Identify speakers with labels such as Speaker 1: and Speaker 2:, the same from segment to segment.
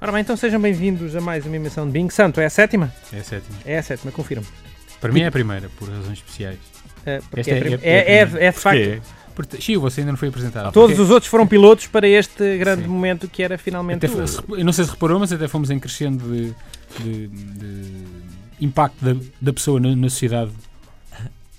Speaker 1: Olá, então sejam bem-vindos a mais uma emissão de Bing Santo. É a sétima?
Speaker 2: É a sétima.
Speaker 1: É a sétima, confirmo.
Speaker 2: Para mim é a primeira, por razões especiais.
Speaker 1: Eh, porque
Speaker 2: Esta
Speaker 1: é, a
Speaker 2: é-
Speaker 1: prim-
Speaker 2: é- é a
Speaker 1: é- é-
Speaker 2: primeira.
Speaker 1: é de facto.
Speaker 3: Porquê?
Speaker 2: Porque, Chiu, você ainda não foi apresentado.
Speaker 1: Todos
Speaker 2: Porque
Speaker 1: os outros foram pilotos para este grande
Speaker 2: Sim.
Speaker 1: momento que era finalmente.
Speaker 2: até
Speaker 1: o-
Speaker 2: foi- se- eu não sei se reparou, mas até fomos em crescendo de, de- de impacto da, da pessoa na, na sociedade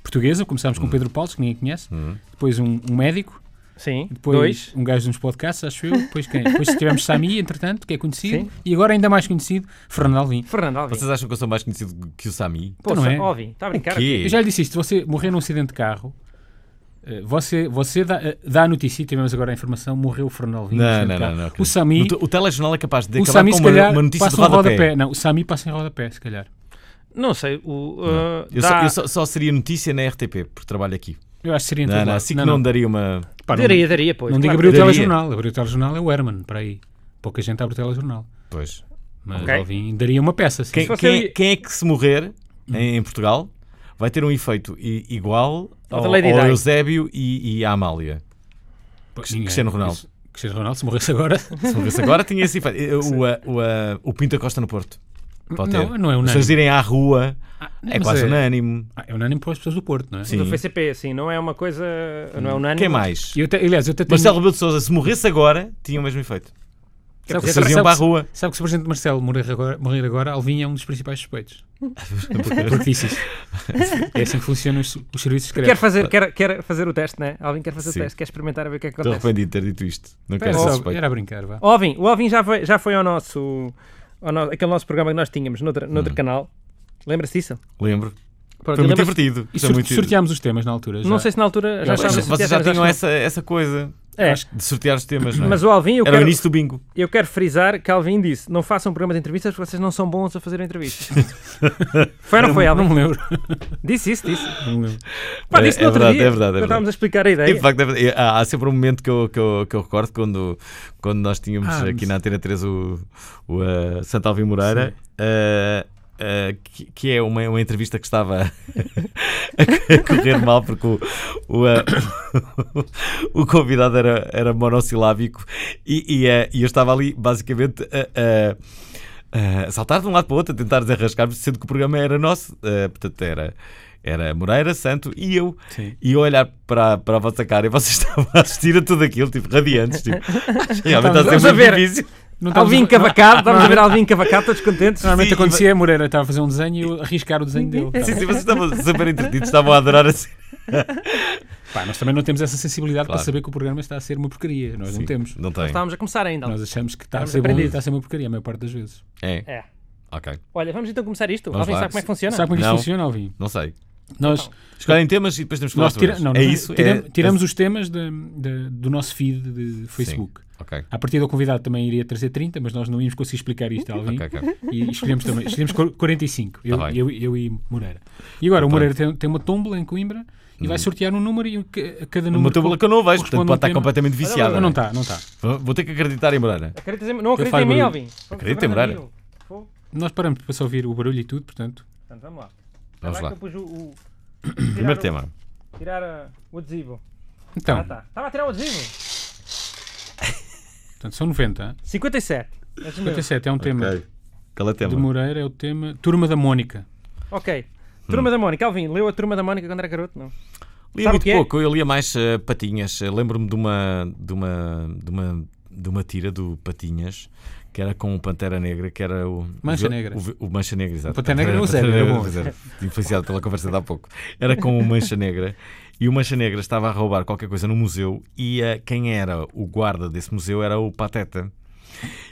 Speaker 2: portuguesa. Começámos com
Speaker 3: Hum.
Speaker 2: Pedro Paulo, que ninguém conhece.
Speaker 3: Hum.
Speaker 2: Depois um, um médico.
Speaker 1: Sim,
Speaker 2: Depois
Speaker 1: dois.
Speaker 2: um gajo de uns podcasts, acho eu. Depois quem? Depois tivemos Sami, entretanto, que é conhecido.
Speaker 1: Sim.
Speaker 2: E agora ainda mais conhecido, Fernando Alvim.
Speaker 1: Fernando Alvim.
Speaker 3: Vocês acham que eu sou mais conhecido que o Sami?
Speaker 1: Poxa,
Speaker 2: Então não é?
Speaker 1: Alvim, está tá a brincar?
Speaker 3: Quê?
Speaker 2: Eu já lhe disse isto, você morrer num acidente de carro, eh, você, você dá, eh, dá a notícia, e tivemos agora a informação, morreu o Fernando Alvim. num
Speaker 3: Não,
Speaker 2: acidente
Speaker 3: não,
Speaker 2: de
Speaker 3: não,
Speaker 2: carro.
Speaker 3: não,
Speaker 2: O
Speaker 3: acredito.
Speaker 2: Sami,
Speaker 3: No te- O Teles não é capaz de
Speaker 2: o
Speaker 3: acabar
Speaker 2: Sami
Speaker 3: com
Speaker 2: se
Speaker 3: uma,
Speaker 2: calhar
Speaker 3: uma notícia de
Speaker 2: passa um
Speaker 3: rodapé.
Speaker 2: rodapé. Não, o Sami passa em rodapé, se calhar.
Speaker 1: Não sei, o. uh,
Speaker 3: Eu,
Speaker 1: dá-
Speaker 3: só, eu só- só seria notícia na RTP, porque trabalho aqui.
Speaker 2: Eu acho que seria em
Speaker 3: Não,
Speaker 2: todo
Speaker 3: não,
Speaker 2: lado.
Speaker 3: assim que não, daria uma.
Speaker 2: pá, não-
Speaker 1: Daria, daria, pois.
Speaker 2: não digo
Speaker 1: claro.
Speaker 2: abrir o
Speaker 3: Daria.
Speaker 2: telejornal. Abrir o telejornal é o Herman, para aí. Pouca gente abre o telejornal.
Speaker 3: Pois.
Speaker 2: Mas
Speaker 1: Ok.
Speaker 2: Alvim daria uma peça. sim.
Speaker 3: Quem,
Speaker 1: fosse
Speaker 3: quem-
Speaker 1: eu-
Speaker 3: quem é que se morrer
Speaker 2: Hum.
Speaker 3: em, em Portugal vai ter um efeito i- igual
Speaker 1: Ao
Speaker 3: ao,
Speaker 1: da Lady
Speaker 3: ao
Speaker 1: Di.
Speaker 3: Eusébio e, e à Amália.
Speaker 2: Pá,
Speaker 3: Cris-
Speaker 2: ninguém.
Speaker 3: Cristiano Ronaldo.
Speaker 2: Isso- Cristiano Ronaldo, se morresse agora.
Speaker 3: Se morresse agora, tinha esse efeito. Eh, O, a- o, a- o Pinto da Costa no Porto. Pode
Speaker 2: não,
Speaker 3: ter.
Speaker 2: não é
Speaker 3: As pessoas
Speaker 2: unânime.
Speaker 3: irem à rua
Speaker 2: Ah,
Speaker 3: é
Speaker 2: mas
Speaker 3: quase
Speaker 2: é,
Speaker 3: unânime.
Speaker 2: Ah, é unânime para as pessoas do Porto, não é?
Speaker 3: Sim.
Speaker 1: Do FCP, assim, não é uma coisa. Não é unânime.
Speaker 3: Quem mais?
Speaker 2: Eu até, aliás, eu até tenho-
Speaker 3: Marcelo Rebelo de Souza, se morresse agora, tinha o mesmo efeito.
Speaker 2: Sabe
Speaker 1: Quer
Speaker 2: que-
Speaker 1: dizer,
Speaker 3: Vocês
Speaker 2: sabe
Speaker 3: iam para a
Speaker 2: que-
Speaker 3: rua.
Speaker 2: Sabe que se o Presidente Marcelo morrer agora, morrer agora Alvim é um dos principais suspeitos. Porque disse isso. É assim que funcionam os, os serviços
Speaker 1: Quer
Speaker 2: secretos.
Speaker 1: fazer, quer, quer fazer o teste, né? Alvin quer fazer
Speaker 3: Sim. Então,
Speaker 1: o teste, quer experimentar a ver o que é que
Speaker 3: Estou
Speaker 1: acontece.
Speaker 3: arrependido de ter dito isto. Não
Speaker 2: Era,
Speaker 3: quero
Speaker 2: só-
Speaker 3: ser suspeito.
Speaker 2: É, era a brincar, vá.
Speaker 1: Alvin, o Alvin já foi, já foi ao nosso. Ao no- aquele nosso programa que nós tínhamos noutro, noutro canal. Lembra-se disso?
Speaker 3: Lembro.
Speaker 1: Pronto,
Speaker 3: Foi muito
Speaker 1: lembra-se-
Speaker 3: divertido.
Speaker 2: E
Speaker 3: Foi
Speaker 2: sorte-
Speaker 3: é muito divertido.
Speaker 2: sorteámos os temas na altura. já.
Speaker 1: Não sei se na altura já
Speaker 2: Eu acho que
Speaker 1: estávamos-
Speaker 2: sorteámos,
Speaker 3: Vocês já
Speaker 1: acho que
Speaker 3: tinham
Speaker 1: não.
Speaker 3: essa, essa coisa
Speaker 1: É,
Speaker 2: acho
Speaker 3: de sortear os temas, não é?
Speaker 1: mas o Alvin, eu
Speaker 3: Era o
Speaker 1: quero,
Speaker 3: início do bingo.
Speaker 1: eu quero frisar que Alvin disse: não façam programas de entrevistas porque vocês não são bons a fazer entrevistas. foi ou não foi,
Speaker 2: Não
Speaker 1: Alvin?
Speaker 2: me lembro.
Speaker 1: Disse isso, disse.
Speaker 2: Não me lembro.
Speaker 1: Pá,
Speaker 3: É-
Speaker 1: disse
Speaker 3: é
Speaker 1: no outro
Speaker 3: verdade,
Speaker 1: dia,
Speaker 3: é verdade, é
Speaker 1: quando estávamos a explicar a
Speaker 3: E,
Speaker 1: ideia.
Speaker 3: de facto, é verdade. E há, há sempre um momento que eu, que eu, que eu recordo quando, quando nós tínhamos
Speaker 2: Ah,
Speaker 3: aqui
Speaker 2: mas-
Speaker 3: na Antena 3 o, o eh, Santo Alvin Moreira, eh, eh, que, que é uma, uma entrevista que estava a correr mal porque o, o, eh, o convidado era, era monossilábico e, e, eh, e eu estava ali basicamente a. a- a saltar de um lado para o outro, a tentar desenrascar-me, sendo que o programa era nosso. Eh, portanto, era, era Moreira, Santo e eu
Speaker 2: Sim.
Speaker 3: e eu olhar para, para a vossa cara e vocês estavam a assistir a tudo aquilo, tipo, radiantes, tipo, realmente está a
Speaker 1: Vamos
Speaker 3: ser
Speaker 1: a
Speaker 3: muito
Speaker 1: ver.
Speaker 3: difícil.
Speaker 2: Não estávamos-
Speaker 1: Alvin cavacado, estávamos a ver Alvin cavacado, todos contentes.
Speaker 2: Normalmente
Speaker 3: Sim,
Speaker 2: acontecia, a Moreira estava a fazer um desenho e eu arriscar o desenho dele.
Speaker 3: Sim, sim, vocês estavam super entretidos, estavam a adorar assim.
Speaker 2: Pá, nós também não temos essa sensibilidade
Speaker 3: Claro.
Speaker 2: para saber que o programa está a ser uma porcaria. Nós não temos.
Speaker 3: Não
Speaker 1: Nós
Speaker 3: tem.
Speaker 1: estávamos a começar ainda.
Speaker 2: Nós achamos que está a
Speaker 1: Estamos
Speaker 2: ser bom e
Speaker 1: aprendidos.
Speaker 2: está a ser uma porcaria, a maior parte das vezes.
Speaker 3: É,
Speaker 1: É.
Speaker 3: ok.
Speaker 1: Olha, vamos então começar isto.
Speaker 3: Vamos
Speaker 1: Alvin
Speaker 3: lá.
Speaker 1: sabe como é que funciona?
Speaker 2: Sabe como é que isto
Speaker 3: Não.
Speaker 2: funciona, Alvim?
Speaker 3: Não sei.
Speaker 2: Nós,
Speaker 3: Escolhem temas e depois temos que falar
Speaker 2: Nós
Speaker 3: sobre
Speaker 2: tira,
Speaker 3: eles.
Speaker 2: não,
Speaker 3: É
Speaker 2: nós
Speaker 3: isso?
Speaker 2: tira-
Speaker 3: É-
Speaker 2: tiramos os temas de- de- do nosso feed de Facebook.
Speaker 3: é- Ok.
Speaker 2: A partir do convidado também iria trazer 30, mas nós não íamos conseguir explicar isto a alguém.
Speaker 3: Ok, ok.
Speaker 2: E escolhemos também, escolhemos quar- 45, eu,
Speaker 3: Tá bem.
Speaker 2: eu, eu e Moreira. E agora o
Speaker 3: Então. Uhum.
Speaker 2: Moreira tem, tem uma tómbola em Coimbra e vai sortear um número e o que- cada número.
Speaker 3: Uma tabula que eu não vejo, portanto
Speaker 2: corresponde
Speaker 3: pode
Speaker 2: a um
Speaker 3: estar
Speaker 2: tema.
Speaker 3: completamente
Speaker 2: Ah,
Speaker 3: viciada.
Speaker 2: Não
Speaker 3: não
Speaker 2: está, não está.
Speaker 3: é? Vou vou ter que acreditar em Moreira.
Speaker 1: Acreditas em- Não acredita
Speaker 2: faz
Speaker 1: em mim,
Speaker 2: barulho.
Speaker 1: Alvin?
Speaker 3: Acredita em
Speaker 1: Fernando
Speaker 3: Moreira.
Speaker 1: Miro. Fogo.
Speaker 2: Nós paramos para só ouvir o barulho e tudo, portanto.
Speaker 1: Portanto, vamos lá.
Speaker 3: Vamos
Speaker 1: Vai
Speaker 3: lá.
Speaker 1: que eu pus o- o- tirar
Speaker 3: Primeiro
Speaker 1: o-
Speaker 3: tema.
Speaker 1: Tirar ah, o adesivo.
Speaker 2: Então,
Speaker 1: Ah, tá. Estava a tirar o adesivo.
Speaker 2: portanto, são 90.
Speaker 1: 57. É isso mesmo.
Speaker 2: 57 é um tema
Speaker 3: Qual é o
Speaker 2: de
Speaker 3: tema?
Speaker 2: Moreira, é o tema Turma da Mónica.
Speaker 1: Ok.
Speaker 3: Hum.
Speaker 1: Turma da Mónica. Alvin, leu a Turma da Mónica quando era garoto? Não. Sabe
Speaker 3: Lia
Speaker 1: o
Speaker 3: muito
Speaker 1: que é?
Speaker 3: pouco, eu lia mais eh, Patinhas. Eh, Lembro-me de uma, de, uma, de, uma, de uma tira do Patinhas que era com o Pantera Negra, que era o.
Speaker 2: Mancha
Speaker 3: o vi-
Speaker 2: Negra.
Speaker 3: O, vi- o Mancha Negra, exato.
Speaker 2: O Pantera Negra não
Speaker 3: Pantera
Speaker 2: serve,
Speaker 3: Negra
Speaker 2: é bom.
Speaker 3: não serve. Influenciado pela conversa de há pouco. Era com o Mancha Negra e o Mancha Negra estava a roubar qualquer coisa no museu e eh, quem era o guarda desse museu era o Pateta.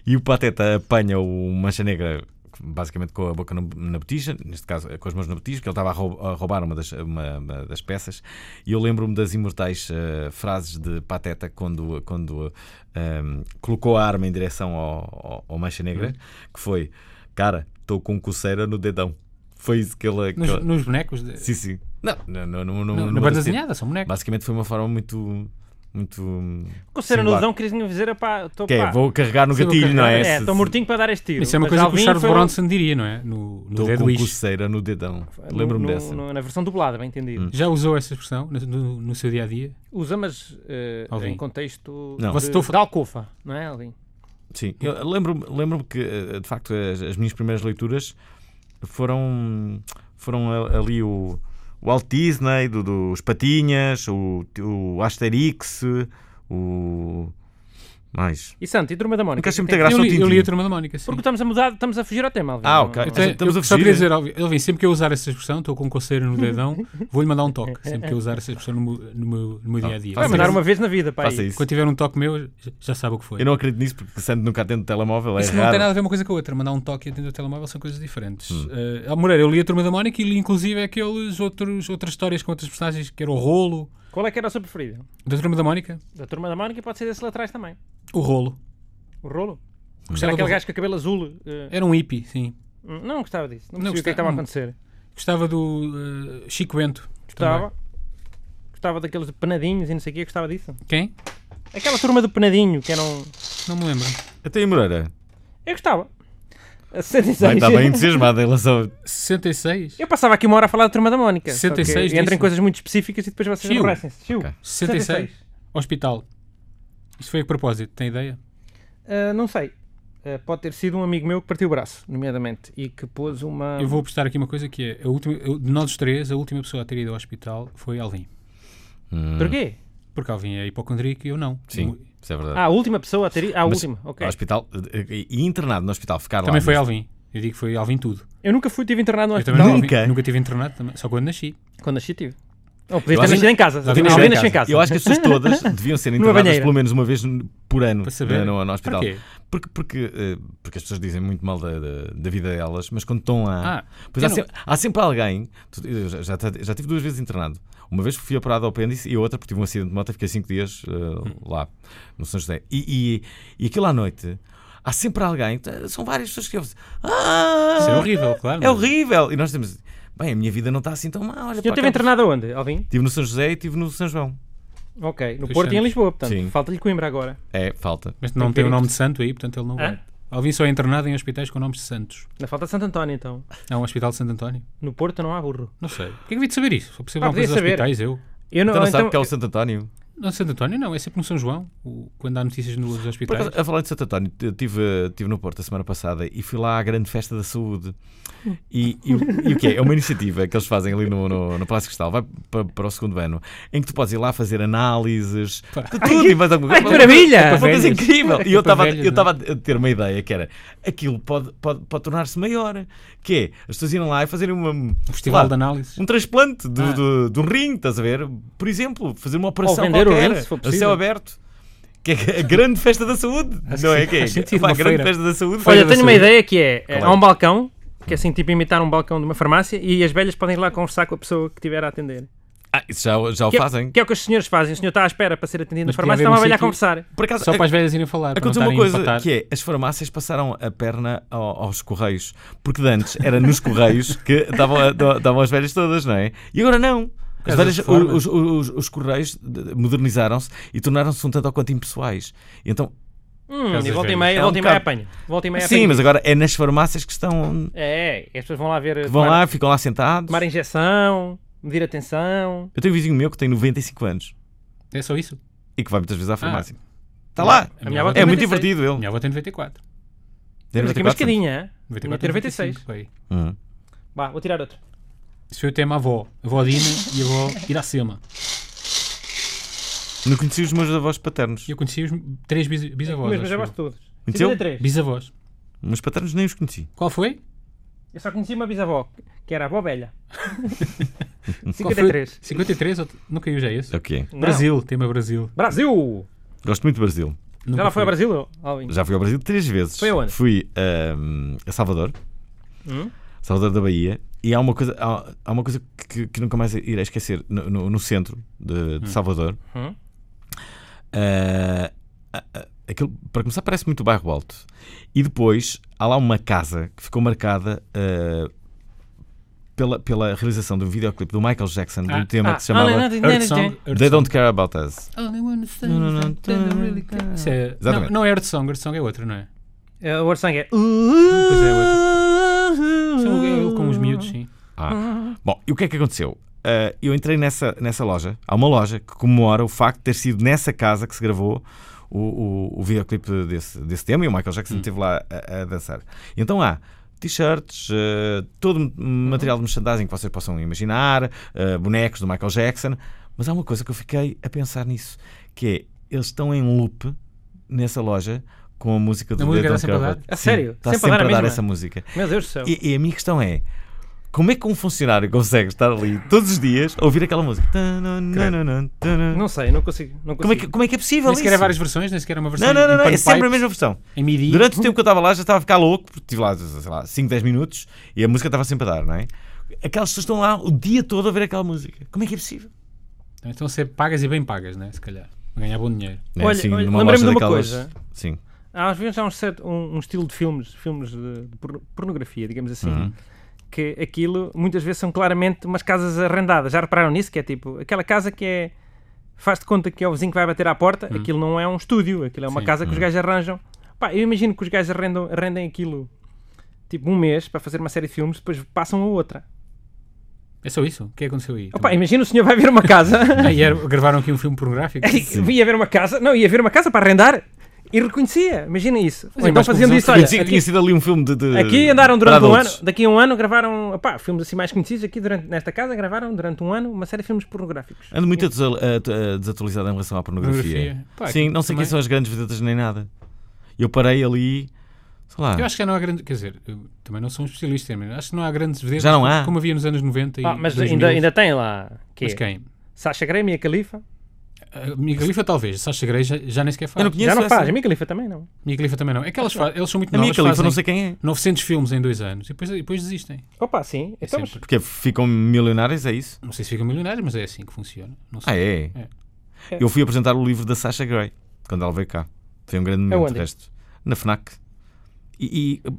Speaker 3: E o Pateta apanha o Mancha Negra basicamente com a boca no- na botija, neste caso eh, com as mãos na botija, porque ele estava a rou- a roubar uma das, uma- uma das peças. E eu lembro-me das imortais eh, frases de Pateta quando, quando eh, um, colocou a arma em direção ao, ao, ao Mancha Negra,
Speaker 2: Hum.
Speaker 3: que foi, cara, estou com coceira no dedão. Foi isso que ele... Que
Speaker 2: Nos,
Speaker 3: ele-
Speaker 2: nos bonecos. de-
Speaker 3: Sim, sim. Não, não, não, não, não,
Speaker 2: Não,
Speaker 3: não
Speaker 2: na
Speaker 3: vou
Speaker 2: banda
Speaker 3: dizer.
Speaker 2: desenhada, são bonecos.
Speaker 3: Basicamente foi uma forma muito... muito
Speaker 1: Com o ser
Speaker 3: Singular.
Speaker 1: anudão, queres me dizer, pá, estou
Speaker 3: que é,
Speaker 1: pá.
Speaker 3: vou carregar no
Speaker 2: Sim, vou
Speaker 3: gatilho, não é?
Speaker 1: É,
Speaker 3: Se-
Speaker 1: estou mortinho para dar este tiro.
Speaker 2: Isso é uma
Speaker 1: Mas
Speaker 2: coisa que o
Speaker 1: Alvin
Speaker 2: Charles
Speaker 1: foi um-
Speaker 2: Bronson diria, não é? No, no
Speaker 3: Estou
Speaker 2: Dead
Speaker 3: com
Speaker 2: Wish.
Speaker 3: coceira no dedão.
Speaker 1: no-
Speaker 3: Lembro-me
Speaker 1: no-
Speaker 3: dessa. Hum.
Speaker 1: no- na versão dublada, bem entendido.
Speaker 2: Já usou essa expressão no, no- no seu dia a dia?
Speaker 1: Usa, mas eh,
Speaker 2: Alvin.
Speaker 1: em contexto
Speaker 3: Não.
Speaker 1: De,
Speaker 2: Você estou a fa-
Speaker 1: da alcofa, não é, Alvin?
Speaker 3: Sim, eu lembro-me lembro que, eh, de facto, as, as minhas primeiras leituras foram, foram a- ali o, o Walt Disney, do- dos Patinhas, o, o Asterix, o. Mais.
Speaker 1: E Santo, e Turma da Mónica?
Speaker 3: Nunca achei
Speaker 1: O que
Speaker 3: muita
Speaker 1: é que-
Speaker 3: graça
Speaker 2: Eu
Speaker 3: ao
Speaker 2: li, eu li a
Speaker 3: Tintin.
Speaker 2: Turma da Mónica, sim.
Speaker 1: Porque estamos a mudar, estamos a fugir ao tema. Alvin.
Speaker 3: Ah, ok.
Speaker 1: Não- é?
Speaker 2: Eu tenho-
Speaker 3: Estamos a
Speaker 2: eu só queria
Speaker 3: fugir,
Speaker 2: dizer, Alvin, Alvin, sempre que eu usar essa expressão, estou com um conselho no dedão, vou-lhe mandar um toque. Sempre que eu usar essa expressão no meu, no meu, no meu
Speaker 3: Ah,
Speaker 2: dia a dia.
Speaker 1: Vai
Speaker 3: Faça
Speaker 1: mandar
Speaker 3: isso.
Speaker 1: uma vez na vida, pá.
Speaker 3: Faça
Speaker 1: aí.
Speaker 3: isso.
Speaker 2: Quando tiver um toque meu, já- já sabe o que foi.
Speaker 3: Eu não acredito nisso porque sendo nunca atendo telemóvel é
Speaker 2: Isso não
Speaker 3: raro. Hum.
Speaker 2: tem nada a ver uma coisa com a outra. Mandar um toque e atender o telemóvel são coisas diferentes. Eh, Moreira, eu li a Turma da Mónica e li inclusive aqueles outros, outras histórias com outras personagens, que era o rolo
Speaker 1: Qual é que era o seu preferido?
Speaker 2: da Turma da Mónica.
Speaker 1: Da Turma da Mónica pode ser desse lá atrás também.
Speaker 2: O rolo.
Speaker 1: O
Speaker 3: Hum.
Speaker 1: rolo? Era
Speaker 2: Gostava
Speaker 1: aquele
Speaker 2: do-
Speaker 1: gajo com o cabelo azul. eh, hum,
Speaker 2: Era um hippie, sim.
Speaker 1: Não gostava disso. Não,
Speaker 2: Não
Speaker 1: percebi o que é que estava a acontecer.
Speaker 2: Gostava do eh, Chico Bento.
Speaker 1: Gostava. Gostava daqueles de penadinhos e não sei o quê. Gostava disso.
Speaker 2: Quem?
Speaker 1: Aquela turma do penadinho que eram...
Speaker 2: Não me lembro.
Speaker 3: Até aí, Moreira.
Speaker 1: Eu gostava. A 66.
Speaker 3: Bem, Está tá bem entusiasmado em relação.
Speaker 2: 66?
Speaker 1: Eu passava aqui uma hora a falar da Turma da Mónica.
Speaker 2: 66
Speaker 1: só que Entra em
Speaker 2: disse.
Speaker 1: coisas muito específicas e depois vocês
Speaker 2: Chiu.
Speaker 1: aborrecem-se. Chiu.
Speaker 3: Ok.
Speaker 2: 66. Hospital. Isto foi a que propósito, tem ideia?
Speaker 1: Ah, não sei. Ah, pode ter sido um amigo meu que partiu o braço, nomeadamente, e que pôs uma.
Speaker 2: Eu vou apostar aqui uma coisa que é, a última, eu- de nós os três, a última pessoa a ter ido ao hospital foi Alvin.
Speaker 3: Hum,
Speaker 1: Porquê?
Speaker 2: Porque Alvin é hipocondríaco e eu não.
Speaker 3: Sim, isso é verdade.
Speaker 1: Ah, a última pessoa a ter. Ah, a
Speaker 3: Mas-
Speaker 1: última, ok.
Speaker 3: Ao hospital e e internado no hospital, ficar lá.
Speaker 2: Também foi
Speaker 3: mesmo.
Speaker 2: Alvin. Eu digo que foi Alvin tudo.
Speaker 1: Eu nunca fui, tive internado no
Speaker 2: Eu também
Speaker 1: hospital.
Speaker 2: nunca,
Speaker 3: Nunca?
Speaker 2: nunca tive internado, também, só quando nasci.
Speaker 1: Quando nasci, tive. Ou podia Oh, ter
Speaker 3: acho-
Speaker 1: nascido em casa.
Speaker 2: Eu também
Speaker 1: Alguém
Speaker 2: nasci
Speaker 1: nasceu
Speaker 2: em
Speaker 1: em casa.
Speaker 3: Eu acho que as pessoas todas deviam ser internadas
Speaker 1: banheira.
Speaker 3: pelo menos uma vez por ano
Speaker 2: Para saber.
Speaker 3: eh, no, no hospital.
Speaker 2: Porquê?
Speaker 3: Porque, porque, eh, porque as pessoas dizem muito mal da, da, da vida delas, mas quando estão lá.
Speaker 2: Ah,
Speaker 3: pois
Speaker 2: eu
Speaker 3: há,
Speaker 2: não-
Speaker 3: sempre, há sempre alguém. tu- Eu já, já, já tive duas vezes internado. Uma vez fui operado ao apêndice e a outra porque tive um acidente de moto e fiquei cinco dias eh,
Speaker 2: Hum.
Speaker 3: lá, no São José. E, e, e aquilo à noite. Há sempre alguém, t- são várias pessoas que ouvem ah,
Speaker 2: Isso é horrível, claro,
Speaker 3: É
Speaker 2: mas-
Speaker 3: horrível. E nós temos, bem, a minha vida não está assim tão mal. olha,
Speaker 1: Eu
Speaker 3: pá,
Speaker 1: tive
Speaker 3: acabas-
Speaker 1: internado aonde, Alvin?
Speaker 3: Tive no São José e tive no São João.
Speaker 1: Ok. No
Speaker 2: Pois
Speaker 1: Porto e em
Speaker 2: Santos.
Speaker 1: Lisboa, portanto.
Speaker 3: Sim.
Speaker 1: Falta-lhe Coimbra agora.
Speaker 3: É, falta.
Speaker 2: Mas não
Speaker 1: Porque
Speaker 2: tem o
Speaker 1: é
Speaker 2: nome de santo aí, portanto ele não
Speaker 1: Hã?
Speaker 2: vai. Alvin só é internado em hospitais com nomes de santos.
Speaker 1: Na falta de Santo António, então.
Speaker 2: É um hospital de Santo António?
Speaker 1: No Porto não há burro.
Speaker 2: Não sei. Porquê que eu vi de saber isso? Só percebo
Speaker 1: Ah,
Speaker 2: uma
Speaker 1: podia
Speaker 2: coisa de
Speaker 1: saber.
Speaker 2: hospitais, eu.
Speaker 1: Eu
Speaker 3: Então não sabe
Speaker 1: então-
Speaker 3: que é o Santo António.
Speaker 2: Não, Santo António não, é sempre no São João, o- quando há notícias nos
Speaker 3: Por
Speaker 2: hospitais.
Speaker 3: acaso, a falar de Santo António, eu estive tive no Porto a semana passada e fui lá à grande festa da saúde. E, e o- e o que é? É uma iniciativa que eles fazem ali no, no, no Palácio Cristal, vai para, para o segundo ano, em que tu podes ir lá fazer análises, de tudo e mais alguma
Speaker 1: Ai,
Speaker 3: coisa. É
Speaker 1: que maravilha!
Speaker 3: Uma coisa
Speaker 2: velhos.
Speaker 3: incrível! E eu
Speaker 2: para
Speaker 3: estava
Speaker 2: velhos,
Speaker 3: eu estava a ter uma ideia que era aquilo pode, pode, pode tornar-se maior, que é as pessoas irem lá e fazerem uma.
Speaker 2: Um festival
Speaker 3: sei
Speaker 2: de
Speaker 3: lá,
Speaker 2: análises.
Speaker 3: um transplante do,
Speaker 2: Ah.
Speaker 3: do, do um rim, estás a ver? Por exemplo, fazer uma operação
Speaker 1: vender o
Speaker 3: qualquer,
Speaker 1: rim, se for
Speaker 3: a
Speaker 1: possível.
Speaker 3: céu aberto. Que é a grande festa da saúde,
Speaker 2: Acho
Speaker 3: não
Speaker 2: que
Speaker 3: é?
Speaker 2: sim,
Speaker 3: Que é?
Speaker 2: faz sentido,
Speaker 3: Pá, a
Speaker 2: uma
Speaker 3: grande
Speaker 2: feira.
Speaker 3: festa da saúde.
Speaker 1: Olha,
Speaker 3: feira
Speaker 1: eu
Speaker 3: da
Speaker 1: tenho uma
Speaker 3: saúde.
Speaker 1: ideia que é,
Speaker 3: Qual é?
Speaker 1: há um balcão, que é assim tipo imitar um balcão de uma farmácia e as velhas podem ir lá conversar com a pessoa que estiver a atender.
Speaker 3: Ah, isso já, já o
Speaker 1: Que é,
Speaker 3: fazem.
Speaker 1: que é o que os senhores fazem, o senhor está à espera para ser atendido na
Speaker 2: Mas podia
Speaker 1: farmácia,
Speaker 2: haver
Speaker 1: está uma
Speaker 2: um
Speaker 1: velha a
Speaker 2: sítio-
Speaker 1: conversar.
Speaker 3: Por acaso,
Speaker 2: Só
Speaker 3: a-
Speaker 2: para as velhas irem falar. para não
Speaker 3: aconteceu uma
Speaker 2: estarem a
Speaker 3: coisa
Speaker 2: empatar.
Speaker 3: que é: as farmácias passaram a perna ao- aos correios. Porque de antes era nos correios que davam, a- da- davam as velhas todas, não é? E agora não. As
Speaker 2: causa da
Speaker 3: velhas,
Speaker 2: reforma.
Speaker 3: os, os- os correios de- modernizaram-se e tornaram-se um tanto ao quanto impessoais. E Então,
Speaker 1: Hum,
Speaker 2: Casas
Speaker 1: e volta e
Speaker 2: velhas.
Speaker 1: meia,
Speaker 3: É um
Speaker 1: volta e meia
Speaker 3: bocado-
Speaker 1: apanha. Volta e meia
Speaker 3: sim,
Speaker 2: assim.
Speaker 1: apanha.
Speaker 3: mas agora é nas farmácias que estão.
Speaker 1: É, é, as pessoas vão lá ver,
Speaker 3: que vão
Speaker 1: tomar,
Speaker 3: lá, ficam lá sentados.
Speaker 1: tomar injeção, medir a tensão.
Speaker 3: Eu tenho um vizinho meu que tem 95 anos
Speaker 2: É só isso.
Speaker 3: e que vai muitas vezes à farmácia. Está Ah. lá!
Speaker 2: A
Speaker 1: minha
Speaker 2: minha
Speaker 1: avó
Speaker 2: avó
Speaker 3: É
Speaker 2: tem
Speaker 3: muito
Speaker 1: 96.
Speaker 3: divertido ele.
Speaker 2: A minha avó tem 94.
Speaker 3: Tem
Speaker 1: Temos aqui uma
Speaker 3: 94 anos.
Speaker 1: escadinha, é?
Speaker 2: 94
Speaker 1: Tem 96.
Speaker 2: 95, foi.
Speaker 3: Uhum.
Speaker 1: Vá, vou tirar outro.
Speaker 2: Isso foi o tema avó. A avó Dina e a avó Iracema.
Speaker 3: Não conheci os meus avós paternos.
Speaker 2: E eu conheci os três
Speaker 1: É
Speaker 2: bis- bisavós.
Speaker 1: Mas mas
Speaker 2: acho
Speaker 1: eu
Speaker 2: eu.
Speaker 1: gosto de todos.
Speaker 3: Então?
Speaker 1: 53.
Speaker 2: Bisavós.
Speaker 3: Meus paternos nem os conheci.
Speaker 2: Qual foi?
Speaker 1: Eu só conheci uma bisavó, que era a avó velha.
Speaker 2: Qual foi?
Speaker 1: 53.
Speaker 2: 53? ou- Nunca eu já esse.
Speaker 3: É o que é.
Speaker 1: Não.
Speaker 2: Brasil, tema Brasil.
Speaker 1: Brasil!
Speaker 3: Gosto muito do Brasil.
Speaker 1: Já
Speaker 2: Nunca
Speaker 1: lá foi
Speaker 2: fui.
Speaker 1: ao Brasil, Alvin?
Speaker 3: Já fui ao Brasil três vezes.
Speaker 1: Foi aonde?
Speaker 3: Fui ahm, a Salvador,
Speaker 1: Hum?
Speaker 3: Salvador da Bahia. E há uma coisa, há, há uma coisa que, que nunca mais irei esquecer. No, no- no centro de, de Salvador,
Speaker 1: Hum?
Speaker 3: Ah, ah, ah, aquilo, para começar, parece muito bairro alto. E depois há lá uma casa que ficou marcada ah, pela, pela realização de um videoclipe do Michael Jackson, de um
Speaker 2: Ah,
Speaker 3: tema
Speaker 1: ah,
Speaker 3: que se chamava
Speaker 1: ah, não, não, não,
Speaker 2: Earth Song. Earth
Speaker 3: They
Speaker 2: Song.
Speaker 3: Don't Care About Us.
Speaker 2: Only one thing
Speaker 3: No, no, no,
Speaker 2: that they don't really care. Isso é-
Speaker 3: Ah. Exatamente.
Speaker 2: Não, não é Earth Song, Earth Song é outra, não é?
Speaker 1: É, O Orsang é.
Speaker 2: Pois é, outra.
Speaker 3: é,
Speaker 1: Hum.
Speaker 2: São eu com os miúdos, sim.
Speaker 3: Ah. Bom, e o que é que aconteceu? Ah, eu entrei nessa, nessa loja. Há uma loja que comemora o facto de ter sido nessa casa que se gravou o, o, o videoclipe desse, desse tema e o Michael
Speaker 1: Hum.
Speaker 3: Jackson esteve lá a, a dançar. Então há t-shirts, eh, todo material de merchandising que vocês possam imaginar, eh, bonecos do Michael Jackson, mas há uma coisa que eu fiquei a pensar nisso, que é, eles estão em loop nessa loja com a música do
Speaker 2: A música
Speaker 3: Dead
Speaker 2: está sempre a
Speaker 3: Don't
Speaker 2: dar?
Speaker 3: Care About-
Speaker 1: A
Speaker 3: Sim,
Speaker 1: sério?
Speaker 3: Está
Speaker 1: Sempre a dar
Speaker 3: sempre a
Speaker 1: a
Speaker 3: dar
Speaker 1: mesma?
Speaker 3: essa música.
Speaker 1: Meu Deus do céu.
Speaker 3: E, e a minha questão é: como é que um funcionário consegue estar ali todos os dias a ouvir aquela música?
Speaker 1: Não sei, não consigo. Não consigo.
Speaker 3: Como é que, como é, que é possível
Speaker 2: Nem
Speaker 3: isso?
Speaker 2: sequer é várias versões, nem sequer é uma versão
Speaker 3: Não, não, não,
Speaker 2: em
Speaker 3: não, é
Speaker 2: panpipes,
Speaker 3: sempre a mesma versão.
Speaker 2: Em MIDI.
Speaker 3: Durante o tempo que eu estava lá já estava a ficar louco, porque estive lá, sei lá, 5, 10 minutos e a música estava sempre a dar, não é? Aquelas pessoas estão lá o dia todo a ver aquela música. Como é que é possível?
Speaker 2: Também estão a ser Então, é pagas e bem pagas, né? Se calhar. A ganhar bom dinheiro.
Speaker 1: Olha,
Speaker 3: Sim,
Speaker 1: olha,
Speaker 3: numa
Speaker 1: lembrei-me de
Speaker 3: loja
Speaker 1: uma
Speaker 3: daquelas-
Speaker 1: coisa.
Speaker 3: Sim.
Speaker 1: Há, Às vezes há um, certo, um, um estilo de filmes, filmes de, de por- pornografia, digamos assim,
Speaker 2: Uhum.
Speaker 1: que aquilo muitas vezes são claramente umas casas arrendadas. Já repararam nisso? Que é tipo aquela casa que é. Faz de conta que é o vizinho que vai bater à porta, aquilo não é um estúdio, aquilo é uma
Speaker 2: Uhum. Sim, Uhum.
Speaker 1: casa que os gajos arranjam. Pá, eu imagino que os gajos arrendam, arrendem aquilo tipo um mês para fazer uma série de filmes, depois passam a outra.
Speaker 2: É só isso? O que é que aconteceu aí?
Speaker 1: Opa, imagina o senhor vai ver uma casa.
Speaker 2: Ah, e era- gravaram aqui um filme pornográfico?
Speaker 1: É. ia ver uma casa, não, ia ver uma casa para arrendar e reconhecia. Imagina isso. Ou
Speaker 2: Sim,
Speaker 1: então
Speaker 2: mas como
Speaker 1: faziam
Speaker 2: são
Speaker 1: isso,
Speaker 3: Eu
Speaker 1: olha.
Speaker 3: dizia que tinha sido ali um filme de. de-
Speaker 1: Aqui andaram durante
Speaker 3: para
Speaker 1: um ano,
Speaker 3: adultos.
Speaker 1: daqui a um ano gravaram opá, filmes assim mais conhecidos. Aqui durante, nesta casa gravaram durante um ano uma série de filmes pornográficos.
Speaker 3: Ando muito desu- a- a- desatualizado em relação à pornografia.
Speaker 2: Pornografia. Pá,
Speaker 3: Sim,
Speaker 2: aqui
Speaker 3: não sei
Speaker 2: também.
Speaker 3: quem são as grandes vedetas nem nada. Eu parei ali, sei lá.
Speaker 2: Eu acho que já não há grande. Quer dizer, eu também não sou um especialista, mas acho que não há grandes vedetas.
Speaker 3: Já não há?
Speaker 2: Como havia nos anos 90 e.
Speaker 1: Ah, mas
Speaker 2: 2000.
Speaker 1: ainda, ainda tem lá que
Speaker 2: Mas
Speaker 1: é?
Speaker 2: quem?
Speaker 1: Sasha Grey, Mia Khalifa.
Speaker 2: A Mia Khalifa, talvez. Sasha Grey já, já nem sequer faz.
Speaker 3: Eu não conheço
Speaker 1: Já não
Speaker 3: essa.
Speaker 1: faz, a Mia Khalifa também não.
Speaker 2: Mia Khalifa também não. É que elas fa- eles são muito
Speaker 3: A minha
Speaker 2: novas.
Speaker 3: califa
Speaker 2: fazem
Speaker 3: não sei quem é.
Speaker 2: 900 filmes em dois anos e depois, depois desistem.
Speaker 1: Opa, sim. Então, mas-
Speaker 2: É sempre.
Speaker 3: Porque ficam milionários, é isso?
Speaker 2: Não sei se ficam milionários, mas é assim que funciona. Não sei.
Speaker 3: Ah, é?
Speaker 2: É.
Speaker 3: Eu fui apresentar o livro da Sasha Grey quando ela veio cá. Foi um grande momento,
Speaker 1: Aonde?
Speaker 3: de resto. Na Fnac. E, e,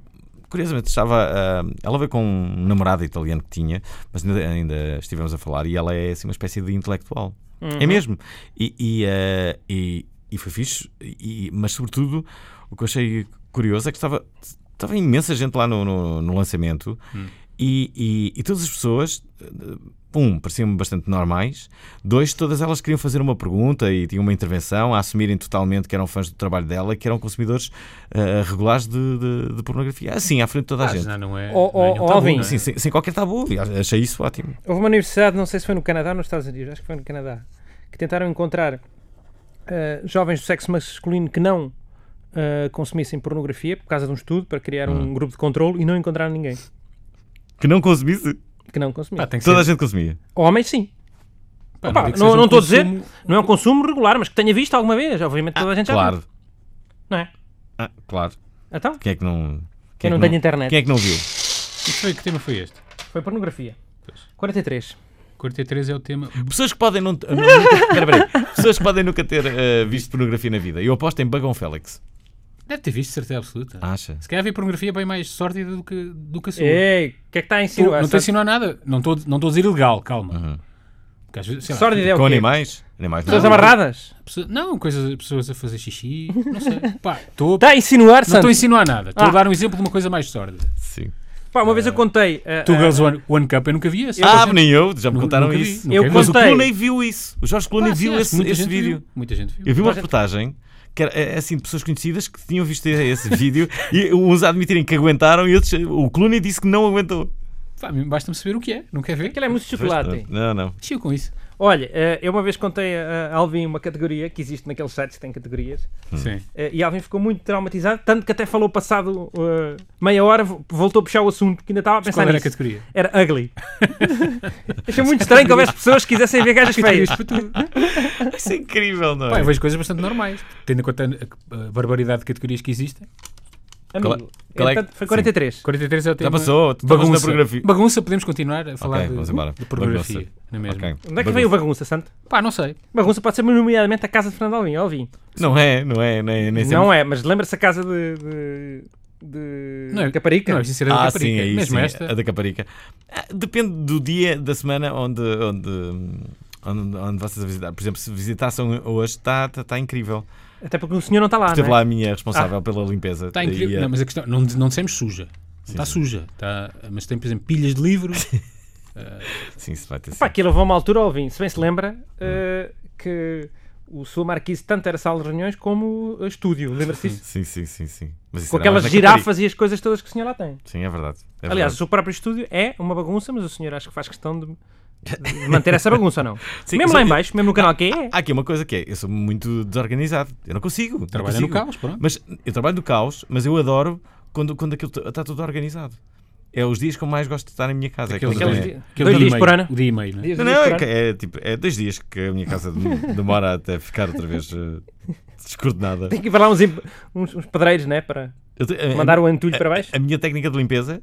Speaker 3: curiosamente, estava. ah, ela veio com um namorado italiano que tinha, mas ainda, ainda estivemos a falar, e ela é assim uma espécie de intelectual.
Speaker 2: Uhum.
Speaker 3: É mesmo. E, e, ah, e, e foi fixe, e- mas sobretudo o que eu achei curioso é que estava, estava imensa gente lá no, no- no lançamento
Speaker 2: Hum.
Speaker 3: e, e- e todas as pessoas, eh, um, pareciam-me bastante normais, dois, todas elas queriam fazer uma pergunta e tinham uma intervenção a assumirem totalmente que eram fãs do trabalho dela e que eram consumidores eh, regulares de, de- de pornografia. Assim, à frente de toda a
Speaker 2: Ah,
Speaker 3: gente.
Speaker 2: já não é.
Speaker 1: Ó,
Speaker 2: não é
Speaker 1: ó,
Speaker 2: nenhum
Speaker 1: ó,
Speaker 2: tabu,
Speaker 1: Alvin.
Speaker 2: não é?
Speaker 3: Sim, sem, sem qualquer tabu. E Achei isso ótimo.
Speaker 1: Houve uma universidade, não sei se foi no Canadá ou nos Estados Unidos, acho que foi no Canadá, que tentaram encontrar ah, jovens do sexo masculino que não ah, consumissem pornografia por causa de um estudo para
Speaker 2: Ah.
Speaker 1: criar um grupo de controle e não encontraram ninguém
Speaker 3: Que não consumisse.
Speaker 1: que não
Speaker 2: Pá,
Speaker 1: consumia.
Speaker 2: Ah, tem que
Speaker 3: Toda a
Speaker 2: ser.
Speaker 3: gente consumia.
Speaker 1: Homens, sim.
Speaker 2: Pá,
Speaker 1: Pá,
Speaker 2: digo que
Speaker 1: não
Speaker 2: seja um
Speaker 1: não estou a dizer,
Speaker 2: consumo-
Speaker 1: não é um consumo regular, mas que tenha visto alguma vez. Obviamente toda a
Speaker 2: Então,
Speaker 1: gente já
Speaker 3: Claro.
Speaker 1: viu, não é?
Speaker 3: Ah, claro.
Speaker 1: Então,
Speaker 3: Quem é que não.
Speaker 1: quem
Speaker 3: é
Speaker 1: não
Speaker 3: que
Speaker 1: tem internet.
Speaker 3: Quem é que não viu?
Speaker 2: Que foi- Que tema foi este?
Speaker 1: Foi pornografia. 43.
Speaker 2: 43 é o tema.
Speaker 3: Pessoas que podem não. não nunca, espera, peraí. Pessoas que podem nunca ter eh, visto pornografia na vida. Eu aposto em Bagão Félix.
Speaker 2: Deve ter visto, certeza absoluta.
Speaker 3: Acha?
Speaker 2: Se calhar havia pornografia bem mais sórdida do que, do que a sua.
Speaker 1: Ei, o que é que está a
Speaker 2: Tu-
Speaker 1: insinuar?
Speaker 2: não estou a ensinar nada. Não estou não estou a dizer ilegal, calma.
Speaker 3: Uhum.
Speaker 2: Porque às vezes, sei lá, tipo,
Speaker 1: Sorte de é o
Speaker 3: Com
Speaker 1: quê?
Speaker 3: animais? Animais não.
Speaker 1: Pessoas amarradas?
Speaker 2: pessoa- não, coisas, pessoas a fazer xixi, não sei. Pá, estou-
Speaker 1: Está a insinuar,
Speaker 2: não estou
Speaker 1: Santo?
Speaker 2: a insinuar nada. Estou
Speaker 1: Tá Ah.
Speaker 2: a dar um exemplo de uma coisa mais sórdida.
Speaker 3: Sim.
Speaker 1: Pá, uma vez eu contei... ah,
Speaker 2: Two
Speaker 1: ah,
Speaker 2: Girls One, One Cup eu nunca vi esse.
Speaker 3: Ah, nem eu, já me contaram
Speaker 2: nunca vi,
Speaker 3: isso.
Speaker 2: nunca
Speaker 1: Eu
Speaker 2: vi.
Speaker 3: Mas o
Speaker 1: Contei.
Speaker 3: Clooney viu isso. O Jorge Clooney
Speaker 2: Ah, sim,
Speaker 3: viu
Speaker 2: acho que
Speaker 3: esse,
Speaker 2: muita
Speaker 3: esse
Speaker 2: gente viu.
Speaker 3: vídeo.
Speaker 2: Muita gente viu.
Speaker 3: Eu vi uma
Speaker 1: Mas-
Speaker 3: reportagem que era é, assim de pessoas conhecidas que tinham visto esse vídeo e uns a admitirem que aguentaram e outros. O Clooney disse que não aguentou.
Speaker 2: Pá, Basta-me saber o que é, não quer ver?
Speaker 1: Aquilo é muito chocolate.
Speaker 3: Não, não.
Speaker 2: Chiu com isso.
Speaker 1: Olha, eh, eu uma vez contei eh, a a Alvin uma categoria que existe naqueles sites que têm categorias
Speaker 3: Hum.
Speaker 2: Sim.
Speaker 1: eh, e Alvin ficou muito traumatizado, tanto que até falou passado eh, meia hora, vo- voltou a puxar o assunto, que ainda estava a pensar
Speaker 2: Qual era a
Speaker 1: nisso.
Speaker 2: categoria?
Speaker 1: Era ugly. Achei muito estranho que houvesse pessoas que quisessem ver gajas feias.
Speaker 2: Categorias para tudo.
Speaker 3: Isso é incrível, não é?
Speaker 2: Pá, eu vejo coisas bastante normais, tendo em conta a, a barbaridade de categorias que existem.
Speaker 1: Amigo,
Speaker 3: qual é-
Speaker 1: entretanto, foi 43.
Speaker 2: 43 é o tema.
Speaker 3: Já passou, tu estavas
Speaker 2: Bagunça.
Speaker 3: na pornografia.
Speaker 2: Bagunça, podemos continuar a falar de,
Speaker 3: vamos embora.
Speaker 2: de pornografia. Na mesma.
Speaker 3: Ok.
Speaker 1: Onde é que veio o
Speaker 3: Bagunça.
Speaker 1: bagunça, Santo?
Speaker 2: Pá, não sei.
Speaker 1: Bagunça pode ser nomeadamente a casa de Fernando Alvin. Alvin.
Speaker 3: Não é, não é, nem, nem
Speaker 1: Não é, mas lembra-se a casa de. de... De
Speaker 2: Não é-
Speaker 1: Um Caparica?
Speaker 2: Não, isso era da
Speaker 3: Ah,
Speaker 2: Caparica.
Speaker 3: sim, é isso.
Speaker 2: mesmo
Speaker 3: sim,
Speaker 2: esta.
Speaker 3: A da Caparica. Ah, Depende do dia, da semana onde, onde, onde, onde vocês a visitar. Por exemplo, se visitassem hoje, está tá, tá incrível.
Speaker 1: Até porque o senhor não está
Speaker 2: Ah,
Speaker 1: lá,
Speaker 3: Esteve
Speaker 1: não é?
Speaker 3: lá a minha responsável pela limpeza.
Speaker 2: Está
Speaker 3: E,
Speaker 2: Ah, tá incrível.
Speaker 3: eh,
Speaker 2: Não, mas a questão, não, não dissemos suja. Está suja. Está, mas tem, por exemplo, pilhas de livros.
Speaker 3: É Sim, se vai ter
Speaker 1: Pá,
Speaker 3: sido.
Speaker 1: aquilo houve uma altura, Alvin, se bem se lembra, eh, que o sua marquise tanto era sala de reuniões como estúdio, lembra-se disso?
Speaker 3: Sim, sim, sim, sim. Mas isso
Speaker 1: Com
Speaker 3: era
Speaker 1: aquelas
Speaker 3: Ana Catarina.
Speaker 1: girafas e as coisas todas que o senhor lá tem.
Speaker 3: Sim, é verdade. é
Speaker 1: Aliás,
Speaker 3: verdade.
Speaker 1: o seu próprio estúdio é uma bagunça, mas o senhor acho que faz questão de, de manter essa bagunça, não?
Speaker 3: Sim,
Speaker 1: mesmo
Speaker 3: só-
Speaker 1: lá em baixo, mesmo no canal que é.
Speaker 3: Há aqui uma coisa que é, eu sou muito desorganizado. Eu não consigo. não
Speaker 2: Trabalha no
Speaker 3: consigo.
Speaker 2: caos, pronto.
Speaker 3: Mas eu trabalho no caos, mas eu adoro quando, quando aquilo está tudo organizado. É os dias que eu mais gosto de estar na minha casa. é
Speaker 2: Aqueles
Speaker 3: quando-
Speaker 1: Aqueles
Speaker 2: é.
Speaker 1: di-
Speaker 2: Aquele
Speaker 1: dois
Speaker 2: dia e
Speaker 1: dias
Speaker 2: meio,
Speaker 1: por ano.
Speaker 2: O dia e meio, né?
Speaker 1: Dias-
Speaker 3: Não,
Speaker 1: dias
Speaker 3: não,
Speaker 1: por
Speaker 3: é,
Speaker 1: ano.
Speaker 3: que- é tipo, é dois dias que a minha casa dem- demora até ficar outra vez eh, descoordenada.
Speaker 1: Tem que ir para lá uns, imp- uns, uns pedreiros, né? Para
Speaker 3: Eu te- eh, a- a-
Speaker 1: mandar o entulho para
Speaker 3: a,
Speaker 1: baixo.
Speaker 3: a minha técnica de limpeza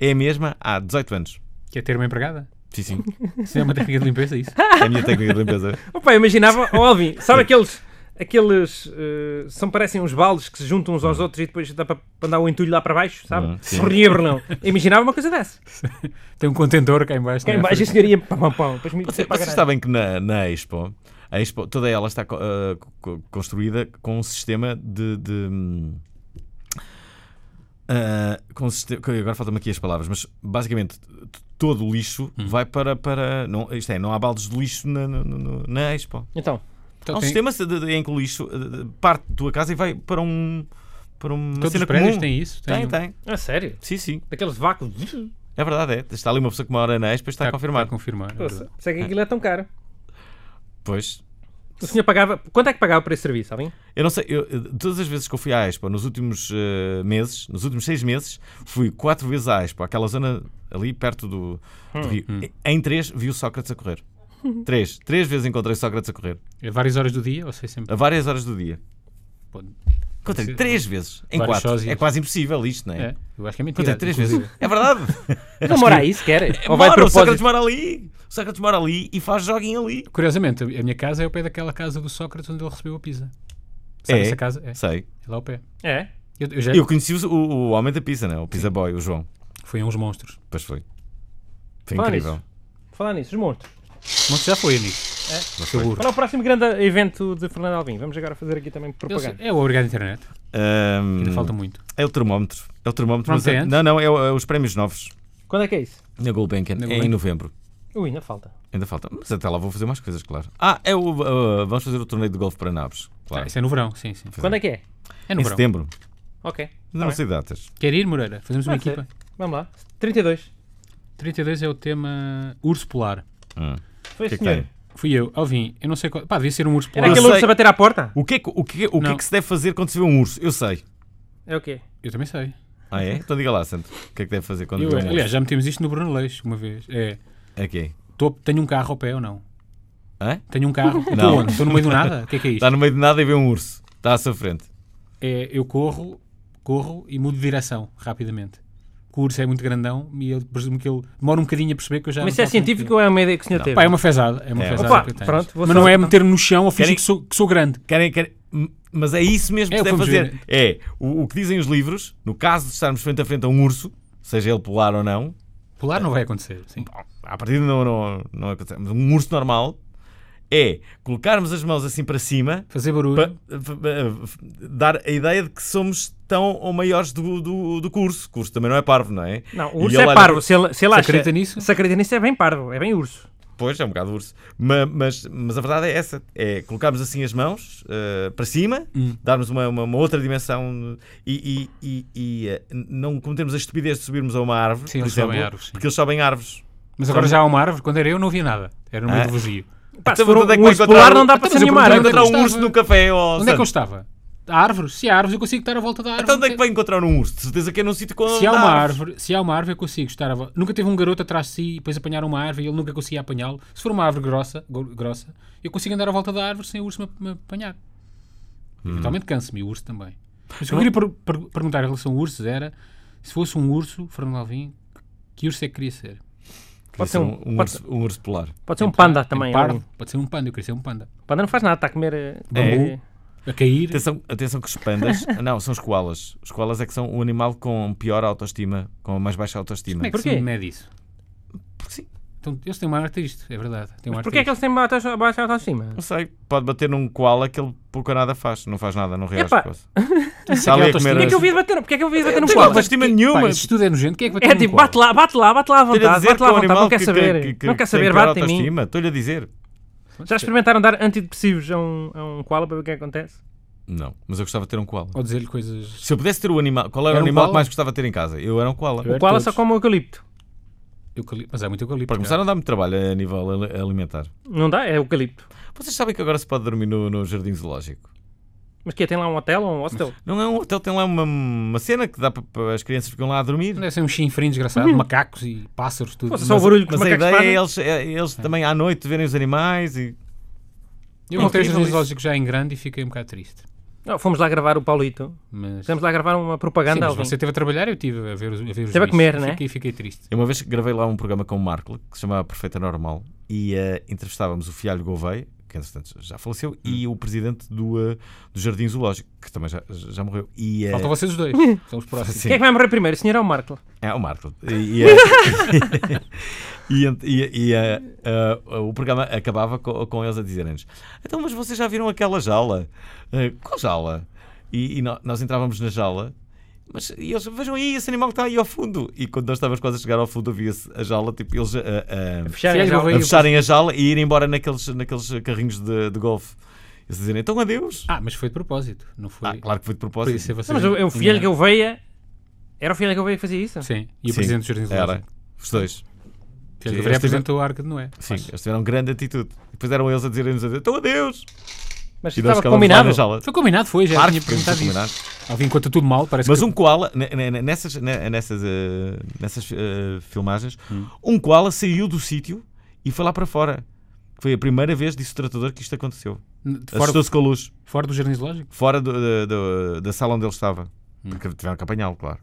Speaker 3: é a mesma há 18 anos.
Speaker 2: Que é ter uma empregada.
Speaker 3: Sim, sim.
Speaker 2: Isso é uma técnica de limpeza, isso.
Speaker 3: É a minha técnica de limpeza.
Speaker 1: Opa, eu imaginava, ó Alvin, sabe aqueles. Aqueles eh, são, parecem uns baldes que se juntam uns aos outros e depois dá para mandar o entulho lá para baixo, sabe?
Speaker 3: Hum, sim.
Speaker 1: Sorria, Brunão. Eu Imaginava uma coisa dessa.
Speaker 2: Tem um contentor cá em baixo.
Speaker 1: Cá
Speaker 2: não
Speaker 1: em
Speaker 2: é?
Speaker 1: baixo a senhora ia pam, pam, pam. Depois me
Speaker 3: Vocês,
Speaker 1: para a garagem.
Speaker 3: vocês sabem que na, na Expo, a Expo, toda ela está co- ah, co- construída com um sistema de. de, hum, ah, com um siste- que agora faltam-me aqui as palavras, mas basicamente t- todo o lixo
Speaker 1: Hum.
Speaker 3: vai para. para não, isto é, não há baldes de lixo na, na, na- na Expo.
Speaker 1: Então,
Speaker 2: Então
Speaker 3: há um
Speaker 2: tem-
Speaker 3: sistema de- de- em que o lixo ah, parte da tua casa e vai para um. Para uma
Speaker 2: Todos
Speaker 3: cena
Speaker 2: os prédios
Speaker 3: comum.
Speaker 2: têm isso.
Speaker 3: Tem,
Speaker 2: um-
Speaker 3: tem.
Speaker 1: a sério,
Speaker 3: Sim, sim.
Speaker 1: daqueles vácuos.
Speaker 3: É verdade, é. Está ali uma pessoa que mora na Expo e está a confirmar.
Speaker 2: Está a confirmar. é
Speaker 1: Poxa,
Speaker 2: verdade.
Speaker 1: Por isso é que aquilo é tão caro.
Speaker 3: Pois,
Speaker 1: O senhor pagava. Quanto é que pagava por esse serviço, Alvin?
Speaker 3: Eu não sei, eu, eh, todas as vezes que eu fui à Expo, nos últimos eh, meses, nos últimos seis meses, fui quatro vezes à Expo, aquela zona ali perto do, do Rio.
Speaker 2: hum.
Speaker 3: E- Em três, vi o Sócrates a correr. Três. Três vezes encontrei Sócrates a correr.
Speaker 2: É várias horas do dia, ou sei sempre.
Speaker 3: A várias horas do dia.
Speaker 2: Pode-
Speaker 3: Encontrei
Speaker 2: ser.
Speaker 3: três vezes. Em
Speaker 2: Vários
Speaker 3: quatro.
Speaker 2: sósias.
Speaker 3: É quase impossível isto, não é?
Speaker 2: É, eu acho que é mentira.
Speaker 3: Encontrei três
Speaker 2: inclusive.
Speaker 3: vezes. É verdade.
Speaker 1: Não mora aí sequer. É, Ou vai de
Speaker 3: mora, o
Speaker 1: propósito.
Speaker 3: Sócrates mora ali. O Sócrates mora ali e faz joguinho ali.
Speaker 2: Curiosamente, a a minha casa é ao pé daquela casa do Sócrates onde ele recebeu a pizza. Sabe
Speaker 3: É.
Speaker 2: essa casa? É.
Speaker 3: Sei.
Speaker 2: É lá ao pé.
Speaker 1: É.
Speaker 2: Eu, eu já
Speaker 3: Eu conheci o, o homem da pizza, não é? O pizza boy, o João.
Speaker 2: fui a uns monstros.
Speaker 3: Pois foi. Foi
Speaker 1: Falar
Speaker 3: incrível.
Speaker 1: nisso. Falar nisso, os monstros.
Speaker 2: Monstros já foi, amigo.
Speaker 3: Mas
Speaker 2: Seu
Speaker 3: foi.
Speaker 2: burro.
Speaker 1: Qual é o próximo grande evento de Fernando Alvim? Vamos agora fazer aqui também
Speaker 2: Eu
Speaker 1: propaganda.
Speaker 2: sei- É o Obrigado Internet.
Speaker 3: Ahm,
Speaker 2: Ainda falta muito.
Speaker 3: É o termómetro. É o termómetro.
Speaker 2: Não
Speaker 3: mas
Speaker 2: tem
Speaker 3: é-
Speaker 2: antes?
Speaker 3: não, não, é, o- é os prémios novos
Speaker 1: Quando é que é isso?
Speaker 3: na Gulbenkian.
Speaker 2: Na
Speaker 3: é
Speaker 2: Gulbenkian.
Speaker 3: em novembro.
Speaker 1: Ui, ainda falta.
Speaker 3: Ainda falta. Mas até lá vou fazer mais coisas, claro. Ah, é o, uh, vamos fazer o torneio de golfe para naves.
Speaker 2: Ah,
Speaker 3: Claro.
Speaker 2: isso é no verão, sim, sim.
Speaker 1: Quando é que é?
Speaker 2: É no
Speaker 3: em
Speaker 2: verão.
Speaker 3: setembro. Tá
Speaker 1: Ok.
Speaker 3: Ainda um. não sei datas.
Speaker 2: Quer ir, Moreira? Fazemos uma
Speaker 1: Pode ser.
Speaker 2: equipa.
Speaker 1: Vamos lá. 32.
Speaker 2: 32 é o tema Urso Polar.
Speaker 3: Hum.
Speaker 1: Foi
Speaker 3: O que é que
Speaker 1: senhor.
Speaker 3: tem?
Speaker 2: Fui eu, Alvim, eu não sei qual. Pá, devia ser um urso
Speaker 1: Era
Speaker 2: polar.
Speaker 1: aquele
Speaker 3: sei.
Speaker 1: urso a bater à porta?
Speaker 3: O que é que, o que, é- o que, é
Speaker 2: Não.
Speaker 3: que se deve fazer quando se vê um urso? Eu sei.
Speaker 1: É o quê?
Speaker 2: Eu também sei.
Speaker 3: Ah, é? Então diga lá, Santo. O que é que deve fazer quando
Speaker 2: Eu,
Speaker 3: vê um urso?
Speaker 2: aliás, já metemos isto no Bruno Leixo uma vez. É,
Speaker 3: É quê?
Speaker 2: tô, tenho um carro ao pé ou não?
Speaker 3: Hã?
Speaker 2: Tenho um carro?
Speaker 3: Não.
Speaker 2: Estou onde? Estou no meio do nada? O que é que é isto?
Speaker 3: Está no meio de nada e vê um urso. Está à sua frente.
Speaker 2: É, eu corro, corro e mudo de direção rapidamente. O urso é muito grandão e eu presumo que ele demora um bocadinho a perceber que eu já. não
Speaker 1: Mas isso é
Speaker 2: faço muito
Speaker 1: científico
Speaker 2: tempo.
Speaker 1: ou é uma ideia que o senhor teve?
Speaker 2: Pá, é uma fezada. É uma
Speaker 3: É.
Speaker 2: fezada
Speaker 1: Opa,
Speaker 2: que eu tenho.
Speaker 1: pronto, vou
Speaker 2: Mas não
Speaker 1: fazer-
Speaker 2: é meter-me no chão ou fingir
Speaker 3: Querem-
Speaker 2: que sou, que sou grande.
Speaker 3: Querem, querem- m- Mas é isso mesmo que
Speaker 2: É
Speaker 3: se
Speaker 2: o
Speaker 3: deve
Speaker 2: que
Speaker 3: fazer.
Speaker 2: vamos
Speaker 3: É o, o que dizem os livros, no caso de estarmos frente a frente a um urso, seja ele polar ou não,
Speaker 2: Pular não vai acontecer. Sim.
Speaker 3: à partida não, não, não acontece. Mas um urso normal é colocarmos as mãos assim para cima
Speaker 2: Fazer barulho.
Speaker 3: para f- f- dar a ideia de que somos tão ou maiores do, do, do curso. O curso também não é parvo, não é?
Speaker 1: Não, o
Speaker 3: E
Speaker 1: urso
Speaker 3: ele
Speaker 1: é
Speaker 3: olha-
Speaker 1: parvo. Se ele, se ele
Speaker 2: Se
Speaker 1: acha-
Speaker 2: acredita nisso?
Speaker 1: Se acredita nisso, é bem parvo. É bem urso.
Speaker 3: Pois, é um bocado urso. Ma- Mas, mas, a verdade é essa: é colocarmos assim as mãos eh, para cima,
Speaker 2: Hum.
Speaker 3: darmos uma, uma- uma outra dimensão e, e- e- e, eh, não cometermos a estupidez de subirmos a uma árvore.
Speaker 2: Sim,
Speaker 3: por
Speaker 2: eles sobem
Speaker 3: exemplo,
Speaker 2: árvores, sim.
Speaker 3: Porque eles sobem árvores.
Speaker 2: Mas agora já há uma árvore. Quando era eu, não havia nada. Era no meio do vazio.
Speaker 1: Pá, se
Speaker 3: Então,
Speaker 1: for um
Speaker 3: onde é que
Speaker 1: um
Speaker 3: vai
Speaker 1: urso
Speaker 3: encontrar
Speaker 1: polar,
Speaker 3: o-
Speaker 1: não dá para
Speaker 2: Então,
Speaker 1: ser
Speaker 2: mas o
Speaker 1: nenhuma
Speaker 2: problema
Speaker 1: árvore.
Speaker 2: é que
Speaker 3: Encontrar
Speaker 2: eu
Speaker 3: um urso
Speaker 2: estava-
Speaker 3: no café. ó,
Speaker 2: Onde é que eu
Speaker 3: Santo.
Speaker 2: estava? Há árvores? Se há árvores, eu consigo estar à volta da árvore.
Speaker 3: Então onde é que vai encontrar um urso? De certeza que é num sítio com
Speaker 2: Se há uma
Speaker 3: árvores.
Speaker 2: árvore, se há uma árvore, eu consigo estar à volta. Nunca teve um garoto atrás de si e depois apanhar uma árvore e ele nunca conseguia apanhá-lo. Se for uma árvore grossa, gro- grossa, eu consigo andar à volta da árvore sem o urso me, me apanhar. Eventualmente canso-me, e o urso também. Mas o que eu queria per- per- perguntar em relação a ursos era se fosse um urso, Fernando Alvim, que urso é que queria ser?
Speaker 1: Pode ser
Speaker 2: Então,
Speaker 1: um-
Speaker 3: um,
Speaker 1: pode-
Speaker 3: urso, um urso polar.
Speaker 1: Pode ser um panda também.
Speaker 3: É
Speaker 2: Um pardo?
Speaker 1: Alvin.
Speaker 2: Pode ser um panda, eu queria ser um panda. Um
Speaker 1: Panda não faz nada, está a comer. eh,
Speaker 2: Bambu.
Speaker 1: eh,
Speaker 2: A cair,
Speaker 3: Atenção, atenção que os pandas. não, são os koalas. Os koalas é que são o animal com pior autoestima, com a mais baixa autoestima.
Speaker 2: como é que
Speaker 1: Porquê?
Speaker 2: se mede isso?
Speaker 3: Porque sim,
Speaker 2: Então, eles têm uma arte isto, é verdade. Têm
Speaker 1: Mas
Speaker 2: uma arte
Speaker 1: porquê é que
Speaker 2: disto.
Speaker 1: eles têm baixa baixa autoestima?
Speaker 3: não sei. Pode bater num koala que ele pouco ou nada faz. Não faz nada, não reage.
Speaker 1: Epá.
Speaker 3: com isso. Está ali a
Speaker 2: autoestima.
Speaker 3: comer.
Speaker 1: Porquê é que eu
Speaker 3: as-
Speaker 1: vi bater? Porquê é que eu vi bater num
Speaker 3: Tem
Speaker 1: copo?
Speaker 3: autoestima
Speaker 2: Pá,
Speaker 3: nenhuma.
Speaker 2: isso tudo é nojento. Quem é que vai
Speaker 1: É
Speaker 2: ter um
Speaker 1: tipo,
Speaker 2: colar?
Speaker 1: bate lá, bate lá, bate lá à
Speaker 3: Estou-lhe a
Speaker 1: vontade,
Speaker 3: dizer
Speaker 1: bate lá à
Speaker 3: que é um
Speaker 1: vontade,
Speaker 3: animal
Speaker 1: não quer
Speaker 3: que-
Speaker 1: saber,
Speaker 3: que- que-
Speaker 1: não
Speaker 3: que
Speaker 1: quer saber,
Speaker 3: tem pior
Speaker 1: bate em mim.
Speaker 3: autoestima. Estou-lhe a dizer.
Speaker 1: Já experimentaram dar antidepressivos a um, a um koala para ver o que é que acontece?
Speaker 3: Não, mas eu gostava de ter um
Speaker 1: É
Speaker 3: koala.
Speaker 2: Ou dizer-lhe coisas.
Speaker 3: Se eu pudesse ter o animal, qual era,
Speaker 2: Era
Speaker 3: o
Speaker 2: um
Speaker 3: animal que
Speaker 2: koala?
Speaker 3: mais gostava de ter em casa? Eu era um koala.
Speaker 2: Eu
Speaker 1: O
Speaker 2: era
Speaker 1: koala
Speaker 2: todos.
Speaker 1: só come o eucalipto.
Speaker 2: Eucalipto. Mas é muito eucalipto.
Speaker 3: Para começar, não dá muito trabalho a nível al- alimentar.
Speaker 1: Não dá? É eucalipto.
Speaker 3: Vocês sabem que agora se pode dormir no, no jardim zoológico?
Speaker 1: Mas que é? Tem lá um hotel ou um hostel?
Speaker 3: Não é um hotel, tem lá uma, uma cena que dá para, para as crianças ficam lá a dormir.
Speaker 2: Não deve ser um chinfrim desgraçado, macacos e pássaros, tudo.
Speaker 1: Fosse só o barulho que os
Speaker 3: Mas a
Speaker 1: macacos
Speaker 3: ideia é
Speaker 1: fazem.
Speaker 3: eles, é eles também à noite verem os animais e.
Speaker 2: Eu montei os
Speaker 1: Incrível
Speaker 2: meus
Speaker 1: isso.
Speaker 2: zoológicos já em grande e fiquei um bocado triste.
Speaker 1: Não, fomos lá gravar o Paulito.
Speaker 2: Mas, Sim,
Speaker 1: Estamos lá a gravar uma propaganda.
Speaker 2: mas
Speaker 1: Alvin.
Speaker 2: você esteve a trabalhar eu estive a ver os, a ver os
Speaker 1: Esteve a
Speaker 2: bichos.
Speaker 1: comer, né?
Speaker 2: Fiquei, fiquei triste.
Speaker 3: Eu uma vez gravei lá um programa com o Marco que se chamava Perfeita Normal e eh, entrevistávamos o Fialho Gouveia, que entretanto já faleceu, e o presidente do, eh, do Jardim Zoológico, que também já, já morreu. E, eh,
Speaker 2: Faltam vocês os dois. São os próximos.
Speaker 3: Sim.
Speaker 1: Quem é que vai morrer primeiro? O senhor ou o Marco?
Speaker 3: É o Marco. E, e, eh, e ent- e- e, eh, eh, o programa acabava co- com eles a dizerem-nos: Então, mas vocês já viram aquela jaula? Eh, qual jaula? E, e no- nós entrávamos na jaula. Mas e eles, vejam aí esse animal que está aí ao fundo. E quando nós estávamos quase a chegar ao fundo, havia-se a jaula, tipo, eles eh, eh,
Speaker 1: Fechar
Speaker 2: Sim,
Speaker 1: a
Speaker 2: eu
Speaker 1: jaula.
Speaker 2: vou-
Speaker 3: a fecharem a jaula e irem embora naqueles, naqueles carrinhos de, de golfe. Eles dizerem: Então, adeus.
Speaker 2: Ah, mas foi de propósito. Não foi. é
Speaker 3: Ah, claro que foi de
Speaker 2: Podia
Speaker 3: propósito.
Speaker 2: ser vocês.
Speaker 1: Não, mas o, o filho que
Speaker 2: enganaram.
Speaker 1: eu veia. Era o filho que eu veia que fazia isso?
Speaker 2: Sim, e o
Speaker 3: Sim,
Speaker 2: presidente dos Jardins
Speaker 3: Era.
Speaker 2: Zoológicos.
Speaker 3: Os dois.
Speaker 2: Filho
Speaker 3: Sim,
Speaker 2: que eu
Speaker 3: eles tiveram-
Speaker 2: apresentou a Arca é? de Noé.
Speaker 3: Sim, eles tiveram grande atitude. Depois eram eles a dizerem-nos adeus. Então, adeus.
Speaker 1: Mas
Speaker 3: E nós
Speaker 1: estava
Speaker 3: ficávamos lá
Speaker 1: combinado.
Speaker 3: na jaula.
Speaker 2: Foi combinado, foi, já
Speaker 3: Claro
Speaker 2: tinha
Speaker 3: que foi
Speaker 2: perguntado isso.
Speaker 3: combinado.
Speaker 2: Alguém conta tudo mal, parece
Speaker 3: Mas
Speaker 2: que...
Speaker 3: um koala, ne- ne- ne- nessas, ne- nessas, eh, nessas eh, filmagens,
Speaker 2: Hum.
Speaker 3: um koala saiu do sítio e foi lá para fora. Foi a primeira vez, disse o tratador, que isto aconteceu.
Speaker 2: De Fora,
Speaker 3: Assustou-se com a luz,
Speaker 2: fora do Jardim Zoológico.
Speaker 3: fora do- do- do- da sala onde ele estava.
Speaker 2: Hum.
Speaker 3: Porque tiveram que apanhá-lo, claro.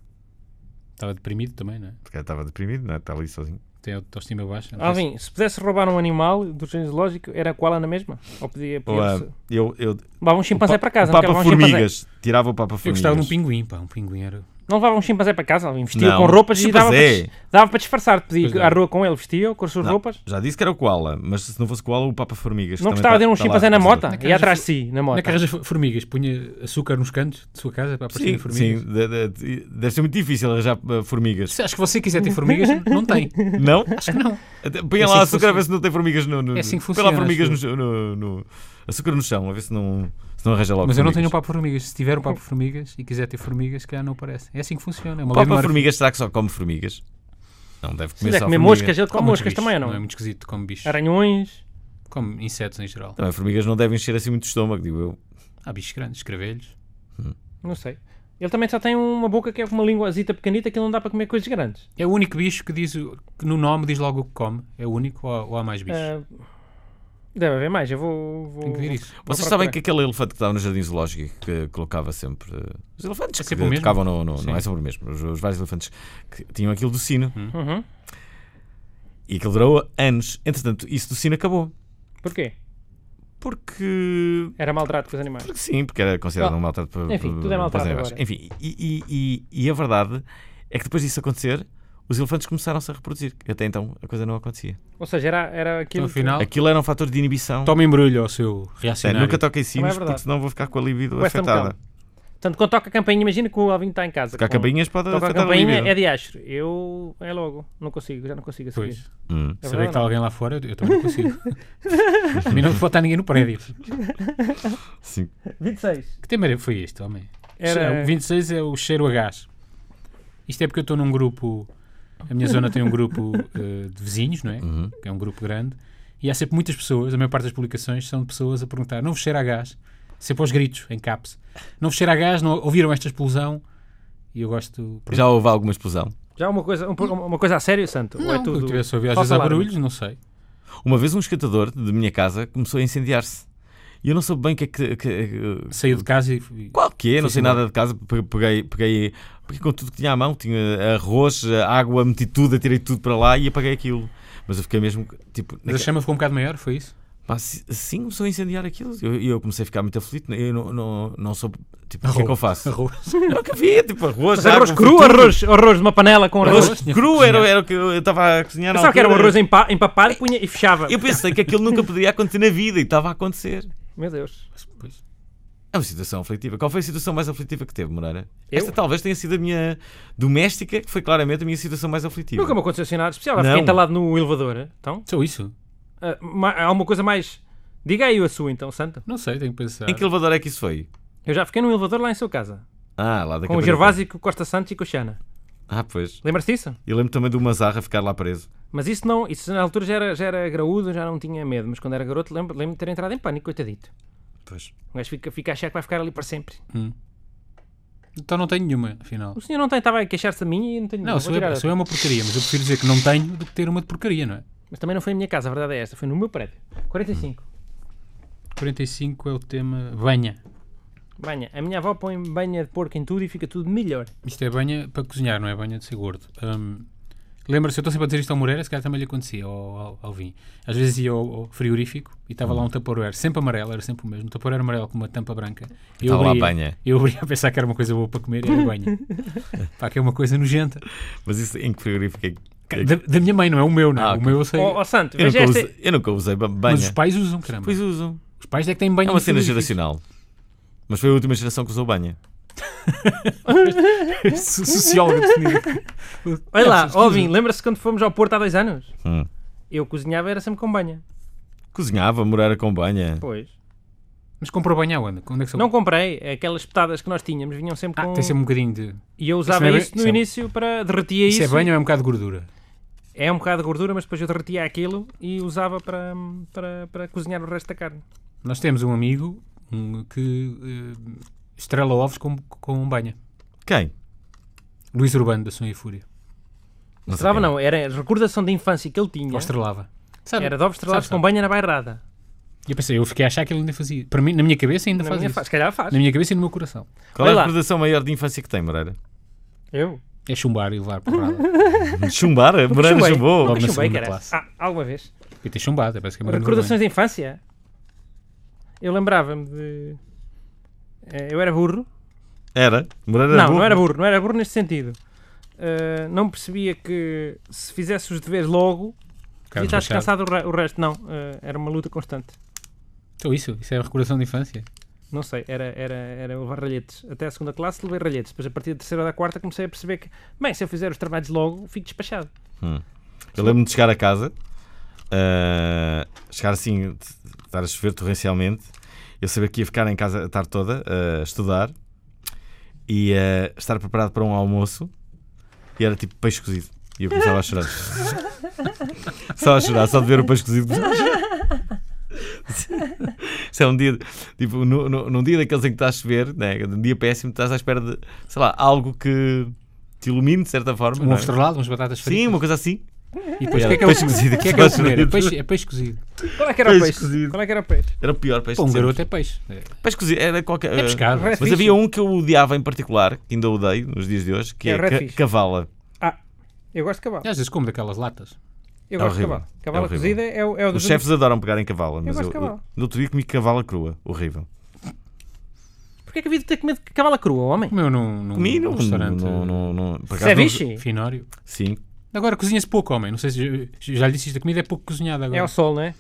Speaker 2: Estava deprimido também, não é?
Speaker 3: Porque ele estava deprimido, não é? está ali sozinho.
Speaker 2: Tem autoestima baixa. não sei se-
Speaker 1: Alvin, Ah, se pudesse roubar um animal do jardim zoológico, era a koala na mesma? Ou podia.
Speaker 3: Ou,
Speaker 1: podia
Speaker 3: eh, eu, eu,
Speaker 2: Ah,
Speaker 1: Levava um chimpanzé para
Speaker 2: então
Speaker 1: casa.
Speaker 3: o
Speaker 1: não
Speaker 3: Papa
Speaker 1: quero levar um chimpanzé.
Speaker 3: Formigas. Tirava o Papa
Speaker 2: Eu
Speaker 3: Formigas.
Speaker 2: gostava de um pinguim, pá. Um pinguim era...
Speaker 1: Não levava um chimpanzé para casa, Alvin. Vestia
Speaker 3: Não,
Speaker 1: com roupas e dava para,
Speaker 3: chimpanzé.
Speaker 1: dis- dava para disfarçar. Podia
Speaker 2: Pois
Speaker 1: ir
Speaker 2: é.
Speaker 1: à rua com ele, vestia com as suas
Speaker 3: Não,
Speaker 1: roupas.
Speaker 3: Já disse que era o koala, mas se não fosse koala, o Papa Formigas.
Speaker 1: Não
Speaker 3: também
Speaker 1: gostava
Speaker 3: está-
Speaker 1: de ter um
Speaker 3: está lá
Speaker 1: chimpanzé na
Speaker 3: representado.
Speaker 1: mota?
Speaker 2: casa
Speaker 1: E atrás
Speaker 2: de-
Speaker 1: de si, na
Speaker 2: Na
Speaker 1: mota.
Speaker 2: carreira de formigas, punha açúcar nos cantos de sua casa para aparecer
Speaker 3: Sim,
Speaker 2: formigas.
Speaker 3: sim, de- de- deve ser muito difícil arranjar eh, formigas.
Speaker 2: Se acho que você quiser ter formigas, não tem.
Speaker 3: Não?
Speaker 2: Acho que não.
Speaker 3: Até- Põe
Speaker 2: É
Speaker 3: lá
Speaker 2: assim que
Speaker 3: açúcar a ver
Speaker 2: funciona.
Speaker 3: se não tem formigas no. no
Speaker 2: É assim que
Speaker 3: põe lá
Speaker 2: funciona,
Speaker 3: formigas no,
Speaker 2: acho
Speaker 3: no- no- Açúcar no chão, a ver se não, se não arranja logo.
Speaker 2: Mas eu não tenho um
Speaker 3: formigas.
Speaker 2: papo formigas. Se tiver um papo formigas e quiser ter formigas, que não aparece. É assim que funciona. É uma
Speaker 3: Papa
Speaker 2: lei de Murphy.
Speaker 3: formigas, será que só come formigas? Não, deve comer
Speaker 1: Se quiser
Speaker 3: só
Speaker 1: é comer
Speaker 3: formigas.
Speaker 1: moscas, ele
Speaker 2: Come
Speaker 1: come moscas
Speaker 2: bicho,
Speaker 1: também ou
Speaker 2: Não é
Speaker 1: não?
Speaker 2: muito esquisito, come bichos.
Speaker 1: Aranhões.
Speaker 2: Come insetos em geral.
Speaker 3: Também formigas não devem encher assim muito o estômago, digo eu.
Speaker 2: Há bichos grandes, escravelhos.
Speaker 1: Não sei. Ele também só tem uma boca que é uma linguazita pequenita que ele não dá para comer coisas grandes.
Speaker 2: É o único bicho que diz o- que no nome diz logo o que come. É o único ou, há- ou há mais bichos?
Speaker 3: É,
Speaker 1: Ah, deve haver mais, eu vou. vou
Speaker 2: Tem que ver isso. Então,
Speaker 1: vou
Speaker 3: Vocês sabem
Speaker 1: procurar.
Speaker 3: que aquele elefante que estava no jardim zoológico e que colocava sempre. eh, Os elefantes
Speaker 2: É
Speaker 3: que
Speaker 2: sempre o mesmo?
Speaker 3: tocavam no. no-
Speaker 2: Sim.
Speaker 3: não é sempre o mesmo. Os, os vários elefantes que tinham aquilo do sino.
Speaker 1: Uhum.
Speaker 3: E aquilo durou anos. Entretanto, isso do sino acabou.
Speaker 1: Porquê?
Speaker 3: Porque
Speaker 1: Era maltrato com os animais.
Speaker 3: Porque sim, porque era considerado
Speaker 1: Não.
Speaker 3: um maltrato por,
Speaker 1: Ah, Enfim,
Speaker 3: por-
Speaker 1: tudo é maltrato
Speaker 3: pelos animais.
Speaker 1: agora.
Speaker 3: Enfim, e, e- e- e a verdade é que depois disso acontecer, os elefantes começaram-se a reproduzir. Até então a coisa não acontecia.
Speaker 1: Ou seja, era, era aquilo.
Speaker 2: Então, afinal,
Speaker 3: Aquilo era um fator de inibição.
Speaker 2: toma embrulho ao seu
Speaker 3: É,
Speaker 2: reacionário.
Speaker 3: nunca toquei
Speaker 1: Também
Speaker 3: sinos,
Speaker 1: é verdade.
Speaker 3: porque senão vou ficar com a libido
Speaker 1: Com esta
Speaker 3: afetada.
Speaker 1: mecânica. Portanto, quando toca a campainha, imagina que o Alvin está em casa.
Speaker 3: Tocar
Speaker 1: com-
Speaker 3: campainhas pode
Speaker 1: Toca a
Speaker 3: afetar a libido.
Speaker 1: campainha é de astro. Eu é logo. Não consigo, já não consigo a seguir.
Speaker 2: Pois.
Speaker 1: É
Speaker 3: Hum.
Speaker 2: Saber que
Speaker 1: verdade,
Speaker 2: está alguém lá fora, eu, eu também não consigo. a mim não pode estar ninguém no prédio.
Speaker 3: Sim.
Speaker 1: não? 26.
Speaker 2: Que tema era- foi este, homem?
Speaker 1: Era-
Speaker 2: O 26 é o cheiro a gás. Isto é porque eu estou num grupo. A minha zona tem um grupo eh, de vizinhos, não é?
Speaker 3: Uhum.
Speaker 2: Que é um grupo grande. E há sempre muitas pessoas, a maior parte das publicações são de pessoas a perguntar: não vos cheira a gás? Sempre aos gritos, em caps. Não vos cheira a gás? Não ouviram esta explosão? E eu gosto.
Speaker 3: Já houve alguma explosão.
Speaker 1: Já uma coisa, um po- uma coisa a sério, Santo? ou
Speaker 2: não,
Speaker 1: é tudo.
Speaker 2: eu tivesse ouvido às
Speaker 1: falso
Speaker 2: vezes há
Speaker 1: alarme?
Speaker 2: barulhos, não sei.
Speaker 3: Uma vez um escatador de minha casa começou a incendiar-se. E eu não soube bem o que é que. que-
Speaker 2: Saiu de casa e. fui-
Speaker 3: Qual que é? Não
Speaker 2: Sim,
Speaker 3: sei
Speaker 2: senhor.
Speaker 3: nada de casa. Pe- Peguei, peguei, peguei com tudo que tinha à mão. Tinha arroz, água, meti tudo, atirei tudo para lá e apaguei aquilo. Mas eu fiquei mesmo, tipo...
Speaker 2: Mas a chama ficou um bocado maior, foi isso?
Speaker 3: Pá, si- assim começou a incendiar aquilo. E eu, e eu comecei a ficar muito aflito. né? Eu não, não, não soube... Tipo, o que é que eu faço?
Speaker 2: Arroz.
Speaker 3: Não, que havia, tipo, arroz,
Speaker 1: Mas arroz
Speaker 3: água,
Speaker 1: cru,
Speaker 3: tudo.
Speaker 1: arroz, arroz de uma panela com arroz.
Speaker 3: Arroz
Speaker 2: Arroz tinha que
Speaker 3: cru
Speaker 2: cozinhar.
Speaker 3: era, era o que eu estava a cozinhar na
Speaker 1: Pensava que era um
Speaker 3: altura.
Speaker 1: arroz empa- empapado, punha e fechava.
Speaker 3: Eu pensei que aquilo nunca poderia acontecer na vida e estava a acontecer.
Speaker 1: Meu Deus.
Speaker 2: Pois.
Speaker 3: É uma situação aflitiva. Qual foi a situação mais aflitiva que teve, Moreira?
Speaker 1: Eu?
Speaker 3: Esta talvez tenha sido a minha doméstica, que foi claramente a minha situação mais aflitiva.
Speaker 1: Nunca me aconteceu assim nada especial.
Speaker 3: Não.
Speaker 1: Fiquei entalado no elevador. Então,
Speaker 2: Só isso.
Speaker 1: ah, ma- há uma coisa mais Diga aí a sua então, Santa.
Speaker 2: Não sei, tenho que pensar.
Speaker 3: Em que elevador é que isso foi?
Speaker 1: Eu já fiquei num elevador lá em sua casa.
Speaker 3: Ah, lá da
Speaker 1: Com o
Speaker 3: cadeira-
Speaker 1: Gervásio, com o Costa Santos e com o Xana.
Speaker 3: Ah, pois.
Speaker 1: Lembra-se disso?
Speaker 3: Eu lembro também do Mazarra ficar lá preso.
Speaker 1: Mas isso não, isso na altura já era, já era graúdo, já não tinha medo, mas quando era garoto lembro, lembro de ter entrado em pânico, coitadito.
Speaker 3: Pois.
Speaker 1: O gajo fica, fica a achar que vai ficar ali para sempre.
Speaker 2: Então não tenho nenhuma, afinal.
Speaker 1: O senhor não tem, estava a queixar-se da minha e não tenho
Speaker 2: Não,
Speaker 1: vou
Speaker 2: a sua,
Speaker 1: tirar
Speaker 2: é, a
Speaker 1: outra.
Speaker 2: sua é uma porcaria, mas eu prefiro dizer que não tenho do que ter uma de porcaria, não é?
Speaker 1: Mas também não foi em minha casa, a verdade é esta, foi no meu prédio. 45.
Speaker 2: 45 é o tema banha.
Speaker 1: Banha. A minha avó põe banha de porco em tudo e fica tudo melhor.
Speaker 2: Isto é banha para cozinhar, não é banha de ser gordo. Hum, Lembra-se, eu estou sempre a dizer isto ao Moreira, se calhar também lhe acontecia, ao, ao, ao vinho. Às vezes ia ao, ao frigorífico e estava
Speaker 3: Uhum.
Speaker 2: lá um taporeiro, sempre amarelo, era sempre o mesmo. Um taporeiro amarelo com uma tampa branca. E Eu
Speaker 3: Estava lá
Speaker 2: abria-
Speaker 3: a banha.
Speaker 2: Eu abria a pensar que era uma coisa boa para comer e era banha. Pá, que é uma coisa nojenta.
Speaker 3: Mas isso em que frigorífico é que-
Speaker 2: Da, da minha mãe, não é o meu, não é?
Speaker 3: Ah,
Speaker 2: o
Speaker 3: ok.
Speaker 2: meu eu sei.
Speaker 1: Ó oh, santo,
Speaker 3: Eu
Speaker 1: veja
Speaker 3: nunca,
Speaker 1: esta.
Speaker 3: usei, eu nunca usei ba- banha.
Speaker 2: mas os pais usam, caramba.
Speaker 3: Pois usam.
Speaker 2: Os pais é que têm banho.
Speaker 3: É uma
Speaker 2: no
Speaker 3: cena
Speaker 2: frigorífico.
Speaker 3: geracional. Mas foi a última geração que usou banha.
Speaker 2: So- Sociólogo definido.
Speaker 1: Olha lá,
Speaker 2: pesquisa.
Speaker 1: Ovin, lembra-se quando fomos ao Porto há dois anos?
Speaker 3: Hum.
Speaker 1: Eu cozinhava era sempre com banha.
Speaker 3: Cozinhava, morara com banha.
Speaker 1: Pois.
Speaker 2: Mas comprou banho aonde? Onde é que sou?
Speaker 1: Não comprei, aquelas petadas que nós tínhamos vinham sempre
Speaker 2: Ah,
Speaker 1: com.
Speaker 2: tem sempre um bocadinho de.
Speaker 1: E eu usava
Speaker 2: Isso não é
Speaker 1: isso
Speaker 2: bem-
Speaker 1: no
Speaker 2: isso é-
Speaker 1: início para. derretia isso.
Speaker 2: Isso, é banho ou é um bocado de gordura?
Speaker 1: É um bocado de gordura, mas depois eu derretia aquilo e usava para, para, para cozinhar o resto da carne.
Speaker 2: Nós temos um amigo um, que eh, estrela ovos com, com banha.
Speaker 3: Quem?
Speaker 2: Luís Urbano da Sonha e Fúria.
Speaker 3: Não sei
Speaker 1: Estrava
Speaker 3: quem.
Speaker 1: não, era a recordação de infância que ele tinha.
Speaker 2: Ou estrelava. Sabe?
Speaker 1: Era de ovos estrelados
Speaker 2: Sabe,
Speaker 1: É? com banha na bairrada.
Speaker 2: E eu pensei, eu fiquei a achar que ele ainda fazia. Para mim, na minha cabeça ainda
Speaker 1: Na
Speaker 2: faz
Speaker 1: minha
Speaker 2: isso.
Speaker 1: fa- Se calhar faz.
Speaker 2: Na minha cabeça e no meu coração.
Speaker 3: Qual é
Speaker 1: Olha
Speaker 3: a
Speaker 1: lá.
Speaker 3: recordação maior de infância que tem, Moreira?
Speaker 1: Eu?
Speaker 2: É chumbar e levar porrada.
Speaker 3: Chumbar? Moreira
Speaker 1: chumbei.
Speaker 3: chumbou.
Speaker 2: Logo
Speaker 1: Nunca
Speaker 2: na
Speaker 1: chumbei,
Speaker 2: segunda
Speaker 1: cara.
Speaker 2: classe.
Speaker 1: Ah, alguma vez.
Speaker 2: e tem chumbado, é basicamente. uma
Speaker 1: Recordações de infância? Eu lembrava-me de. eh, Eu era burro.
Speaker 3: Era? Moreira
Speaker 1: não,
Speaker 3: burro?
Speaker 1: não era burro, não era burro neste sentido. Eh, não percebia que se fizesse os deveres logo,
Speaker 2: vergonha.
Speaker 1: devia
Speaker 2: Carlos
Speaker 1: estar
Speaker 2: Machado.
Speaker 1: descansado o, re- o resto. Não, eh, era uma luta constante.
Speaker 2: Então isso, isso é a recordação de infância.
Speaker 1: Não sei, era, era, era levar ralhetes. Até a segunda classe levei ralhetes. Depois, a partir da terceira ou da quarta, comecei a perceber que, bem, se eu fizer os trabalhos logo, fico despachado.
Speaker 3: Eu lembro-me de chegar a casa, ah, chegar assim, de estar a chover torrencialmente, eu saber que ia ficar em casa a tarde toda ah, a estudar e ah, estar preparado para um almoço e era tipo peixe cozido. E eu começava a chorar. só a chorar, só de ver o peixe cozido. Isso é um dia, tipo, no, no- num dia daqueles em que estás a chover, né, num dia péssimo, estás à espera de, sei lá, algo que te ilumine de certa forma.
Speaker 2: Um
Speaker 3: não é?
Speaker 2: ovo estrelado, umas batatas fritas.
Speaker 3: Sim, uma coisa assim.
Speaker 2: E depois o
Speaker 3: Era
Speaker 2: que é que é o
Speaker 3: peixe cozido.
Speaker 2: o que é que é o
Speaker 3: Peixe
Speaker 2: comer? É
Speaker 3: cozido.
Speaker 2: peixe, é peixe cozido.
Speaker 1: Qual é que era
Speaker 3: Peixe
Speaker 1: o peixe?
Speaker 3: cozido.
Speaker 1: Qual é que era o peixe?
Speaker 3: Era o pior peixe
Speaker 2: Pô, um
Speaker 3: de sempre.
Speaker 2: garoto é peixe. É,
Speaker 3: Peixe cozido, era qualquer.
Speaker 2: é pescado.
Speaker 1: Red
Speaker 3: Mas
Speaker 1: fish.
Speaker 3: havia um que eu odiava em particular, que ainda odeio nos dias de hoje, que
Speaker 1: É
Speaker 3: é,
Speaker 1: o red
Speaker 3: ca-
Speaker 1: fish.
Speaker 3: cavala.
Speaker 1: Ah, eu gosto de cavalo.
Speaker 2: E às vezes como daquelas latas.
Speaker 1: Eu
Speaker 3: É
Speaker 1: gosto de
Speaker 3: horrível.
Speaker 1: cavalo. Cavalo
Speaker 3: É horrível.
Speaker 1: cozida é o, é o
Speaker 3: Os
Speaker 1: dos
Speaker 3: chefes adoram pegar em cavala, mas
Speaker 1: gosto
Speaker 3: eu,
Speaker 1: de cavala.
Speaker 3: eu- no outro dia comi cavala crua, horrível.
Speaker 1: Porquê é que havia de ter comido cavala crua, homem? é
Speaker 2: Comeu num, num,
Speaker 3: Comi num
Speaker 2: num Um restaurante é
Speaker 3: num- num- num- por acaso
Speaker 1: Ceviche?
Speaker 2: finório.
Speaker 3: não- Sim,
Speaker 2: Agora cozinha-se pouco, homem. Não sei se já- já lhe disse isto. A comida é pouco cozinhada
Speaker 1: É
Speaker 2: agora.
Speaker 1: ao sol, não é?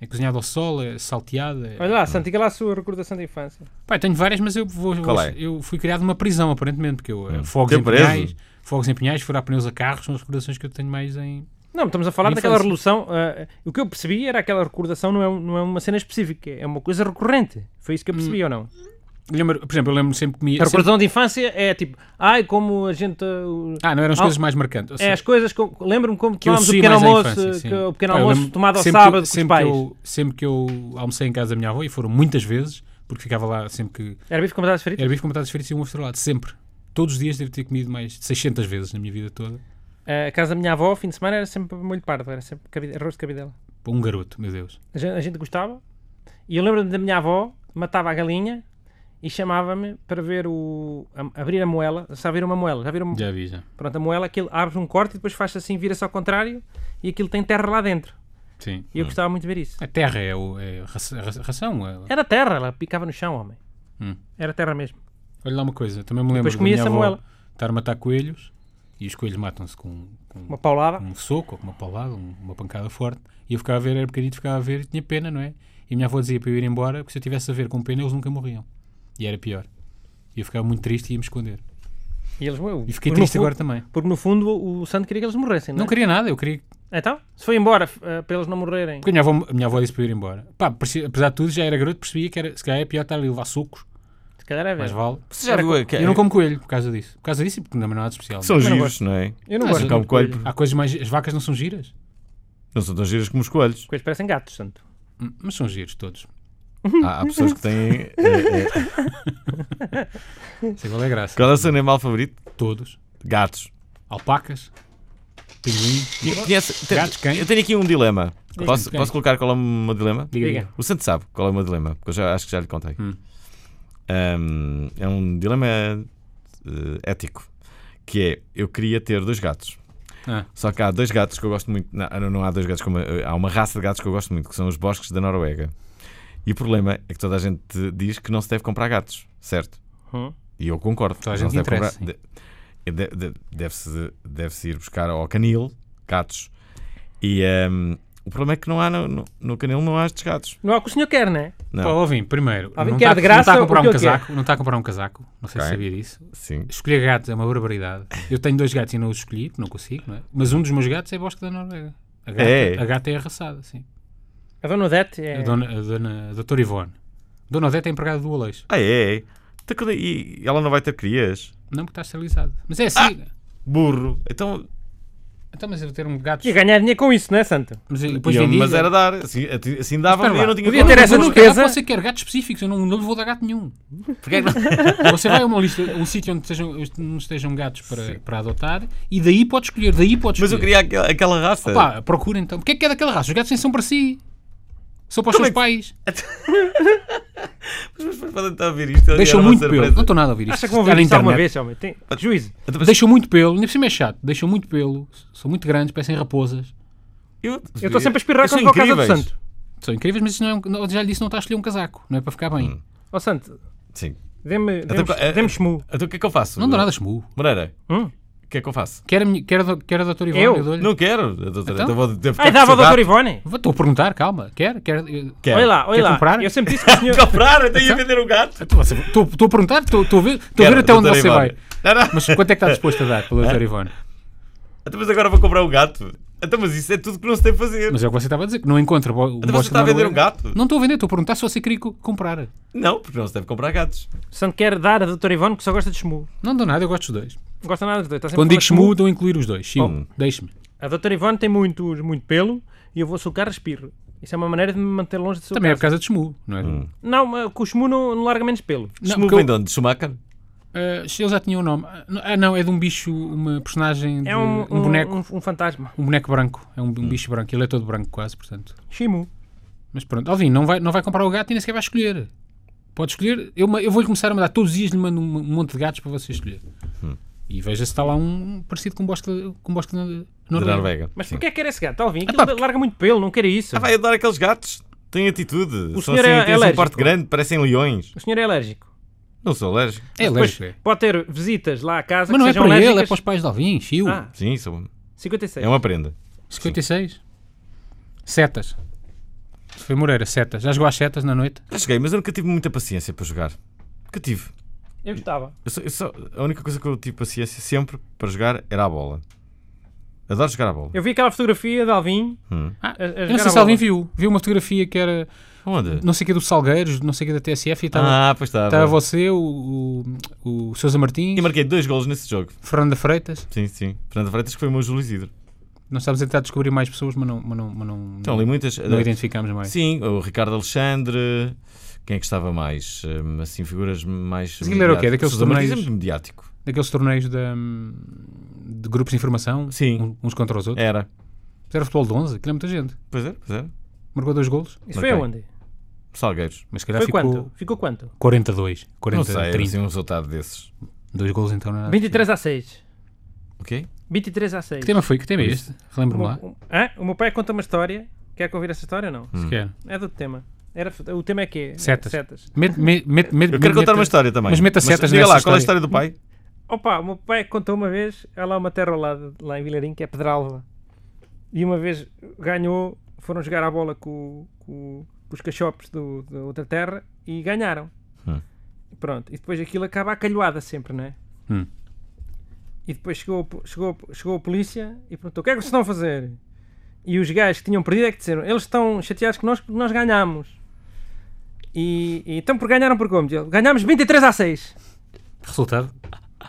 Speaker 2: É cozinhada ao sol, é salteada. é-
Speaker 1: Olha lá, Santi, que lá a sua recordação da infância.
Speaker 2: Pá, eu tenho várias, mas eu, vou,
Speaker 3: Qual é?
Speaker 2: eu fui criado numa prisão, aparentemente, porque eu, eh, fogos,
Speaker 3: Tem
Speaker 2: em
Speaker 3: preso?
Speaker 2: pinhais, fogos em pinhais, furar pneus a carros, são as recordações que eu tenho mais em...
Speaker 1: Não, estamos a falar
Speaker 2: Da
Speaker 1: daquela
Speaker 2: infância.
Speaker 1: revolução. ah, o que eu percebi era aquela recordação, não é, um- não é uma cena específica, é uma coisa recorrente. Foi isso que eu
Speaker 3: Hum.
Speaker 1: percebi ou não?
Speaker 2: Eu lembro- por exemplo, eu lembro sempre que comia...
Speaker 1: A
Speaker 2: sempre-
Speaker 1: recordação de infância é tipo, ai, como a gente. ah, o-
Speaker 2: Ah, não eram as
Speaker 1: Ah,
Speaker 2: coisas mais marcantes. ou
Speaker 1: É
Speaker 2: seja,
Speaker 1: as coisas que eu- lembro-me como
Speaker 2: que eu
Speaker 1: tomámos o
Speaker 2: associei
Speaker 1: pequeno
Speaker 2: mais à
Speaker 1: almoço,
Speaker 2: infância, sim.
Speaker 1: que o pequeno
Speaker 2: Pá, eu
Speaker 1: almoço
Speaker 2: lembro-
Speaker 1: tomado ao
Speaker 2: sempre que eu-
Speaker 1: sábado com os
Speaker 2: sempre que
Speaker 1: pais.
Speaker 2: eu- sempre que eu almocei em casa da minha avó, e foram muitas vezes, porque ficava lá sempre que...
Speaker 1: Era bife com batatas fritas?
Speaker 2: Era bife com batatas fritas e um ovo estrelado, sempre. Todos os dias devo ter comido mais de 600 vezes na minha vida toda.
Speaker 1: Ah, A casa da minha avó, ao fim de semana, era sempre molho pardo, era sempre cabide- arroz de cabidela.
Speaker 2: Pô, Um garoto, meu Deus.
Speaker 1: A gen- a gente, gostava. E eu lembro-me da minha avó, matava a galinha e chamava-me para ver o. a- abrir a moela. Já viram uma moela? Já viram?
Speaker 2: Já vi, já.
Speaker 1: Pronto, a moela, aquilo abre um corte e depois faz assim, vira-se ao contrário e aquilo tem terra lá dentro.
Speaker 2: Sim.
Speaker 1: E eu gostava muito de ver isso.
Speaker 2: A terra Hum. é, o, é a raça- a raça- a ração. é-
Speaker 1: Era terra, ela picava no chão, homem.
Speaker 2: Hum.
Speaker 1: Era terra mesmo.
Speaker 2: Olha lá uma coisa, também me lembro
Speaker 1: depois
Speaker 2: da
Speaker 1: comia
Speaker 2: minha avó
Speaker 1: Samuela.
Speaker 2: estar a matar coelhos e os coelhos matam-se com, com
Speaker 1: Uma paulada.
Speaker 2: um soco ou com uma paulada, um- uma pancada forte. E eu ficava a ver, era pequenito, ficava a ver e tinha pena, não é? E a minha avó dizia para eu ir embora, porque se eu tivesse a ver com pena eles nunca morriam. E era pior. E eu ficava muito triste e ia me esconder.
Speaker 1: E eles morreram.
Speaker 2: E
Speaker 1: Porque
Speaker 2: fiquei
Speaker 1: no
Speaker 2: triste
Speaker 1: fundo-
Speaker 2: agora também.
Speaker 1: Porque no fundo o o santo queria que eles morressem, não
Speaker 2: Não
Speaker 1: é?
Speaker 2: queria nada, eu queria.
Speaker 1: Então, se foi embora f- eh, para eles não morrerem.
Speaker 2: Porque a minha avó, a minha avó disse para eu ir embora. Pá, parecia- apesar de tudo, já era garoto, percebia que era, se calhar é pior estar ali a levar sucos,
Speaker 1: Se é. calhar é
Speaker 2: mais
Speaker 1: verdade.
Speaker 2: vale.
Speaker 3: Você já viu?
Speaker 2: Eu não como coelho por causa disso. Por causa disso e porque não é nada de especial.
Speaker 3: São
Speaker 1: Mas não
Speaker 3: giros,
Speaker 1: gosto.
Speaker 3: não é?
Speaker 1: Eu não gosto.
Speaker 2: Ah, sim,
Speaker 1: muito
Speaker 3: como coelho.
Speaker 1: coelho.
Speaker 2: Há coisas mais. As vacas não são giras?
Speaker 3: Não são tão giros como os coelhos.
Speaker 1: Coelhos parecem gatos, santo.
Speaker 2: Hum, Mas são giros todos.
Speaker 3: Há, há pessoas que têm. eh, eh,
Speaker 2: Isso igual é graça.
Speaker 3: Qual é o seu animal favorito?
Speaker 2: Todos.
Speaker 3: Gatos.
Speaker 2: Alpacas, pinguim,
Speaker 3: Conhece- tem-
Speaker 2: gatos, cães.
Speaker 3: Eu tenho aqui um dilema.
Speaker 2: Diga.
Speaker 3: Posso,
Speaker 2: Quem?
Speaker 3: posso colocar qual é o meu dilema?
Speaker 2: Diga,
Speaker 1: Diga.
Speaker 2: diga.
Speaker 3: O Santo sabe qual é o meu dilema, porque eu já, acho que já lhe contei.
Speaker 2: Hum.
Speaker 3: Ahm, é um dilema eh, ético, que é, eu queria ter dois gatos.
Speaker 2: Ah.
Speaker 3: Só que há dois gatos que eu gosto muito, não, não- não há dois gatos, como, eh, há uma raça de gatos que eu gosto muito, que são os bosques da Noruega. E o problema é que toda a gente diz que não se deve comprar gatos, certo?
Speaker 1: Hum.
Speaker 3: E eu concordo.
Speaker 2: Toda a
Speaker 3: Não
Speaker 2: gente
Speaker 3: se deve
Speaker 2: interessa,
Speaker 3: comprar- de- de- de- Deve-se deve ir buscar ao canil gatos. E hum, o problema é que não há no, no, no canil não há estes gatos.
Speaker 1: Não é o que o senhor quer, não é?
Speaker 3: Não.
Speaker 2: Pá, Alvin, primeiro,
Speaker 1: Alvin,
Speaker 2: não
Speaker 1: quer
Speaker 2: está
Speaker 1: de graça
Speaker 2: a comprar
Speaker 1: o que
Speaker 2: um
Speaker 1: eu quero.
Speaker 2: casaco, não está a comprar um casaco, não sei
Speaker 3: Ok.
Speaker 2: se sabia disso.
Speaker 3: Sim.
Speaker 2: Escolher gatos é uma barbaridade. Eu tenho dois gatos e não os escolhi, porque não consigo, não é? Mas um dos meus gatos é Bosque da Noruega. A gata
Speaker 3: É?
Speaker 2: é, a gata é arraçada, sim.
Speaker 1: A Dona Odete é.
Speaker 2: A, dona, a, dona, a doutora Ivone. Dona Odete é empregada do Aleixo.
Speaker 3: Ah, é? é. Então, quando- E ela não vai ter crias?
Speaker 2: Não porque está esterilizada. Mas é assim.
Speaker 3: Burro. Então,
Speaker 2: Então, mas eu ter um gato...
Speaker 1: Ia ganhar dinheiro com isso, não é, santo?
Speaker 2: Mas, eu- depois
Speaker 3: e eu-
Speaker 2: vendi,
Speaker 3: mas era dar. Assim, assim dava
Speaker 2: Espera
Speaker 3: e eu
Speaker 2: lá.
Speaker 3: não tinha
Speaker 1: Podia
Speaker 3: como.
Speaker 1: ter essa
Speaker 2: mas eu
Speaker 1: despesa?
Speaker 2: Não você quer gatos específicos, eu não, não lhe vou dar gato nenhum. é Você vai a uma lista, um sítio onde estejam, onde não estejam gatos para, para adotar e daí pode escolher, daí pode
Speaker 3: Mas eu
Speaker 2: escolher.
Speaker 3: queria aquela, aquela raça.
Speaker 2: Pá, procura então. O que é que é daquela raça? Os gatos nem são para si. São para os
Speaker 3: Como
Speaker 2: seus
Speaker 3: é que-
Speaker 2: pais.
Speaker 3: Mas depois podem estar a ver isto.
Speaker 2: Deixam
Speaker 3: era uma
Speaker 2: muito pelo. Não
Speaker 3: surpresa.
Speaker 2: estou nada a ouvir isto.
Speaker 1: Acha que vão
Speaker 2: Está
Speaker 1: ver
Speaker 2: na
Speaker 1: isso alguma
Speaker 2: internet.
Speaker 1: vez, homem? Tem... Juízo.
Speaker 3: Então, mas
Speaker 2: Deixam muito pelo. Nem por cima é chato. Deixam muito pelo. São muito grandes, parecem raposas.
Speaker 3: Eu
Speaker 1: Eu estou sempre a espirrar quando vou à casa do santo.
Speaker 2: São incríveis, mas isso não é um, não- já lhe disse não está a escolher um casaco. Não é para ficar bem.
Speaker 3: Hum,
Speaker 1: Ó santo,
Speaker 3: Sim.
Speaker 1: dê-me
Speaker 3: Então,
Speaker 1: dê-me-
Speaker 3: eh,
Speaker 1: dê-me chmu.
Speaker 3: Então o que é que eu faço?
Speaker 2: Não dá nada chmu.
Speaker 3: Moreira,
Speaker 1: Hum?
Speaker 3: o que é que eu faço?
Speaker 2: Quer a, minha- quer a, do- quer a doutora Ivone?
Speaker 1: Eu?
Speaker 2: dou-lhe.
Speaker 3: Não quero. Doutora,
Speaker 2: Então?
Speaker 3: então vou, devo ficar
Speaker 1: Ai, dava
Speaker 3: com
Speaker 1: ao
Speaker 3: o seu
Speaker 1: doutor
Speaker 3: gato.
Speaker 1: Ivone?
Speaker 2: Vou- Estou a perguntar, calma. Quer? Quer? eh, eu-
Speaker 3: Quero.
Speaker 1: Olha lá, Então? olha
Speaker 2: É. Quer
Speaker 1: lá.
Speaker 2: comprar?
Speaker 1: Eu sempre disse que o senhor.
Speaker 3: Comprar, até ia vender o gato.
Speaker 2: Estou a- Então, Estou estou a perguntar, estou estou a ver, estou a ver
Speaker 3: Quero,
Speaker 2: até onde
Speaker 3: doutora
Speaker 2: você
Speaker 3: Ivone.
Speaker 2: vai.
Speaker 3: Não, não. É.
Speaker 2: Mas quanto é que está disposto a dar pelo doutor Ivone?
Speaker 3: Então, mas agora vou comprar um gato. Então, mas isso é tudo que não se deve fazer.
Speaker 2: Mas é o que você estava a dizer, que não encontra bo- o
Speaker 3: Então
Speaker 2: bosque
Speaker 3: você está a
Speaker 2: da
Speaker 3: vender um
Speaker 2: Noruega.
Speaker 3: gato?
Speaker 2: Não estou a vender, estou a perguntar se você queria co- comprar.
Speaker 3: Não, porque não se deve comprar gatos.
Speaker 1: O santo quer dar a doutor Ivone que só gosta de chmu.
Speaker 2: Não dou nada, eu gosto dos dois. Oh.
Speaker 1: Não gosta nada dos dois. Está sempre
Speaker 2: Quando
Speaker 1: a
Speaker 2: digo
Speaker 1: falar de
Speaker 2: chmu, dou a incluir os dois. Sim, deixe-me.
Speaker 1: A doutora Ivone tem muito, muito pelo e eu vou sucar respiro. Isso é uma maneira de me manter longe de sucar.
Speaker 2: Também é por causa de chmu, não é?
Speaker 1: Não, mas com o chmu não, não larga menos pelo.
Speaker 2: Não,
Speaker 3: Schmuck
Speaker 2: porque eu-
Speaker 3: vem de onde? De Schumacher?
Speaker 2: Ah, se ele já tinha um nome. Ah, não- Ah, não, é de um bicho, uma personagem, de,
Speaker 1: É um, um,
Speaker 2: boneco.
Speaker 1: um- um fantasma.
Speaker 2: Um boneco branco, é um, um bicho branco, ele é todo branco quase, portanto.
Speaker 1: Shimu.
Speaker 2: Mas pronto, Alvin, não vai, não vai comprar o gato e nem sequer vai escolher. Pode escolher, eu, ma- eu vou-lhe começar a mandar todos os dias, lhe mando um, um monte de gatos para você escolher. E veja se está lá um parecido com o bosque, de- com o bosque da
Speaker 3: De
Speaker 2: Noruega.
Speaker 3: Noruega.
Speaker 1: Mas
Speaker 3: Sim.
Speaker 1: porquê é que era esse gato? Alvin,
Speaker 3: pá,
Speaker 1: aquilo larga muito pelo, não quer isso.
Speaker 3: Ah, vai adorar aqueles gatos. Têm atitude.
Speaker 1: O
Speaker 3: São
Speaker 1: senhor
Speaker 3: assim,
Speaker 1: é
Speaker 3: têm assim um
Speaker 1: alérgico.
Speaker 3: porte grande, parecem leões.
Speaker 1: O senhor é alérgico.
Speaker 3: Não sou alérgico.
Speaker 2: É
Speaker 1: Depois
Speaker 2: alérgico. é.
Speaker 1: pode ter visitas lá à casa
Speaker 2: Mas não
Speaker 1: que
Speaker 2: é
Speaker 1: sejam
Speaker 2: para ele, é
Speaker 1: alérgicas.
Speaker 2: para os pais de Alvin, Chiu.
Speaker 1: Ah,
Speaker 3: Sim, sou.
Speaker 1: 56.
Speaker 3: É uma prenda.
Speaker 2: 56. Setas. Foi Moreira, setas. Já jogou às setas na noite?
Speaker 3: Já cheguei, mas eu nunca tive muita paciência para jogar. Nunca tive.
Speaker 1: Eu gostava.
Speaker 3: Eu só- eu só- a única coisa que eu tive paciência sempre para jogar era a bola. Adoro jogar a bola.
Speaker 1: Eu vi aquela fotografia de Alvin.
Speaker 2: Ah,
Speaker 1: A- a
Speaker 2: eu
Speaker 1: jogar
Speaker 2: não
Speaker 1: a
Speaker 2: sei se alguém
Speaker 1: bola.
Speaker 2: viu. Viu uma fotografia que era,
Speaker 3: Onde?
Speaker 2: não sei o que, do Salgueiros, não sei o que da TSF e estava
Speaker 3: Ah, pois estava.
Speaker 2: estava você, o, o, o Sousa Martins,
Speaker 3: E marquei dois golos nesse jogo.
Speaker 2: Fernanda Freitas.
Speaker 3: Sim, sim. Fernando Freitas que foi o meu Júlio Isidro.
Speaker 2: Nós estamos a tentar descobrir mais pessoas, mas não, mas não, mas não,
Speaker 3: Então ali muitas.
Speaker 2: não identificamos mais.
Speaker 3: Sim, o Ricardo Alexandre. Quem é que estava mais? Hum, Assim, figuras mais.
Speaker 2: Mas ele era o quê?
Speaker 3: mediáticas.
Speaker 2: Daqueles
Speaker 3: Sousa Martins é
Speaker 2: torneios?
Speaker 3: muito mediático.
Speaker 2: Daqueles torneios da, hum, de, grupos de informação,
Speaker 3: Sim. É.
Speaker 2: um- uns contra os outros.
Speaker 3: Era.
Speaker 2: Mas Era futebol de 11, aquilo é muita gente.
Speaker 3: Pois era, pois era.
Speaker 2: Marcou dois golos,
Speaker 1: Isso
Speaker 3: Ok.
Speaker 1: foi onde?
Speaker 3: Salgueiros.
Speaker 2: mas se calhar
Speaker 1: Foi
Speaker 2: ficou
Speaker 1: quanto? Ficou quanto?
Speaker 2: 42, 40,
Speaker 3: não sei, era
Speaker 2: 30.
Speaker 3: assim um resultado desses.
Speaker 2: Dois golos então não era nada.
Speaker 1: 23 a 6.
Speaker 3: O quê?
Speaker 1: 23 a 6.
Speaker 2: Que tema foi? Que tema é este? Relembro-me lá.
Speaker 1: O, o- hã? o meu pai conta uma história. Quer que eu ouvir essa história ou não?
Speaker 2: Se quer.
Speaker 1: É do tema. Era, o tema é que
Speaker 2: Hum. Setas. Mete- me- mete- mete-
Speaker 3: Eu quero contar
Speaker 2: mete-
Speaker 3: uma história também.
Speaker 2: Mas meta setas
Speaker 3: Diga
Speaker 2: nessa
Speaker 3: lá, qual é a
Speaker 2: história.
Speaker 3: história do pai?
Speaker 1: Opa, o meu pai contou uma vez, há lá uma terra ao lado, lá em Vilarinho, que é Pedralva. E uma vez ganhou, foram jogar a bola com, com- com os cachopes do- da outra terra e ganharam.
Speaker 3: Hum.
Speaker 1: Pronto, e depois aquilo acaba a calhoada sempre, não é?
Speaker 2: Hum.
Speaker 1: E depois chegou, chegou, chegou a polícia e perguntou: o que é que vocês estão a fazer? E os gajos que tinham perdido é que disseram: eles estão chateados que nós, porque nós ganhámos. E, e então, por ganharam por como? Ele, Ganhámos 23 a 6.
Speaker 2: Resultado?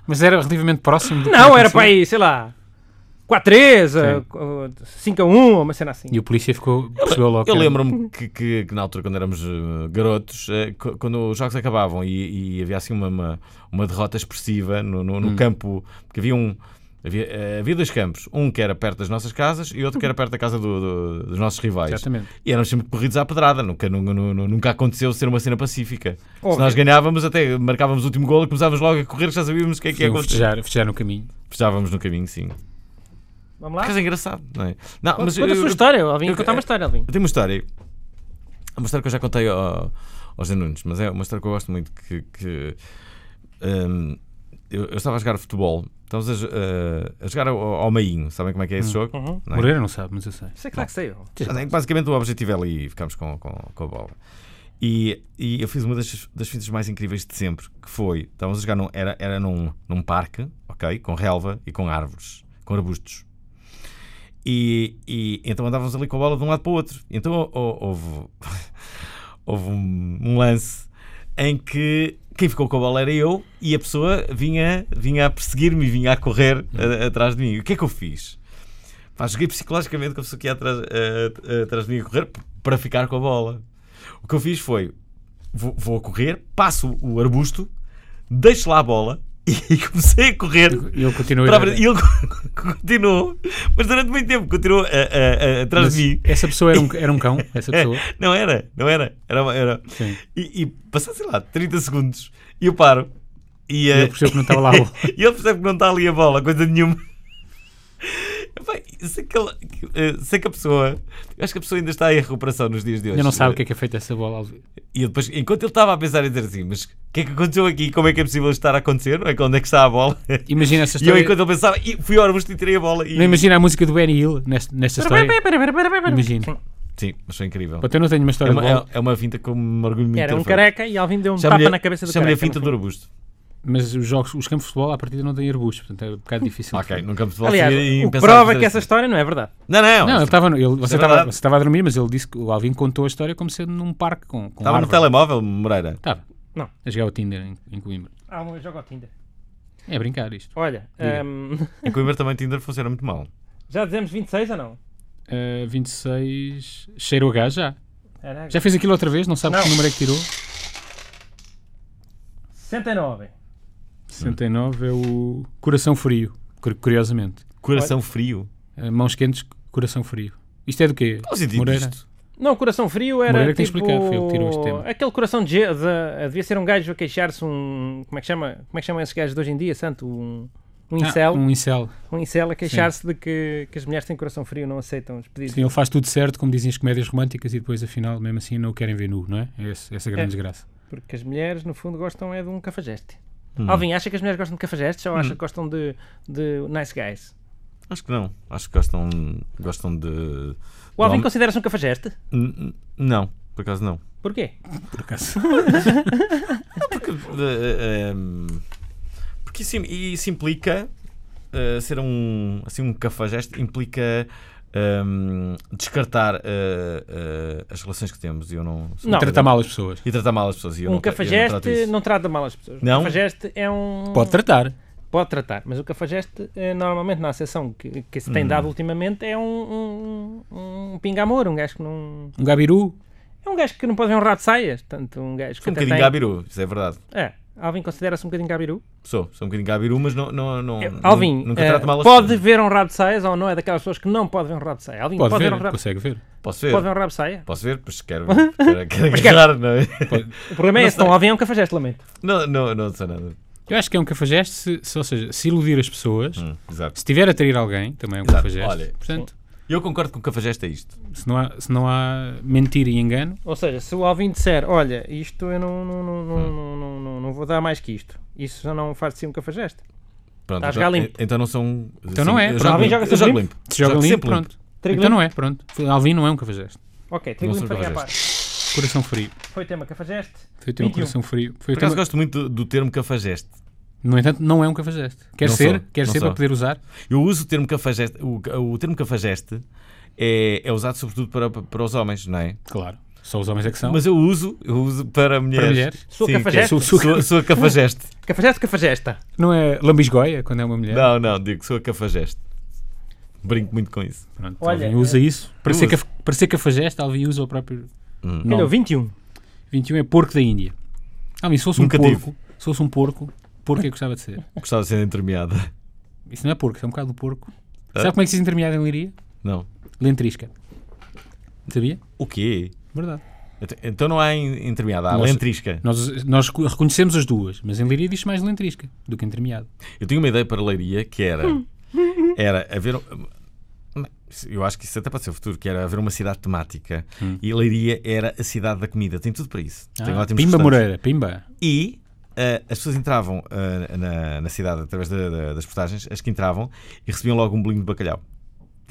Speaker 2: Mas era relativamente próximo do é que assim?
Speaker 1: Não, era
Speaker 2: aconteceu.
Speaker 1: para aí, sei lá, 4 a 3, a- a- 5 a 1, ou uma cena assim.
Speaker 2: E o polícia ficou, percebeu logo.
Speaker 3: Eu
Speaker 2: que-
Speaker 3: lembro-me que, que- que na altura, quando éramos eh, garotos, eh, co- quando os jogos acabavam e, e havia assim uma, uma, uma derrota expressiva no, no- no
Speaker 2: Hum.
Speaker 3: campo, porque havia um. Havia, eh, havia dois campos, um que era perto das nossas casas e outro que era perto da casa do- do- dos nossos rivais.
Speaker 2: Exatamente.
Speaker 3: E éramos sempre corridos à pedrada, nunca, nu- nu- nu- nunca aconteceu ser uma cena pacífica. Se
Speaker 1: Óbvio.
Speaker 3: nós ganhávamos, até marcávamos o último gol e começávamos logo a correr, já sabíamos o que é que ia
Speaker 2: Iam
Speaker 3: acontecer.
Speaker 2: festejar, festejar no caminho.
Speaker 3: Festávamos no caminho, sim.
Speaker 1: Vamos lá?
Speaker 3: Mas é engraçado, não é? Não,
Speaker 1: Conta
Speaker 3: mas
Speaker 1: conta Ah. a
Speaker 3: eu-
Speaker 1: sua
Speaker 3: eu-
Speaker 1: história, Alvin.
Speaker 3: eu-
Speaker 1: Conta uma história, Alvin.
Speaker 3: eu tenho uma história. É Uma história que eu já contei ao, aos Nunes, mas é uma história que eu gosto muito. Que, que, hum, eu, eu estava a jogar futebol, estávamos a, jo- eh, a- a jogar ao, ao Mainho, sabem como é que é esse jogo?
Speaker 1: Uhum.
Speaker 3: Não é?
Speaker 2: Moreira não sabe, mas eu sei.
Speaker 1: Sei, claro que sei. ó.
Speaker 3: Portanto, Basicamente o objetivo é ali ficarmos com, com, com a bola. E, e eu fiz uma das, das fitas mais incríveis de sempre, que foi, estávamos a jogar num, era, era num, num parque, ok? Com relva e com árvores, com arbustos. E, e então andávamos ali com a bola de um lado para o outro. Então hou- hou- houve, houve um, um lance em que quem ficou com a bola era eu e a pessoa vinha, vinha a perseguir-me e vinha a correr a- atrás de mim. O que é que eu fiz? Pá, joguei psicologicamente com a pessoa que ia atrás, eh, atrás de mim a correr p- para ficar com a bola. O que eu fiz foi: vou, vou a correr, passo o arbusto, deixo lá a bola e comecei a correr.
Speaker 2: E ele continua
Speaker 3: para a frente. E ele continuou, mas durante muito tempo continuou a- a- a- atrás
Speaker 2: Mas
Speaker 3: de mim.
Speaker 2: Essa pessoa era um, era um cão, essa pessoa.
Speaker 3: Não era, não era. Era, uma- era.
Speaker 2: Sim.
Speaker 3: E, e passado, sei lá, 30 segundos, e eu paro. E,
Speaker 2: E
Speaker 3: eh,
Speaker 2: ele percebeu que não estava lá. o-
Speaker 3: e ele percebe que não está ali a bola, coisa nenhuma. Epá, sei, que ele- que, eh, sei que a pessoa. Eu acho que a pessoa ainda está em recuperação nos dias de hoje.
Speaker 2: Ainda não sabe o que é que é feito essa bola. Alves.
Speaker 3: E eu depois, enquanto ele estava a pensar em dizer assim, mas o que é que aconteceu aqui? Como é que é possível isto estar a acontecer? Não é? Onde é que está a bola?
Speaker 2: Imagina essa
Speaker 3: E eu,
Speaker 2: história.
Speaker 3: enquanto ele pensava, "Ih, fui ao arbusto e tirei a bola. E...
Speaker 2: Não imagina a música do Benny Hill nesta, nesta história. é-
Speaker 1: Pera, pera, pera, pera, pera, pera.
Speaker 2: Imagina.
Speaker 3: Sim, mas foi incrível.
Speaker 2: Pô, Eu não tenho uma
Speaker 3: É
Speaker 2: história de
Speaker 3: uma,
Speaker 2: bola,
Speaker 3: é, é uma finta com um orgulho muito
Speaker 1: Era um
Speaker 3: feito.
Speaker 1: careca e Alvin deu um
Speaker 3: Chama-lhe-
Speaker 1: tapa na cabeça do
Speaker 3: chama-lhe
Speaker 1: careca.
Speaker 3: a finta
Speaker 1: no
Speaker 3: do
Speaker 1: fim.
Speaker 3: arbusto.
Speaker 2: mas os jogos, os campos de futebol à partida não têm arbustos, portanto é um bocado difícil. de
Speaker 3: é- Ok,
Speaker 2: fazer.
Speaker 3: nunca me assim
Speaker 1: Aliás, o que prova que essa história não é verdade.
Speaker 3: Não, não,
Speaker 2: Não, ele estava no- ele- você
Speaker 3: é
Speaker 2: estava
Speaker 3: verdade.
Speaker 2: você estava a dormir, mas ele disse que o Alvin contou a história como sendo num parque com, com
Speaker 3: estava no
Speaker 2: árvores.
Speaker 3: telemóvel, Moreira.
Speaker 2: Estava.
Speaker 1: Não.
Speaker 2: A jogar o Tinder em, em Coimbra.
Speaker 1: Ah, um jogo ao Tinder.
Speaker 2: É brincar isto.
Speaker 1: Olha,
Speaker 2: Diga.
Speaker 1: hum,
Speaker 3: Em Coimbra também Tinder funciona muito mal.
Speaker 1: já dizemos 26 ou não?
Speaker 2: Ah, 26. Cheiro H já.
Speaker 1: Era
Speaker 2: Já fez aquilo outra vez? Não sabes
Speaker 1: Não.
Speaker 2: que número é que tirou?
Speaker 1: 69.
Speaker 2: 69 é o Coração Frio, cur- curiosamente.
Speaker 3: Coração frio.
Speaker 2: Eh, Mãos quentes, coração frio. Isto é do quê?
Speaker 3: Qual o sentido
Speaker 2: Moreira?
Speaker 3: disto?
Speaker 1: Não, coração frio era
Speaker 2: Moreira que tem
Speaker 1: tipo...
Speaker 2: explicado, foi ele que tirou este tema.
Speaker 1: Aquele coração de, ge- de- Devia ser um gajo a queixar-se um... Como é que chama? Como é que chamam esses gajos de hoje em dia, santo? Um, um
Speaker 2: Ah,
Speaker 1: incel.
Speaker 2: um incel.
Speaker 1: um... incel a queixar-se de que, que as mulheres têm coração frio não aceitam os pedidos.
Speaker 2: Sim, ele faz tudo certo, como dizem as comédias românticas, e depois, afinal, mesmo assim, não o querem ver nu, não é? É esse- essa grande
Speaker 1: É.
Speaker 2: desgraça.
Speaker 1: Porque as mulheres, no fundo, gostam é de um cafajeste.
Speaker 2: Hum.
Speaker 1: Alvin, acha que as mulheres gostam de cafajestes ou acha que gostam de, de nice guys?
Speaker 3: Acho que não. Acho que gostam, gostam de.
Speaker 1: O Alvin
Speaker 3: de hom-
Speaker 1: considera-se um cafajeste?
Speaker 3: N- n- Não, por acaso não.
Speaker 1: Porquê?
Speaker 2: Por acaso.
Speaker 3: Porque, eh, ehm, porque isso, isso implica eh, ser um, assim, um cafajeste, implica ehm, descartar eh, eh, as relações que temos e eu não. sou-
Speaker 1: Não.
Speaker 2: Trata mal as pessoas.
Speaker 3: E tratar mal as pessoas. E eu
Speaker 1: um
Speaker 3: não, tra- eu não trato
Speaker 1: cafajeste
Speaker 3: isso.
Speaker 1: não, trata mal as pessoas.
Speaker 3: Não?
Speaker 1: Um cafajeste é um.
Speaker 2: Pode tratar.
Speaker 1: Pode tratar, mas o cafajeste, eh, normalmente, na acessão que, que se tem dado ultimamente, é um, um, um pingamor, um gajo que não.
Speaker 2: Um gabiru.
Speaker 1: É um gajo que não pode ver um rato de saias. Portanto, um gajo que
Speaker 3: Sou um
Speaker 1: até
Speaker 3: bocadinho
Speaker 1: tem-
Speaker 3: gabiru, isso é verdade.
Speaker 1: É, Alvin considera-se um bocadinho gabiru.
Speaker 3: Sou, sou um bocadinho gabiru, mas não. não, não
Speaker 1: Eh, Alvin,
Speaker 3: Ah, nunca
Speaker 1: eh,
Speaker 3: trato mal as
Speaker 1: pode
Speaker 3: pessoas.
Speaker 1: ver um rato de saias ou não é daquelas pessoas que não pode ver um rato de saia? Alvin,
Speaker 2: Pode,
Speaker 1: pode,
Speaker 2: ver,
Speaker 1: ver um rato
Speaker 2: consegue ver.
Speaker 3: Posso ver?
Speaker 1: Pode ver um rabo de saia?
Speaker 3: Posso ver? Pois quero, quero, quero agarrar, não é?
Speaker 1: O problema é esse, não Alvin é um cafajeste, lamento.
Speaker 3: Não, não, não sou nada.
Speaker 2: Eu acho que é um cafajeste, se, se- ou seja, se iludir as pessoas,
Speaker 3: Hum, exato.
Speaker 2: se tiver a trair alguém, também é um
Speaker 3: Exato.
Speaker 2: cafajeste.
Speaker 3: Olha,
Speaker 2: Portanto,
Speaker 3: Eu concordo com o cafajeste a isto.
Speaker 2: se não, há, se não há mentira e engano,
Speaker 1: Ou seja, se o Alvin disser, olha, isto eu não, não, não, não, não, não, não, não vou dar mais que isto, isso já não faz de si um cafajeste. Está
Speaker 3: Pronto,
Speaker 1: a
Speaker 3: então,
Speaker 1: jogar limpo.
Speaker 3: Então não são.
Speaker 2: Então não é,
Speaker 3: Eu
Speaker 2: pronto.
Speaker 3: jogo
Speaker 2: Alvin
Speaker 1: joga
Speaker 3: limpo.
Speaker 1: sempre
Speaker 3: Eu
Speaker 1: limpo?
Speaker 3: jogo limpo.
Speaker 2: se joga
Speaker 3: Jogo
Speaker 2: limpo,
Speaker 3: sempre
Speaker 2: pronto.
Speaker 1: Trigo limpo?
Speaker 2: Então não é, pronto. Alvin não é um cafajeste.
Speaker 1: Ok, trigo
Speaker 3: Não
Speaker 1: limpo
Speaker 3: sou
Speaker 1: farinha à parte.
Speaker 3: cafajeste.
Speaker 2: Coração frio.
Speaker 1: Foi o tema cafajeste.
Speaker 2: Foi o teu
Speaker 1: 21.
Speaker 2: coração frio. Foi o
Speaker 3: Por acaso
Speaker 2: teu...
Speaker 3: gosto muito do, do termo cafajeste.
Speaker 2: No entanto, não é um cafajeste. Quer
Speaker 3: Não
Speaker 2: ser,
Speaker 3: sou,
Speaker 2: quer
Speaker 3: não
Speaker 2: ser
Speaker 3: sou.
Speaker 2: para poder usar.
Speaker 3: Eu uso o termo cafajeste. O, o termo cafajeste é, é usado sobretudo para, para os homens, não é?
Speaker 2: Claro. Só os homens é que são.
Speaker 3: Mas eu uso, eu uso para mulheres.
Speaker 2: mulheres?
Speaker 1: Sou
Speaker 3: Sim, que é-
Speaker 1: cafajeste?
Speaker 3: Sou, sou- sou cafajeste.
Speaker 1: Cafajeste, cafajesta.
Speaker 2: Não é lambisgoia quando é uma mulher.
Speaker 3: Não, não, digo que sou cafajeste. Brinco muito com isso.
Speaker 2: Pronto,
Speaker 1: Olha, é-
Speaker 2: Alvin usa isso. Para
Speaker 3: eu
Speaker 2: ser,
Speaker 3: uso.
Speaker 2: caf... para ser cafajeste, Alvin usa o próprio.
Speaker 3: Hum.
Speaker 2: nome.
Speaker 1: Olha, um. o 21.
Speaker 2: 21 é porco da Índia. Alvin, se fosse um
Speaker 3: Nunca
Speaker 2: porco, se fosse um porco, porco é que gostava de ser.
Speaker 3: Gostava de ser entremeada.
Speaker 2: Isso não é porco, isso é um bocado do porco.
Speaker 3: Ah.
Speaker 2: Sabe como é que se diz intermeada em Liria?
Speaker 3: Não.
Speaker 2: Lentrisca. Sabia?
Speaker 3: O quê?
Speaker 2: Verdade.
Speaker 3: Ent- Então não há en- entremeada, há
Speaker 2: Nossa.
Speaker 3: lentrisca.
Speaker 2: Nós, nós recu- reconhecemos as duas, mas em Liria diz mais lentrisca do que intermeado.
Speaker 3: Eu tinha uma ideia para Leiria que era. Era haver. um- Eu acho que isso até pode ser o futuro, que era haver uma cidade temática. E Leiria era a cidade da comida. Tem tudo para isso. Tem
Speaker 2: Hum. Ah,
Speaker 3: ótimos
Speaker 2: Pimba
Speaker 3: restaurantes.
Speaker 2: Moreira, Pimba.
Speaker 3: E ah, as pessoas entravam ah, na, na cidade através da- da- das portagens, as que entravam, e recebiam logo um bolinho de bacalhau.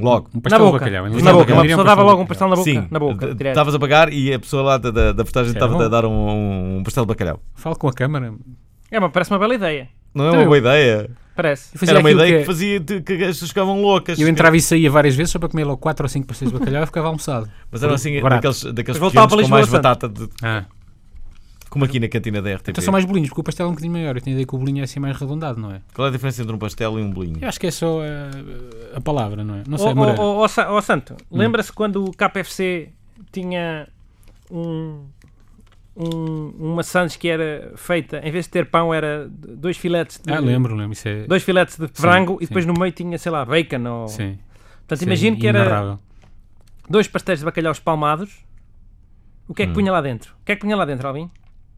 Speaker 3: Logo.
Speaker 2: Um pastel
Speaker 1: na
Speaker 2: de
Speaker 1: boca.
Speaker 2: bacalhau. Em Leiria
Speaker 1: na
Speaker 2: um
Speaker 1: boca.
Speaker 2: pastel-
Speaker 1: Uma
Speaker 2: Leiria
Speaker 1: pessoa dava
Speaker 2: pastel de
Speaker 1: logo um
Speaker 2: bacalhau.
Speaker 1: pastel na boca.
Speaker 3: Sim,
Speaker 1: na boca.
Speaker 3: d-
Speaker 1: direto.
Speaker 3: estavas a pagar e a pessoa lá da, da, da portagem
Speaker 2: Era
Speaker 3: estava
Speaker 2: é bom.
Speaker 3: a dar um, um pastel de bacalhau.
Speaker 2: Fale com a câmara.
Speaker 1: É, mas parece uma bela ideia.
Speaker 3: Não é
Speaker 2: Então
Speaker 3: uma
Speaker 2: eu-
Speaker 3: boa ideia.
Speaker 1: Parece.
Speaker 2: Fazia
Speaker 3: Era uma
Speaker 2: aquilo
Speaker 3: ideia que,
Speaker 2: é-
Speaker 3: fazia de- que as pessoas ficavam loucas.
Speaker 2: Eu entrava e saía várias vezes só para comer logo 4 ou 5 pastéis de bacalhau e ficava almoçado.
Speaker 3: Mas eram assim,
Speaker 2: Barato.
Speaker 3: daqueles, daqueles
Speaker 1: Mas voltava
Speaker 3: pequenos com
Speaker 1: para
Speaker 3: mais
Speaker 1: Lisboa,
Speaker 3: batata, de-
Speaker 2: Ah.
Speaker 3: como aqui na cantina da RTP.
Speaker 2: Então são mais bolinhos, porque o pastel é um bocadinho maior. Eu tinha a ideia que o bolinho ia ser mais arredondado, não é?
Speaker 3: Qual é a diferença entre um pastel e um bolinho?
Speaker 2: Eu acho que é só eh, a, palavra, não é? Não
Speaker 1: Ó
Speaker 2: sei,
Speaker 1: oh,
Speaker 2: Moreira.
Speaker 1: Santo,
Speaker 2: Hum.
Speaker 1: lembra-se quando o KFC tinha um, um- uma sandes que era feita, em vez de ter pão, era d- dois filetes de,
Speaker 2: Ah, lembro, lembro. Isso é...
Speaker 1: Dois filetes de frango e
Speaker 2: sim.
Speaker 1: depois no meio tinha, sei lá, bacon. Ou...
Speaker 2: Sim. é
Speaker 1: Portanto,
Speaker 2: sim,
Speaker 1: imagino que era
Speaker 2: inenarrável.
Speaker 1: dois pastéis de bacalhau espalmados. O
Speaker 3: Hum.
Speaker 1: que é que punha lá dentro? O que é que punha lá dentro, Alvin?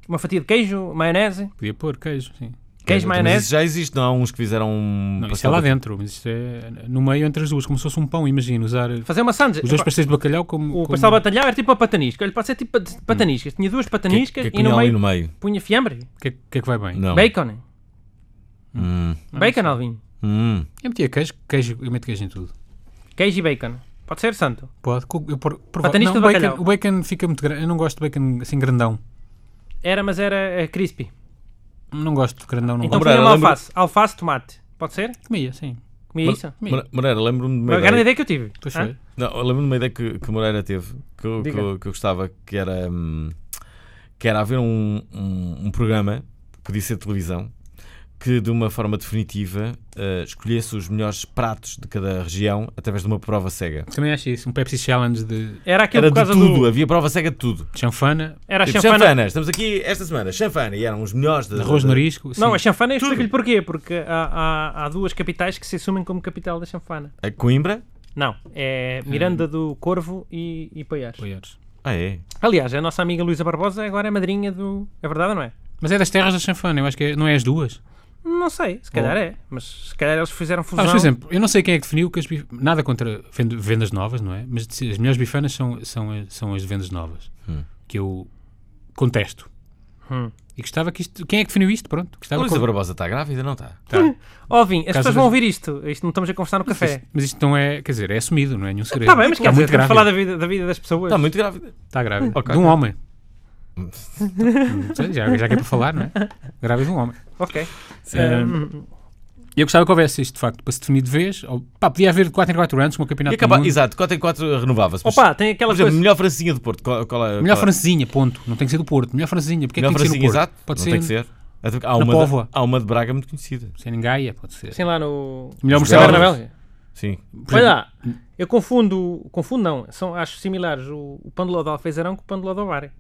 Speaker 1: Uma fatia de queijo, maionese,
Speaker 2: Podia pôr queijo, sim.
Speaker 1: queijo,
Speaker 3: É, Mas
Speaker 1: maionese.
Speaker 3: isso já existe, não há uns que fizeram um
Speaker 2: Não, isso é
Speaker 3: pastel
Speaker 2: lá
Speaker 3: de-
Speaker 2: dentro, mas isto é no meio entre as duas, como se fosse um pão, imagino, usar os
Speaker 1: Fazer uma sandes.
Speaker 2: dois
Speaker 1: Epá,
Speaker 2: pastéis de bacalhau como...
Speaker 1: O
Speaker 2: como-
Speaker 1: pastel batalhau era tipo a patanisca. Olha, pode ser tipo pat- pataniscas. Tinha duas
Speaker 3: Hum. que,
Speaker 1: pataniscas
Speaker 3: que
Speaker 1: e
Speaker 3: punham
Speaker 1: no
Speaker 3: ali
Speaker 1: meio
Speaker 3: no meio.
Speaker 1: punha fiambre.
Speaker 2: O que, é- que é que vai bem?
Speaker 3: Não.
Speaker 1: Bacon.
Speaker 3: Hum.
Speaker 1: Bacon, Alvin.
Speaker 3: Hum.
Speaker 2: Eu metia queijo, queijo, eu meto queijo em tudo.
Speaker 1: Queijo e bacon. Pode ser, santo.
Speaker 2: Pode. co- Eu por, por,
Speaker 1: Batanista
Speaker 2: não,
Speaker 1: de
Speaker 2: o bacon-
Speaker 1: bacalhau.
Speaker 2: O bacon fica muito grande, eu não gosto de bacon assim grandão.
Speaker 1: Era, mas era eh, crispy.
Speaker 2: Não gosto de grandão, não
Speaker 1: Então
Speaker 2: gosto.
Speaker 3: Moreira,
Speaker 1: punha uma
Speaker 3: lembra-
Speaker 1: alface. Alface, tomate. Pode ser?
Speaker 2: Comia, sim.
Speaker 1: Comia isso?
Speaker 3: Mora- Moreira, lembro-me de uma
Speaker 1: Uma grande
Speaker 3: ideia.
Speaker 1: ideia que eu tive.
Speaker 2: Pois
Speaker 1: Hã?
Speaker 2: foi.
Speaker 3: Não, eu lembro-me de uma ideia que, que Moreira teve que eu, que,
Speaker 1: Diga.
Speaker 3: eu, que eu gostava que era, hum, que era haver um, um, um programa, podia ser televisão, que de uma forma definitiva eh, escolhesse os melhores pratos de cada região através de uma prova cega.
Speaker 2: Também acho isso. Um Pepsi Challenge de
Speaker 1: Era aquilo
Speaker 3: Era
Speaker 1: é por
Speaker 3: de
Speaker 1: causa
Speaker 3: tudo,
Speaker 1: do...
Speaker 3: havia prova cega de tudo.
Speaker 2: chanfana,
Speaker 1: Era a
Speaker 3: Tipo,
Speaker 1: chanfana.
Speaker 3: chanfana, estamos aqui esta semana, chanfana, e eram os melhores de,
Speaker 2: de arroz de
Speaker 3: de-
Speaker 2: norisco.
Speaker 1: Não, é
Speaker 2: sim.
Speaker 1: a chanfana eu explico-lhe porquê. Porque há, há- há duas capitais que se assumem como capital da chanfana.
Speaker 3: A Coimbra?
Speaker 1: Não, é
Speaker 2: Hum.
Speaker 1: Miranda do Corvo e, e Paiares.
Speaker 2: Apoiares.
Speaker 3: Ah, é.
Speaker 1: Aliás, a nossa amiga Luísa Barbosa agora é madrinha do... É verdade ou não é?
Speaker 2: Mas é das terras da chanfana, eu acho que é- não é as duas.
Speaker 1: Não sei, se calhar é. Mas se calhar eles fizeram fusão.
Speaker 2: Sabes, Ah, por exemplo, eu não sei quem é que definiu que as bif- nada contra vend- vendas novas, não é? Mas de- as melhores bifanas são, são, as- são as de vendas novas,
Speaker 3: Hum.
Speaker 2: que eu contesto.
Speaker 1: Hum.
Speaker 2: E gostava que isto. Quem é que definiu isto? Pronto,
Speaker 3: A
Speaker 2: gostava
Speaker 3: Luísa
Speaker 2: que-
Speaker 3: Barbosa está grávida? Não está.
Speaker 1: Hum,
Speaker 2: Tá.
Speaker 1: Ovin, as
Speaker 2: Caso
Speaker 1: pessoas vão
Speaker 2: das-
Speaker 1: ouvir isto. Isto não estamos a conversar no café.
Speaker 2: Mas isto não é, quer dizer, é assumido, não é nenhum segredo.
Speaker 1: Está Tá bem, mas quer
Speaker 2: está
Speaker 1: dizer,
Speaker 2: muito
Speaker 1: temos de
Speaker 2: grave. Tá,
Speaker 1: falar da vida, da vida das pessoas.
Speaker 3: Está muito grávida.
Speaker 2: Está grave.
Speaker 3: Ok.
Speaker 2: De um homem. Não sei, já, já que é para falar, não é? Grave de um homem.
Speaker 1: Ok. Hum.
Speaker 2: Ahm, E eu gostava que houvesse isto, de facto, para se definir de vez. Ou, pá, podia haver de 4 em 4 anos uma
Speaker 3: E
Speaker 2: campeonato do
Speaker 3: acaba,
Speaker 2: mundo.
Speaker 3: exato, 4 em 4 renovava-se. mas,
Speaker 1: Opa, tem
Speaker 3: por
Speaker 1: aquela
Speaker 3: exemplo,
Speaker 1: coisa.
Speaker 3: melhor francinha do Porto. Qual, qual é,
Speaker 2: Melhor
Speaker 3: qual é?
Speaker 2: francesinha, ponto. Não tem que ser do Porto. Melhor francesinha. Porque é
Speaker 3: Melhor
Speaker 2: que tem que ser no
Speaker 3: francinha,
Speaker 2: Porto?
Speaker 3: exato.
Speaker 2: Pode
Speaker 3: não
Speaker 2: ser,
Speaker 3: tem que ser. Até porque Há
Speaker 2: na
Speaker 3: uma,
Speaker 2: Póvoa.
Speaker 3: de, há uma de Braga muito conhecida.
Speaker 2: ser em Gaia, pode ser.
Speaker 1: Sim, assim lá no.
Speaker 2: Melhor
Speaker 3: Os
Speaker 2: morcego
Speaker 1: na
Speaker 3: Belas.
Speaker 2: na
Speaker 1: Bélgica.
Speaker 3: Sim.
Speaker 2: Por
Speaker 1: Olha
Speaker 2: exemplo,
Speaker 1: lá, eu confundo. Confundo não. São, acho similares o, o pão de ló de Alfeizarão com o pão de ló de Ovar.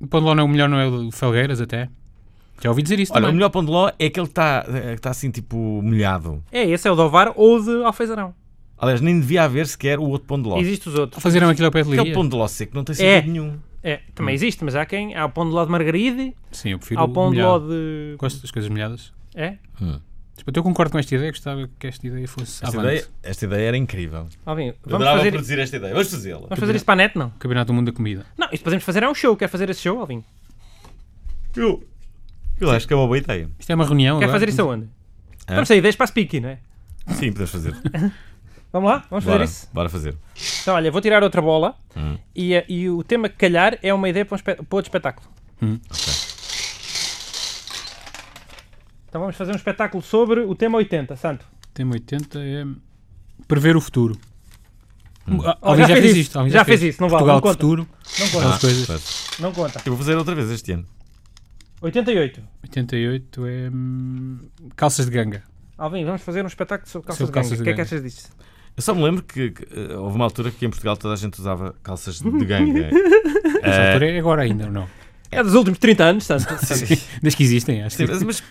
Speaker 2: O pão de ló não é o melhor, não é o do Felgueiras, até. Já ouvi dizer isso
Speaker 3: Olha, o
Speaker 2: também.
Speaker 3: melhor pão de ló é aquele que está que tá assim, tipo, molhado.
Speaker 1: É, esse é o de Ovar ou o de Alfeizarão.
Speaker 3: Aliás, nem devia haver sequer o outro pão de ló.
Speaker 1: Existem os outros.
Speaker 2: Fazeram aquilo ao pé de
Speaker 3: Aquele
Speaker 2: Liria.
Speaker 3: pão de ló seco não tem sentido
Speaker 1: É.
Speaker 3: nenhum.
Speaker 1: É,
Speaker 3: Hum.
Speaker 1: também existe, mas há quem? Há o pão de ló de Margaride,
Speaker 2: Sim, eu prefiro
Speaker 1: há o pão de
Speaker 2: molhado.
Speaker 1: ló de.
Speaker 2: Gosto das coisas molhadas.
Speaker 1: É?
Speaker 2: Tipo, Eu concordo com esta ideia, gostava que esta ideia fosse
Speaker 3: Esta
Speaker 2: avante.
Speaker 3: ideia, esta ideia era incrível.
Speaker 1: Alvin,
Speaker 3: Eu
Speaker 1: vamos
Speaker 3: adorava
Speaker 1: fazer,
Speaker 3: produzir esta ideia. Vamos fazê-la.
Speaker 1: vamos fazer isto para a net, não?
Speaker 2: O Campeonato do Mundo da Comida.
Speaker 1: Não, isto podemos fazer é um show. Quer fazer esse show, Alvin?
Speaker 3: Eu, eu acho que é uma boa ideia.
Speaker 2: Isto é uma reunião
Speaker 1: Quer
Speaker 2: agora.
Speaker 1: fazer isso aonde?
Speaker 3: Hã?
Speaker 1: Vamos sair, ideias para a Speaky, não é?
Speaker 3: Sim, podemos fazer.
Speaker 1: Vamos lá? Vamos fazer
Speaker 3: Bora, Hum.
Speaker 1: isso?
Speaker 3: bora fazer.
Speaker 1: Então, olha, vou tirar outra bola e, eh, e o tema que
Speaker 3: Hum.
Speaker 1: calhar é uma ideia para, um espe- para outro espetáculo. Então vamos fazer um espetáculo sobre o tema 80, Santo.
Speaker 2: Tema 80 é prever o futuro.
Speaker 3: Hum.
Speaker 2: Ah,
Speaker 1: Oh,
Speaker 2: Alguém
Speaker 1: já
Speaker 2: já,
Speaker 1: fez
Speaker 2: fez
Speaker 1: isso.
Speaker 2: isto. alguém
Speaker 1: Já fez isso, não vale,
Speaker 2: Portugal
Speaker 1: não
Speaker 2: do
Speaker 1: conta.
Speaker 2: futuro.
Speaker 3: Ah.
Speaker 1: Não
Speaker 2: Aquelas
Speaker 1: conta,
Speaker 2: coisas.
Speaker 3: Pois.
Speaker 1: não conta.
Speaker 3: Eu Tipo, vou fazer outra vez este ano.
Speaker 1: 88.
Speaker 2: 88 é hum, calças de ganga.
Speaker 1: Alvin, vamos fazer um espetáculo sobre calças
Speaker 2: Sobre
Speaker 1: de gangue.
Speaker 2: calças
Speaker 1: O
Speaker 2: de
Speaker 1: que é que
Speaker 2: gangue.
Speaker 1: achas disso?
Speaker 3: Eu só me lembro que, que, eh, houve uma altura que em Portugal toda a gente usava calças de ganga.
Speaker 2: Essa
Speaker 3: Eh,
Speaker 2: altura é agora ainda, ou não?
Speaker 1: É dos últimos 30 anos, Santo.
Speaker 2: Desde que existem, acho
Speaker 3: sim,
Speaker 2: que.
Speaker 3: mas, mas,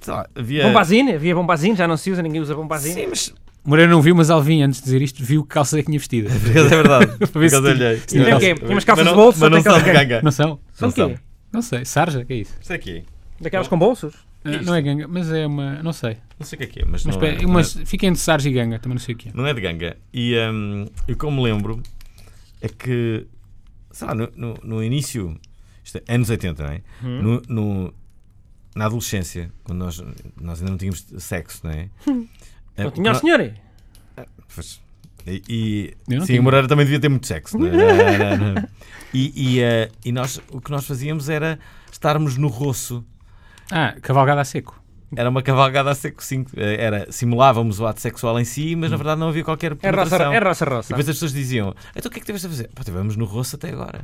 Speaker 3: sei lá, havia.
Speaker 1: Bombazine, havia bombazine, já não se usa, ninguém usa bombazine.
Speaker 3: Sim, mas.
Speaker 2: Moreira não viu, mas Alvin, antes de dizer isto, viu que calça é que tinha vestida.
Speaker 3: Por acaso é verdade.
Speaker 2: Para
Speaker 3: Por
Speaker 2: ver se
Speaker 3: acaso
Speaker 1: tipo,
Speaker 2: tinha-
Speaker 3: olhei.
Speaker 2: se tinha
Speaker 3: Por acaso-
Speaker 1: calças. Tem é, umas calças
Speaker 3: mas
Speaker 1: de bolso,
Speaker 3: não-
Speaker 1: só tem
Speaker 3: Mas não são
Speaker 1: calças
Speaker 3: de
Speaker 1: de
Speaker 3: ganga.
Speaker 2: Não são?
Speaker 1: São
Speaker 3: Não
Speaker 1: de quê?
Speaker 3: são.
Speaker 2: Não sei. Sarja? que é isso?
Speaker 3: Isto é aqui.
Speaker 1: Daquelas com bolsos?
Speaker 2: Ah, Não é ganga, mas é uma. Não sei.
Speaker 3: Não sei o que é que é, mas,
Speaker 2: Mas,
Speaker 3: não,
Speaker 2: pera,
Speaker 3: é,
Speaker 2: mas fica entre Sarja e ganga, também não sei o que é.
Speaker 3: não é de ganga. E hum, e o que eu me lembro é que, sei lá, no, no- no início, isto é anos 80, não é? No- no- na adolescência, quando nós, nós ainda não tínhamos sexo, não é? Eh,
Speaker 1: Não tinha o
Speaker 3: nós-
Speaker 1: senhor? É
Speaker 3: Pois. E, e-
Speaker 2: Eu não
Speaker 3: sim,
Speaker 2: tinha.
Speaker 3: o Moreira também devia ter muito sexo. né? Não, não, não. E, e, eh, e nós, o que nós fazíamos era estarmos no roço.
Speaker 2: Ah, cavalgada a seco.
Speaker 3: Era uma cavalgada a seco 5. Era, simulávamos o ato sexual em si, mas na verdade não havia qualquer
Speaker 1: É roça,
Speaker 3: penetração.
Speaker 1: é roça,
Speaker 3: E
Speaker 1: roça.
Speaker 3: depois as pessoas diziam: Então o que é que tiveste a fazer? Pá, estivemos no roço até agora.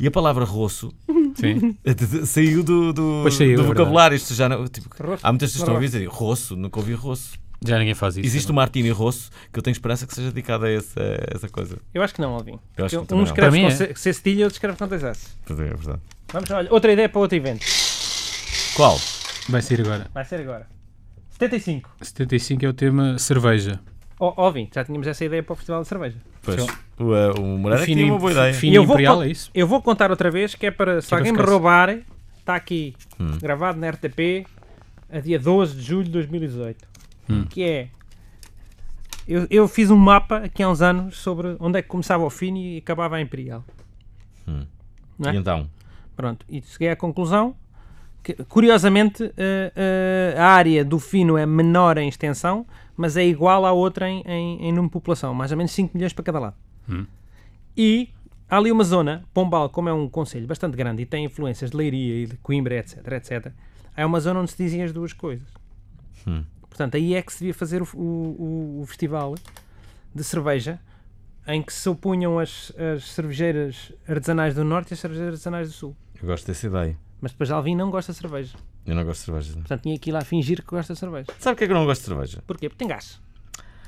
Speaker 3: E a palavra roço é
Speaker 2: Sim.
Speaker 3: saiu do, do,
Speaker 2: Pois saiu, é
Speaker 3: do
Speaker 2: verdade.
Speaker 3: vocabulário. Isto já não- tipo,
Speaker 1: Roço.
Speaker 3: há muitas pessoas que estão a ouvir dizer roço, nunca ouvi roço.
Speaker 2: Já ninguém faz isso.
Speaker 3: Existe um- o Martini Rosso que eu tenho esperança que seja dedicado a essa, a essa coisa.
Speaker 1: Eu acho que não, Alvin.
Speaker 3: Eu acho
Speaker 1: Porque
Speaker 3: que também
Speaker 1: um
Speaker 3: não.
Speaker 2: Para
Speaker 1: escreve
Speaker 2: mim
Speaker 1: com
Speaker 2: é.
Speaker 1: C- C cedilha, outro escreve com dois As.
Speaker 3: Pois é, é verdade.
Speaker 1: Vamos, olha, outra ideia para outro evento.
Speaker 3: Qual?
Speaker 2: Vai sair agora.
Speaker 1: Vai ser agora. 75.
Speaker 2: 75 é o tema cerveja.
Speaker 1: Ó, ó, Oh, Alvin, já tínhamos essa ideia para o Festival de Cerveja.
Speaker 3: Pois,
Speaker 2: Sim.
Speaker 3: o, eh, o Moreira
Speaker 2: Fino
Speaker 3: tinha uma boa
Speaker 2: im-
Speaker 3: ideia.
Speaker 2: fino
Speaker 1: E eu vou
Speaker 2: imperial,
Speaker 1: con-
Speaker 2: é isso?
Speaker 1: Eu vou contar outra vez, que é para. Se
Speaker 2: para
Speaker 1: alguém me
Speaker 2: ficar-se.
Speaker 1: roubar, está aqui
Speaker 2: Hum.
Speaker 1: gravado na RTP a dia 12 de julho de 2018.
Speaker 2: Hum.
Speaker 1: Que é. Eu, eu fiz um mapa aqui há uns anos sobre onde é que começava o fino e acabava a Imperial. não é?
Speaker 3: E então?
Speaker 1: Pronto, e cheguei à conclusão que, curiosamente, eh, eh, a área do fino é menor em extensão, mas é igual à outra em, em, em número de população, mais ou menos 5 milhões para cada lado. E há ali uma zona, Pombal, como é um conselho bastante grande e tem influências de Leiria e de Coimbra, etc, etc, é uma zona onde se dizem as duas coisas. Portanto, aí é que se devia fazer o, o- o- o festival de cerveja, em que se opunham as, as cervejeiras artesanais do Norte e as cervejeiras artesanais do Sul.
Speaker 3: Eu gosto dessa ideia.
Speaker 1: Mas depois Alvin não gosta de cerveja.
Speaker 3: Eu não gosto de cerveja.
Speaker 1: Portanto, tinha que ir lá fingir que gosta de cerveja.
Speaker 3: Sabe o que é que eu não gosto de cerveja?
Speaker 1: Porquê? Porque tem gás.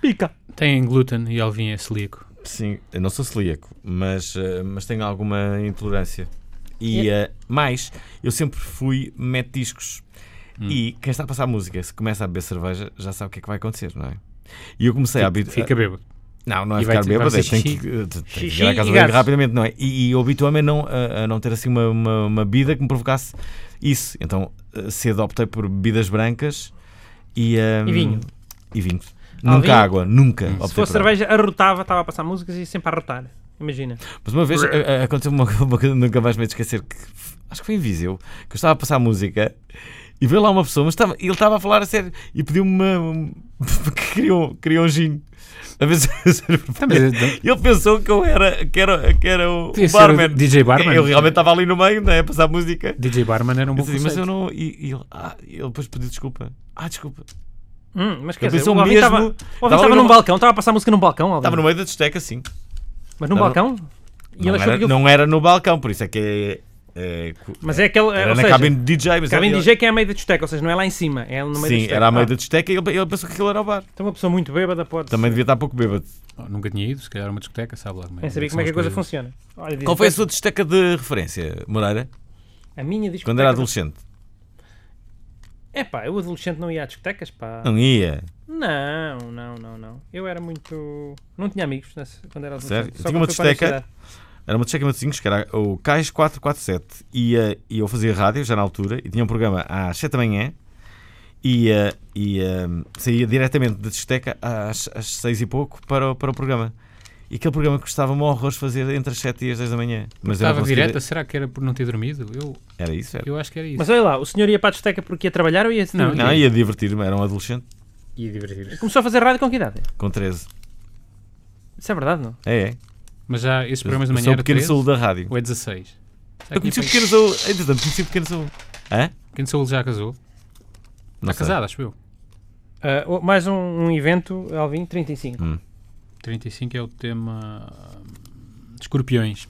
Speaker 1: Pica.
Speaker 2: Tem glúten e Alvin é celíaco.
Speaker 3: Sim, eu não sou celíaco, mas, eh, mas tenho alguma intolerância. E eh, mais, eu sempre fui metiscos. E quem está a passar música, se começa a beber cerveja, já sabe o que é que vai acontecer, não é? E eu comecei a habitu-
Speaker 2: Tipo, Fica bêbado.
Speaker 3: Não, não é
Speaker 2: E vai
Speaker 3: ficar
Speaker 2: ter- vai
Speaker 3: bêbado, é
Speaker 2: fazer
Speaker 3: tem que,
Speaker 2: xixi.
Speaker 3: eh, tem que
Speaker 1: Xixi
Speaker 3: ir à casa
Speaker 1: e
Speaker 3: bem
Speaker 1: gases.
Speaker 3: rapidamente, não é? E, e habituei-me a não, a, a não ter assim uma, uma, uma bebida que me provocasse isso. Então eh, cedo optei por bebidas brancas e, eh,
Speaker 1: E vinho.
Speaker 3: E vinho.
Speaker 1: Ah,
Speaker 3: nunca
Speaker 1: vinho?
Speaker 3: água, nunca. optei
Speaker 1: Se fosse
Speaker 3: por água.
Speaker 1: cerveja, arrotava, estava a passar músicas e sempre a arrotar. Imagina.
Speaker 3: Mas uma vez eh, eh, aconteceu uma, uma coisa que nunca mais me hei de esquecer, que f- acho que foi em Viseu, que eu estava a passar música e veio lá uma pessoa, mas estava, ele estava a falar a sério e pediu-me uma- um- que queria um, queria um gin. A ver se-
Speaker 2: Tá,
Speaker 3: Tá, Ele pensou que eu era, que era, que era o,
Speaker 2: Podia
Speaker 3: o
Speaker 2: É, ser o
Speaker 3: barman.
Speaker 2: DJ barman.
Speaker 3: Eu realmente estava ali no meio, né, a passar música.
Speaker 2: DJ Barman era um
Speaker 3: Eu
Speaker 2: bom
Speaker 3: disse, mas
Speaker 2: conceito.
Speaker 3: eu não. E, e ele, ah, ele depois pediu desculpa. Ah, desculpa.
Speaker 1: Hum, mas
Speaker 3: Eu
Speaker 1: quer dizer,
Speaker 3: pensou
Speaker 1: o Alvin
Speaker 3: mesmo-
Speaker 1: estava o Alvin
Speaker 3: Estava
Speaker 1: estava
Speaker 3: ali
Speaker 1: num
Speaker 3: no-
Speaker 1: balcão, estava a passar música num balcão, Alvin.
Speaker 3: Estava no meio da discoteca, sim.
Speaker 1: Mas num
Speaker 3: Estava-
Speaker 1: balcão? E
Speaker 3: não,
Speaker 1: ele achou
Speaker 3: era,
Speaker 1: que aquilo...
Speaker 3: não era no balcão, por isso é que é. é cu-
Speaker 1: Mas é aquele...
Speaker 3: era
Speaker 1: ou
Speaker 3: na
Speaker 1: seja,
Speaker 3: cabine de DJ. Mas
Speaker 1: cabine
Speaker 3: ele-
Speaker 1: DJ que é a meio da discoteca, ou seja, não é lá em cima, é no meio da
Speaker 3: Sim,
Speaker 1: discoteca.
Speaker 3: era a meio
Speaker 1: Ah,
Speaker 3: da discoteca e ele, ele pensou que aquilo era o bar.
Speaker 1: Então uma pessoa muito bêbada pode...
Speaker 3: Também devia estar pouco bêbado.
Speaker 2: Oh, Nunca tinha ido, se calhar uma discoteca, sabe lá.
Speaker 1: Nem sabia como é que a coisa funciona. Olha, diz-
Speaker 3: Qual foi a sua discoteca de referência, Moreira?
Speaker 1: A minha discoteca...
Speaker 3: Quando era adolescente?
Speaker 1: É pá, eu adolescente não ia a discotecas, pá.
Speaker 3: Não ia.
Speaker 1: Não, não, não, não. Eu era muito. Não tinha amigos nessa- quando era
Speaker 3: Sério?
Speaker 1: adolescente.
Speaker 3: Eu
Speaker 1: Só
Speaker 3: tinha
Speaker 1: quando
Speaker 3: uma
Speaker 1: fui para a
Speaker 3: discoteca.
Speaker 1: universidade.
Speaker 3: Era uma discoteca em Matosinhos, que era o Cais 447. E, eh, e eu fazia rádio já na altura e tinha um programa às 7 da manhã e, eh, e eh, saía diretamente da discoteca às, às 6 e pouco para, o- para o programa. E aquele programa custava-me horrores fazer entre as 7 e as 10 da manhã. Mas eu não É.
Speaker 2: Estava
Speaker 3: conseguia-
Speaker 2: direta, será que era por não ter dormido? Eu,
Speaker 3: Era isso? Era.
Speaker 2: eu acho que era isso.
Speaker 1: Mas olha lá, o senhor ia para a discoteca porque ia trabalhar ou ia.
Speaker 2: Não,
Speaker 3: Não, ia divertir-me, era um adolescente
Speaker 2: Ia divertir.
Speaker 1: Começou a fazer rádio com que idade?
Speaker 3: com 13.
Speaker 1: Isso é verdade, não?
Speaker 3: É, é.
Speaker 2: Mas já esses
Speaker 3: Eu
Speaker 2: programas de
Speaker 3: sou
Speaker 2: manhã
Speaker 3: o
Speaker 2: era
Speaker 3: pequeno
Speaker 2: 13
Speaker 3: Saúl da rádio.
Speaker 2: ou é 16? Será
Speaker 3: Eu
Speaker 2: que
Speaker 3: conheci
Speaker 2: foi-
Speaker 3: o um. Tá pequeno Saúl. Entretanto, conheci o pequeno Saúl. Hã?
Speaker 2: Pequeno Saúl já casou?
Speaker 3: Não
Speaker 2: Está
Speaker 3: sei.
Speaker 2: casada, acho eu.
Speaker 1: Ah, o- mais um, um evento, Alvin, 35.
Speaker 2: 35 é o tema hum, de escorpiões.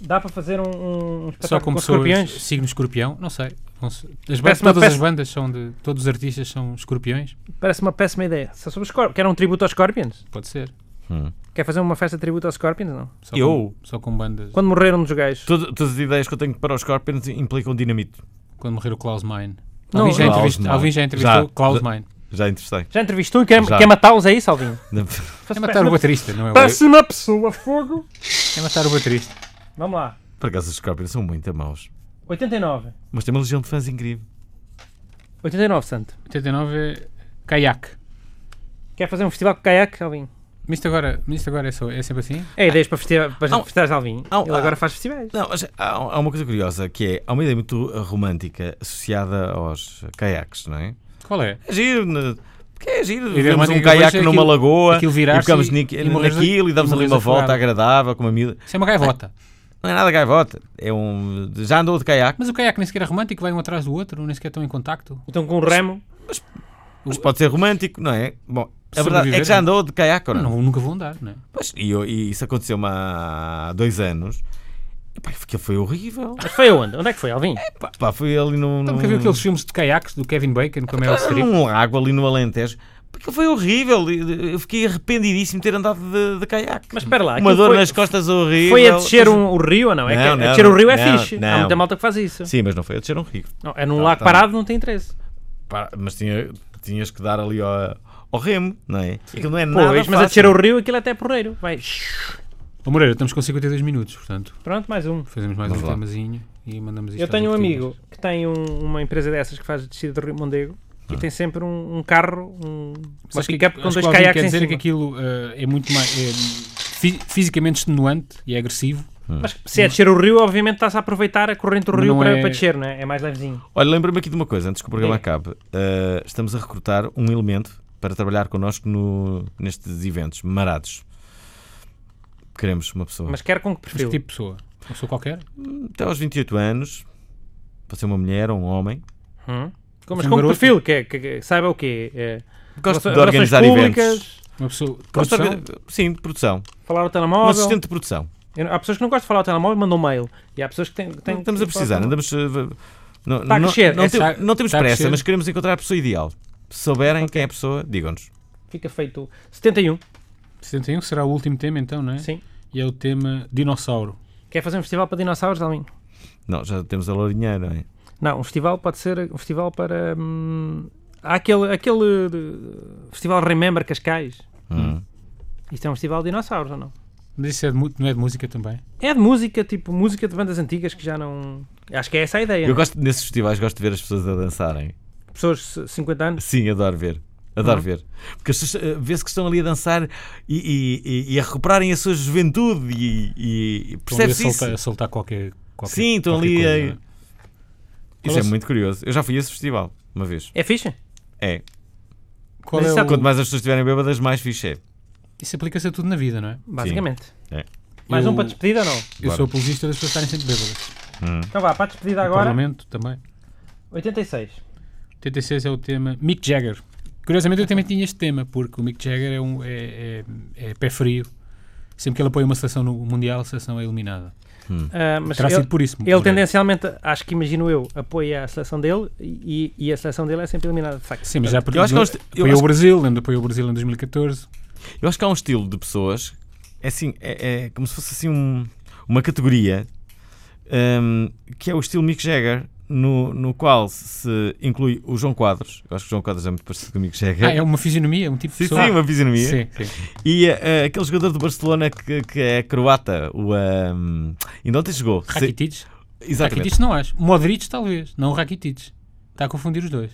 Speaker 1: Dá para fazer um, um um
Speaker 2: Só
Speaker 1: espetáculo
Speaker 2: com
Speaker 1: com
Speaker 2: pessoas.
Speaker 1: escorpiões?
Speaker 2: Signo escorpião, não sei. Não sei. As bandas,
Speaker 1: Parece uma
Speaker 2: todas as
Speaker 1: peça-
Speaker 2: bandas são de. Todos os artistas são escorpiões.
Speaker 1: Parece uma péssima ideia. Só sobre Scorpions. Quer um tributo aos Scorpions?
Speaker 2: Pode ser.
Speaker 3: Hum.
Speaker 1: Quer fazer uma festa de tributo aos Scorpions? Não.
Speaker 2: Só
Speaker 3: Eu?
Speaker 2: Com, só com bandas. Quando,
Speaker 1: Quando morreram dos gajos.
Speaker 3: Todas, todas as ideias que eu tenho para os Scorpions implicam dinamite.
Speaker 2: morrer o Klaus Meine.
Speaker 1: Não,
Speaker 2: Alguém já,
Speaker 1: não.
Speaker 2: entrevist-
Speaker 3: Klaus Meine.
Speaker 2: alguém já entrevistou
Speaker 3: Já.
Speaker 2: Klaus
Speaker 3: Já.
Speaker 2: Meine.
Speaker 3: Já interessei.
Speaker 1: Já entrevistou e quer,
Speaker 3: Já.
Speaker 1: quer matá-los, é isso, Alvin?
Speaker 2: É matar o baterista, não é? o-
Speaker 1: Péssima pessoa, fogo!
Speaker 2: É matar o baterista.
Speaker 1: Vamos lá.
Speaker 3: Por acaso, os Scorpions são muito maus.
Speaker 1: 89.
Speaker 3: Mas tem uma legião de fãs incrível.
Speaker 1: 89, Santo.
Speaker 2: 89 é. Caiaque.
Speaker 1: Quer fazer um festival com caiaque, Alvin?
Speaker 2: Mas isto agora, mas isto agora é, só, é sempre assim?
Speaker 1: É ideias para festivais para
Speaker 3: Não.
Speaker 1: festivais de Alvin.
Speaker 3: Não,
Speaker 1: Ele
Speaker 3: ah.
Speaker 1: agora faz festivais.
Speaker 3: Não, mas há, há uma coisa curiosa que é: há uma ideia muito eh, romântica associada aos caiaques, não é?
Speaker 2: Qual é?
Speaker 3: É giro, né? porque é giro.
Speaker 2: ideia
Speaker 3: Vemos um
Speaker 2: romântica que eu
Speaker 3: caiaque
Speaker 2: vejo é
Speaker 3: numa
Speaker 2: aquilo-
Speaker 3: lagoa
Speaker 2: aquilo
Speaker 3: e
Speaker 2: virar-se
Speaker 3: ficamos
Speaker 2: e-
Speaker 3: nique-
Speaker 2: e morreres-
Speaker 3: naquilo e damos
Speaker 2: e
Speaker 3: ali
Speaker 2: morreres
Speaker 3: uma volta
Speaker 2: afogado.
Speaker 3: agradável com uma miúda.
Speaker 2: Isso é uma gaivota.
Speaker 3: Não é nada gaivota, é um. Já andou de caiaque,
Speaker 2: Mas o caiaque nem sequer é romântico, vai um atrás do outro, nem sequer estão em contacto.
Speaker 1: Então com um remo.
Speaker 3: mas pode ser romântico, não é? Bom, a
Speaker 2: Sobreviver,
Speaker 3: verdade é que já
Speaker 2: não.
Speaker 3: andou de caiaque, ou não?
Speaker 2: Não, nunca vão andar, não é?
Speaker 3: Pois, e, eu- e isso aconteceu-me há dois anos. Epá, aquilo foi horrível.
Speaker 1: Mas foi onde? Onde é que foi, Alvin?
Speaker 3: Pá, pá, foi ali no.
Speaker 2: Então,
Speaker 3: no-
Speaker 2: nunca viu aqueles filmes de caiaques do Kevin Bacon é com a Meryl
Speaker 3: Era
Speaker 2: Streep?
Speaker 3: num lago ali no Alentejo. Porque foi horrível. Eu fiquei arrependidíssimo de ter andado de, de caiaque.
Speaker 1: Mas espera lá.
Speaker 3: Uma
Speaker 1: aquilo
Speaker 3: dor
Speaker 1: foi,
Speaker 3: nas costas horrível.
Speaker 1: Foi a descer um, o rio ou não? É que
Speaker 3: Não,
Speaker 1: a
Speaker 3: não,
Speaker 1: descer o rio é
Speaker 3: não,
Speaker 1: fixe.
Speaker 3: não.
Speaker 1: Há muita malta que faz isso.
Speaker 3: Sim, mas não foi a descer um rio.
Speaker 1: Não, é num
Speaker 3: Tá,
Speaker 1: lago
Speaker 3: tá.
Speaker 1: parado, não tem interesse.
Speaker 3: Pá, Mas tinha, tinhas que dar ali ao, ao remo, não é? Aquilo não é nada.
Speaker 1: Pois, mas a
Speaker 3: fácil.
Speaker 1: descer o rio aquilo é até porreiro. Vai.
Speaker 2: Ô Moreira, estamos com 52 minutos, portanto,
Speaker 1: Pronto, mais um.
Speaker 2: fazemos mais
Speaker 3: Vamos
Speaker 2: um
Speaker 3: lá.
Speaker 2: temazinho e mandamos isto
Speaker 1: Eu
Speaker 2: às
Speaker 1: tenho um
Speaker 2: últimas.
Speaker 1: amigo que tem um- uma empresa dessas que faz descida do Rio Mondego e tem sempre um, um carro, um, uma
Speaker 2: Mas que,
Speaker 1: pick-up com
Speaker 2: acho que
Speaker 1: dois
Speaker 2: o que
Speaker 1: caiaques
Speaker 2: quer
Speaker 1: em
Speaker 2: dizer
Speaker 1: cima.
Speaker 2: é que aquilo eh, é muito mais. É, fi- fisicamente extenuante e é agressivo.
Speaker 1: Mas se é descer o rio, obviamente está-se a aproveitar a corrente do
Speaker 2: Mas
Speaker 1: rio
Speaker 2: não
Speaker 1: para,
Speaker 2: é-
Speaker 1: para descer, não é? É mais levezinho.
Speaker 3: Olha, lembra-me aqui de uma coisa, antes que o programa
Speaker 1: Diga.
Speaker 3: acabe. Uh, estamos a recrutar um elemento para trabalhar connosco no- nestes eventos marados. Queremos uma pessoa.
Speaker 1: Mas quer com que
Speaker 2: Mas que
Speaker 1: perfil?
Speaker 2: tipo de pessoa? Uma pessoa qualquer?
Speaker 3: Até aos 28 anos, pode ser uma mulher ou um homem.
Speaker 1: Hum? Com- Mas
Speaker 2: Um
Speaker 1: com que
Speaker 2: garoto.
Speaker 1: perfil? Que, é- que- que- saiba o quê? É,
Speaker 3: Gosto
Speaker 1: relações-
Speaker 3: de organizar
Speaker 1: relações
Speaker 3: eventos.
Speaker 2: Uma pessoa. de
Speaker 3: Gosto de
Speaker 2: produção?
Speaker 3: orga- Sim, de produção.
Speaker 1: Falar ao
Speaker 3: Um
Speaker 1: telemóvel.
Speaker 3: assistente de produção.
Speaker 1: Eu não- Há pessoas que não gostam de falar ao telemóvel e mandam um mail. E há pessoas que têm. que têm-
Speaker 3: Estamos a
Speaker 1: que falam
Speaker 3: precisar,
Speaker 1: ao
Speaker 3: andamos. uh, v- Não,
Speaker 1: Está a
Speaker 3: não-
Speaker 1: crescer,
Speaker 3: não
Speaker 1: é,
Speaker 3: te-
Speaker 2: está-
Speaker 3: não temos
Speaker 2: está a
Speaker 3: pressa,
Speaker 2: crescer.
Speaker 3: mas queremos encontrar a pessoa ideal. Se souberem quem é a pessoa, digam-nos.
Speaker 1: telemóvel. Fica feito. o 71,
Speaker 2: 71 será o último tema, então, não é?
Speaker 1: sim.
Speaker 2: E é o tema dinossauro.
Speaker 1: Quer fazer um festival para dinocauros, Alvin?
Speaker 3: Não, já temos a Lourinha, não é?
Speaker 1: Não, um festival pode ser um festival para. hum, há aquele, aquele de- festival Remember Cascais.
Speaker 3: Hum.
Speaker 1: Isto é um festival de dinossauros ou não?
Speaker 2: Mas isso é de mu- não é de música também?
Speaker 1: É de música, tipo música de bandas antigas que já não. Acho que é essa a ideia.
Speaker 3: Eu
Speaker 1: não é?
Speaker 3: gosto, nesses festivais, gosto de ver as pessoas a dançarem.
Speaker 1: Pessoas de 50 anos.
Speaker 3: Sim, adoro ver.
Speaker 2: Hum.
Speaker 3: Adoro ver. Porque as pessoas, eh, vê-se que estão ali a dançar e, e- e- e a recuperarem a sua juventude e, e- e
Speaker 2: Estão ali a
Speaker 3: percebe-se isso.
Speaker 2: soltar, a soltar qualquer, qualquer.
Speaker 3: Sim, estão
Speaker 2: qualquer
Speaker 3: ali
Speaker 2: coisa,
Speaker 3: a-
Speaker 2: não é?
Speaker 3: Isso é muito curioso. Eu já fui a esse festival uma vez.
Speaker 1: É ficha?
Speaker 3: É.
Speaker 2: Qual
Speaker 1: Mas
Speaker 2: é
Speaker 1: isso é
Speaker 2: o-
Speaker 3: Quanto mais as pessoas estiverem bêbadas, mais fixe é.
Speaker 2: Isso aplica-se a tudo na vida, não é?
Speaker 1: Basicamente.
Speaker 3: É.
Speaker 1: Mais
Speaker 2: Eu-
Speaker 1: um para despedida ou não?
Speaker 2: Eu
Speaker 3: Bora.
Speaker 2: sou apologista das pessoas estarem sempre bêbadas.
Speaker 1: Então vá, para despedida
Speaker 2: O
Speaker 1: agora.
Speaker 2: Parlamento também.
Speaker 1: 86.
Speaker 2: 86 é o tema Mick Jagger. Curiosamente eu também tinha este tema, porque o Mick Jagger é, um, é, é- é pé frio. Sempre que ele apoia uma seleção no Mundial, a seleção é eliminada.
Speaker 1: Ah, mas
Speaker 2: Terá
Speaker 1: ele,
Speaker 2: sido por isso.
Speaker 1: ele
Speaker 2: por-
Speaker 1: tendencialmente, acho que imagino eu, apoia a seleção dele e, e a seleção dele é sempre eliminada de facto.
Speaker 2: Sim, mas já apoiou,
Speaker 3: Eu acho que nós- eu
Speaker 2: apoiou
Speaker 3: acho-
Speaker 2: o Brasil, lembro de apoiou o Brasil em 2014.
Speaker 3: Eu acho que há um estilo de pessoas, é assim, é, é como se fosse assim um- uma categoria hum, que é o estilo Mick Jagger, no, no qual se inclui o João Quadros. Eu acho que o João Quadros é muito parecido com o Mick Jagger.
Speaker 2: Ah, é uma fisionomia, um tipo
Speaker 3: Sim,
Speaker 2: de pessoa.
Speaker 3: sim, uma fisionomia.
Speaker 2: Sim, sim.
Speaker 3: E eh, aquele jogador do Barcelona que, que é croata, o. Um, ainda ontem chegou. Se-
Speaker 2: Rakitic?
Speaker 3: exatamente.
Speaker 2: Rakitic não acho. Modric talvez, não o Rakitic. Está a confundir os dois.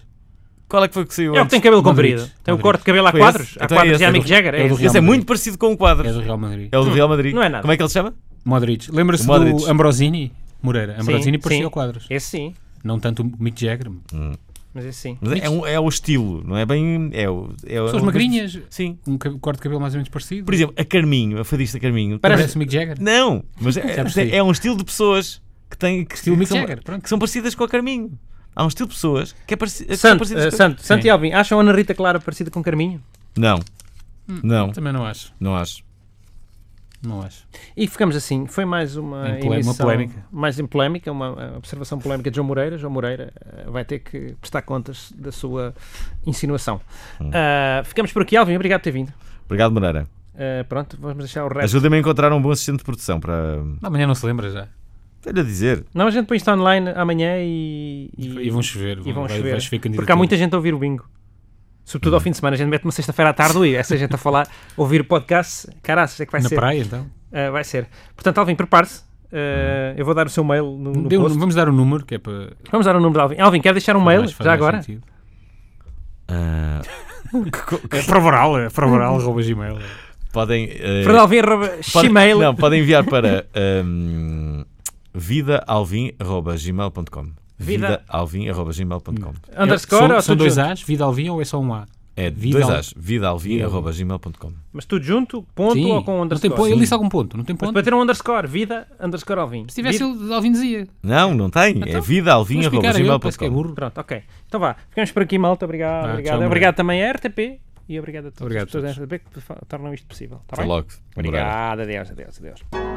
Speaker 3: Qual é que foi que saiu?
Speaker 1: É o que tem cabelo
Speaker 2: Modric,
Speaker 1: comprido. Tem o
Speaker 2: Modric.
Speaker 1: corte de cabelo a
Speaker 3: Foi
Speaker 1: quadros.
Speaker 3: esse?
Speaker 1: A
Speaker 3: Então é
Speaker 1: quadros
Speaker 3: esse,
Speaker 1: e a
Speaker 3: é do-
Speaker 1: Mick Jagger.
Speaker 2: é
Speaker 1: É
Speaker 2: do
Speaker 1: esse.
Speaker 2: Real
Speaker 3: Esse é
Speaker 2: Madrid.
Speaker 3: muito parecido com o Quadros.
Speaker 2: É do Real Madrid.
Speaker 3: É o do Real Madrid.
Speaker 1: Não é nada.
Speaker 3: Como é que ele se chama?
Speaker 2: Modric. Lembra-se
Speaker 3: O Modric.
Speaker 2: do Ambrosini? Moreira. Ambrosini
Speaker 1: sim.
Speaker 2: parecia o Quadros.
Speaker 1: Esse É sim.
Speaker 2: Não tanto o Mick Jagger.
Speaker 1: Mas esse sim.
Speaker 3: Mas é, um- é o estilo, não é bem. É o, é o-
Speaker 2: Pessoas magrinhas,
Speaker 3: Sim.
Speaker 2: um cab- corte de cabelo mais ou menos parecido.
Speaker 3: Por exemplo, a Carminho, a fadista Carminho.
Speaker 2: Parece,
Speaker 3: também-
Speaker 2: o Mick Jagger.
Speaker 3: Não, mas
Speaker 2: Já
Speaker 3: é,
Speaker 2: percebi.
Speaker 3: é um estilo de pessoas que têm que,
Speaker 2: Estilo
Speaker 3: que
Speaker 2: Mick
Speaker 3: são,
Speaker 2: Jagger, pronto.
Speaker 3: que são parecidas com a Carminho. Há um estilo de pessoas que é parecido. que são
Speaker 1: Santo,
Speaker 3: parecidas
Speaker 1: eh,
Speaker 3: com-
Speaker 1: Santo,
Speaker 3: Sim.
Speaker 1: Santo e Alvin, acham a Ana Rita Clara parecida com Carminho?
Speaker 3: Não. Não,
Speaker 2: Também não acho.
Speaker 3: não acho.
Speaker 2: Não acho.
Speaker 1: E ficamos assim. Foi mais uma,
Speaker 2: Em polé- uma
Speaker 1: emissão-
Speaker 2: polémica.
Speaker 1: Mais em polémica, uma eh, observação polémica de João Moreira. João Moreira eh, vai ter que prestar contas da sua insinuação.
Speaker 3: Hum.
Speaker 1: Ah, ficamos por aqui, Alvin. Obrigado por ter vindo.
Speaker 3: Obrigado, Moreira.
Speaker 1: Ah, pronto, vamos deixar o resto.
Speaker 3: Ajuda-me a encontrar um bom assistente de produção para.
Speaker 2: Amanhã não se lembra já.
Speaker 3: Tenho a dizer.
Speaker 1: Não, a gente põe isto online amanhã e.
Speaker 2: E, vão chover.
Speaker 1: e vão
Speaker 2: vai,
Speaker 1: chover.
Speaker 2: Vai chover
Speaker 1: Porque há
Speaker 2: candidatura. Hum.
Speaker 1: muita gente a ouvir o bingo. Sobretudo ao fim de semana. A gente mete uma sexta-feira à tarde e essa gente a falar, ouvir o podcast. Caraças, é que vai
Speaker 2: Na
Speaker 1: ser.
Speaker 2: praia, então.
Speaker 1: Ah, vai ser. Portanto, Alvin, prepare-se. Ah, eu vou dar o seu mail no, no
Speaker 2: Dê Hum. um-
Speaker 1: post.
Speaker 2: vamos dar o número, que é para.
Speaker 1: Vamos dar o número de Alvin. Alvin, quer deixar um mail?
Speaker 2: mais- faz
Speaker 1: Já
Speaker 2: mais
Speaker 1: agora?
Speaker 2: sentido.
Speaker 3: Ah,
Speaker 2: É favoral, é favoral, arroba gmail.
Speaker 3: podem. eh,
Speaker 2: É.
Speaker 3: podem-
Speaker 1: Fernandalvin.gmail.
Speaker 3: Não, podem enviar para um, vidaalvin.gmail.com.
Speaker 1: Vida-
Speaker 3: Vidaalvin.gmail.com.
Speaker 1: Underscore
Speaker 2: são,
Speaker 1: ou
Speaker 2: são
Speaker 1: tudo
Speaker 2: dois
Speaker 1: junto?
Speaker 2: A's, Vida Alvin ou é só um A?
Speaker 3: É
Speaker 2: Vida
Speaker 3: dois
Speaker 2: Al-
Speaker 3: as. Vidaalvin.gmail.com.
Speaker 1: Mas tudo junto, ponto
Speaker 2: Sim.
Speaker 1: ou com
Speaker 2: não tem
Speaker 1: underscore?
Speaker 2: ponto. Ele disse algum ponto, não tem
Speaker 1: Mas
Speaker 2: ponto.
Speaker 1: para ter um underscore, vida, underscore Alvin.
Speaker 2: Se tivesse, um
Speaker 1: Vida-
Speaker 2: ele, Alvin dizia.
Speaker 3: Não, não tem. é
Speaker 2: Então, Vou explicar a ele, parece que é
Speaker 3: vidaalvin.gmail.com.
Speaker 2: burro.
Speaker 1: Pronto, ok. Então vá, ficamos por aqui, malta. Obrigado.
Speaker 2: Ah,
Speaker 1: obrigado.
Speaker 2: tchau, Maria.
Speaker 1: obrigado também à RTP e obrigado a todas
Speaker 2: Obrigado a
Speaker 1: as pessoas da
Speaker 2: todos.
Speaker 1: RTP que fa- tornam isto possível. Tá
Speaker 3: Até
Speaker 1: bem?
Speaker 3: logo. Moreira.
Speaker 1: Obrigado, adeus, adeus, adeus.